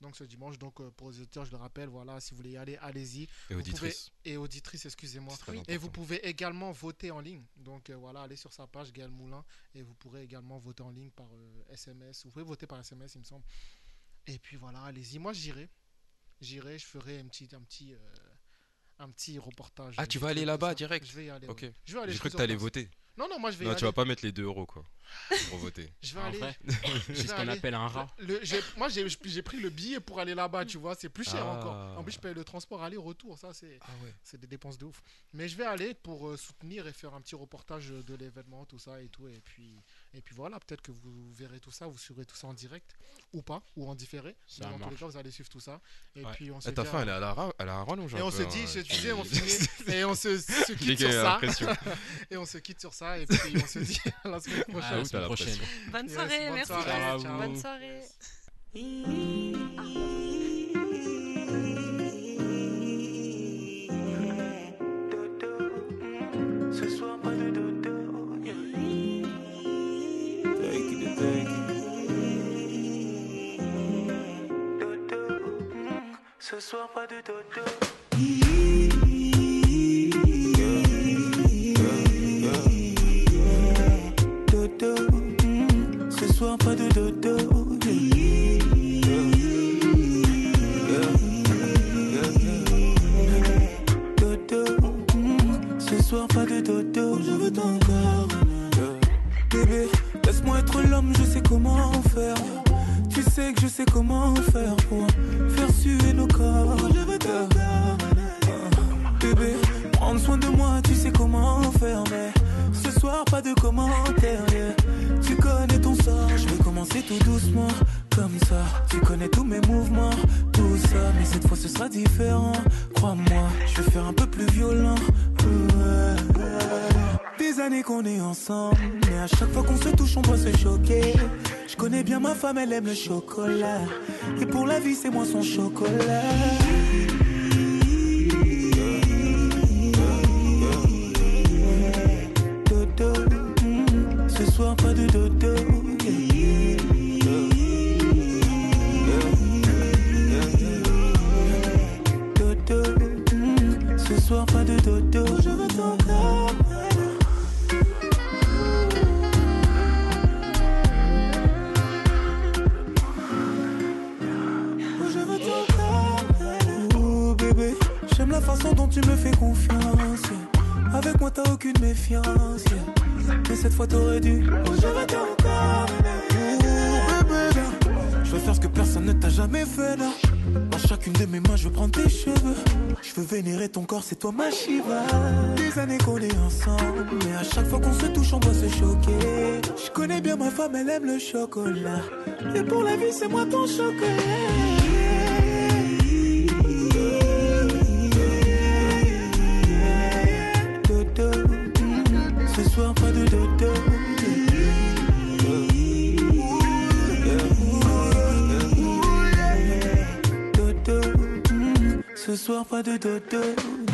[SPEAKER 1] Donc ce dimanche, donc euh, pour les auditeurs, je le rappelle, voilà, si vous voulez y aller, allez-y. Vous pouvez-
[SPEAKER 17] auditrices.
[SPEAKER 1] et auditrice, excusez-moi.
[SPEAKER 17] C'est très
[SPEAKER 1] Et
[SPEAKER 17] important.
[SPEAKER 1] vous pouvez également voter en ligne. Donc euh, voilà, allez sur sa page Gaël Moulin et vous pourrez également voter en ligne par euh, SMS. Vous pouvez voter par SMS, il me semble. Et puis voilà, allez-y. Moi, j'irai. J'irai, je ferai un petit, un petit, euh, un petit reportage.
[SPEAKER 17] Ah, tu
[SPEAKER 1] vite
[SPEAKER 17] vas
[SPEAKER 1] fait
[SPEAKER 17] aller
[SPEAKER 1] comme
[SPEAKER 17] là-bas
[SPEAKER 1] ça.
[SPEAKER 17] direct
[SPEAKER 1] Je vais y aller.
[SPEAKER 17] Ok.
[SPEAKER 1] ouais. Je vais aller.
[SPEAKER 17] J'ai
[SPEAKER 1] je
[SPEAKER 17] cru
[SPEAKER 1] suis
[SPEAKER 17] que t'allais
[SPEAKER 1] sur place.
[SPEAKER 17] voter.
[SPEAKER 1] Non, non, moi, je vais y
[SPEAKER 17] Non,
[SPEAKER 1] aller.
[SPEAKER 17] tu vas pas mettre les 2 euros, quoi.
[SPEAKER 1] [LAUGHS]
[SPEAKER 17] Pour voter.
[SPEAKER 1] Je vais
[SPEAKER 2] En
[SPEAKER 1] aller.
[SPEAKER 2] vrai,
[SPEAKER 1] je
[SPEAKER 2] c'est
[SPEAKER 1] vais
[SPEAKER 2] ce qu'on
[SPEAKER 1] aller-
[SPEAKER 2] appelle un rat.
[SPEAKER 1] le- j'ai- moi, j'ai j'ai pris le billet pour aller là-bas, tu vois. C'est plus cher
[SPEAKER 2] Ah.
[SPEAKER 1] encore. En plus, je paye le transport aller-retour. Ça, c'est
[SPEAKER 17] Ah
[SPEAKER 1] c'est des dépenses de ouf. Mais je vais aller pour euh, soutenir et faire un petit reportage euh, de l'événement, tout ça et tout. Et puis, et puis voilà, peut-être que vous verrez tout ça, vous suivrez tout ça en direct ou pas, ou en différé.
[SPEAKER 17] Ça
[SPEAKER 1] Mais dans tous les
[SPEAKER 17] marche.
[SPEAKER 1] cas, vous allez suivre tout ça. Et
[SPEAKER 17] Ouais.
[SPEAKER 1] puis, on
[SPEAKER 17] Eh,
[SPEAKER 1] se
[SPEAKER 17] ta
[SPEAKER 1] dit à-
[SPEAKER 17] faim, elle est à la ra- elle est à la rallonge,
[SPEAKER 1] Et
[SPEAKER 17] un
[SPEAKER 1] on
[SPEAKER 17] peu,
[SPEAKER 1] se
[SPEAKER 17] hein,
[SPEAKER 1] dit, je
[SPEAKER 17] tu- [LAUGHS]
[SPEAKER 1] disais, on finit. Et on se, se quitte
[SPEAKER 17] J'ai
[SPEAKER 1] sur ça.
[SPEAKER 17] l'impression.
[SPEAKER 1] [LAUGHS] et on se quitte sur ça. Et puis, on se dit à la semaine prochaine.
[SPEAKER 17] Ah oui, t'as la prochaine.
[SPEAKER 5] Bonne
[SPEAKER 1] Yes,
[SPEAKER 5] soirée,
[SPEAKER 1] bonne
[SPEAKER 5] merci.
[SPEAKER 1] soirée,
[SPEAKER 5] Jess.
[SPEAKER 1] ciao.
[SPEAKER 5] Bonne soirée.
[SPEAKER 6] Ce soir, pas de dodo.
[SPEAKER 22] Take it, take it.
[SPEAKER 6] Ce soir, pas de dodo.
[SPEAKER 17] Euh,
[SPEAKER 6] Dodo. mm. Ce soir, pas de dodo. Dodo. mm. Ce soir, pas de dodo. Je veux ton corps. Bébé, laisse-moi être l'homme, je sais comment faire. Tu sais que je sais comment faire pour faire suer nos corps. Je veux ton corps. Bébé, prendre soin de moi, tu sais comment faire. Mais ce soir, pas de commentaires. yeah. Tu connais ton sort, je vais commencer tout doucement. Comme ça, tu connais tous mes mouvements, tout ça. Mais cette fois, ce sera différent. Crois-moi, je vais faire un peu plus violent. Ouais. Des années qu'on est ensemble, mais à chaque fois qu'on se touche, on doit se choquer. Je connais bien ma femme, elle aime le chocolat. Et pour la vie, c'est moi son chocolat. Dodo, mm, ce Ce soir pas de dodo, je veux ton corps. Oh, Je veux ton corps. Oh bébé, j'aime la façon dont tu me fais confiance. Avec moi t'as aucune méfiance. Mais cette fois t'aurais dû. Oh, je veux ton corps. Oh bébé, je veux faire ce que personne ne t'a jamais fait là. Dans chacune de mes mains, je veux prendre tes cheveux. Je veux vénérer ton corps, c'est toi ma Shiva. Des années qu'on est ensemble, mais à chaque fois qu'on se touche, on doit se choquer. Je connais bien ma femme, elle aime le chocolat. Et pour la vie, c'est moi ton chocolat. Dodo, ce soir pas de dodo. Dodo, ce soir pas de dodo.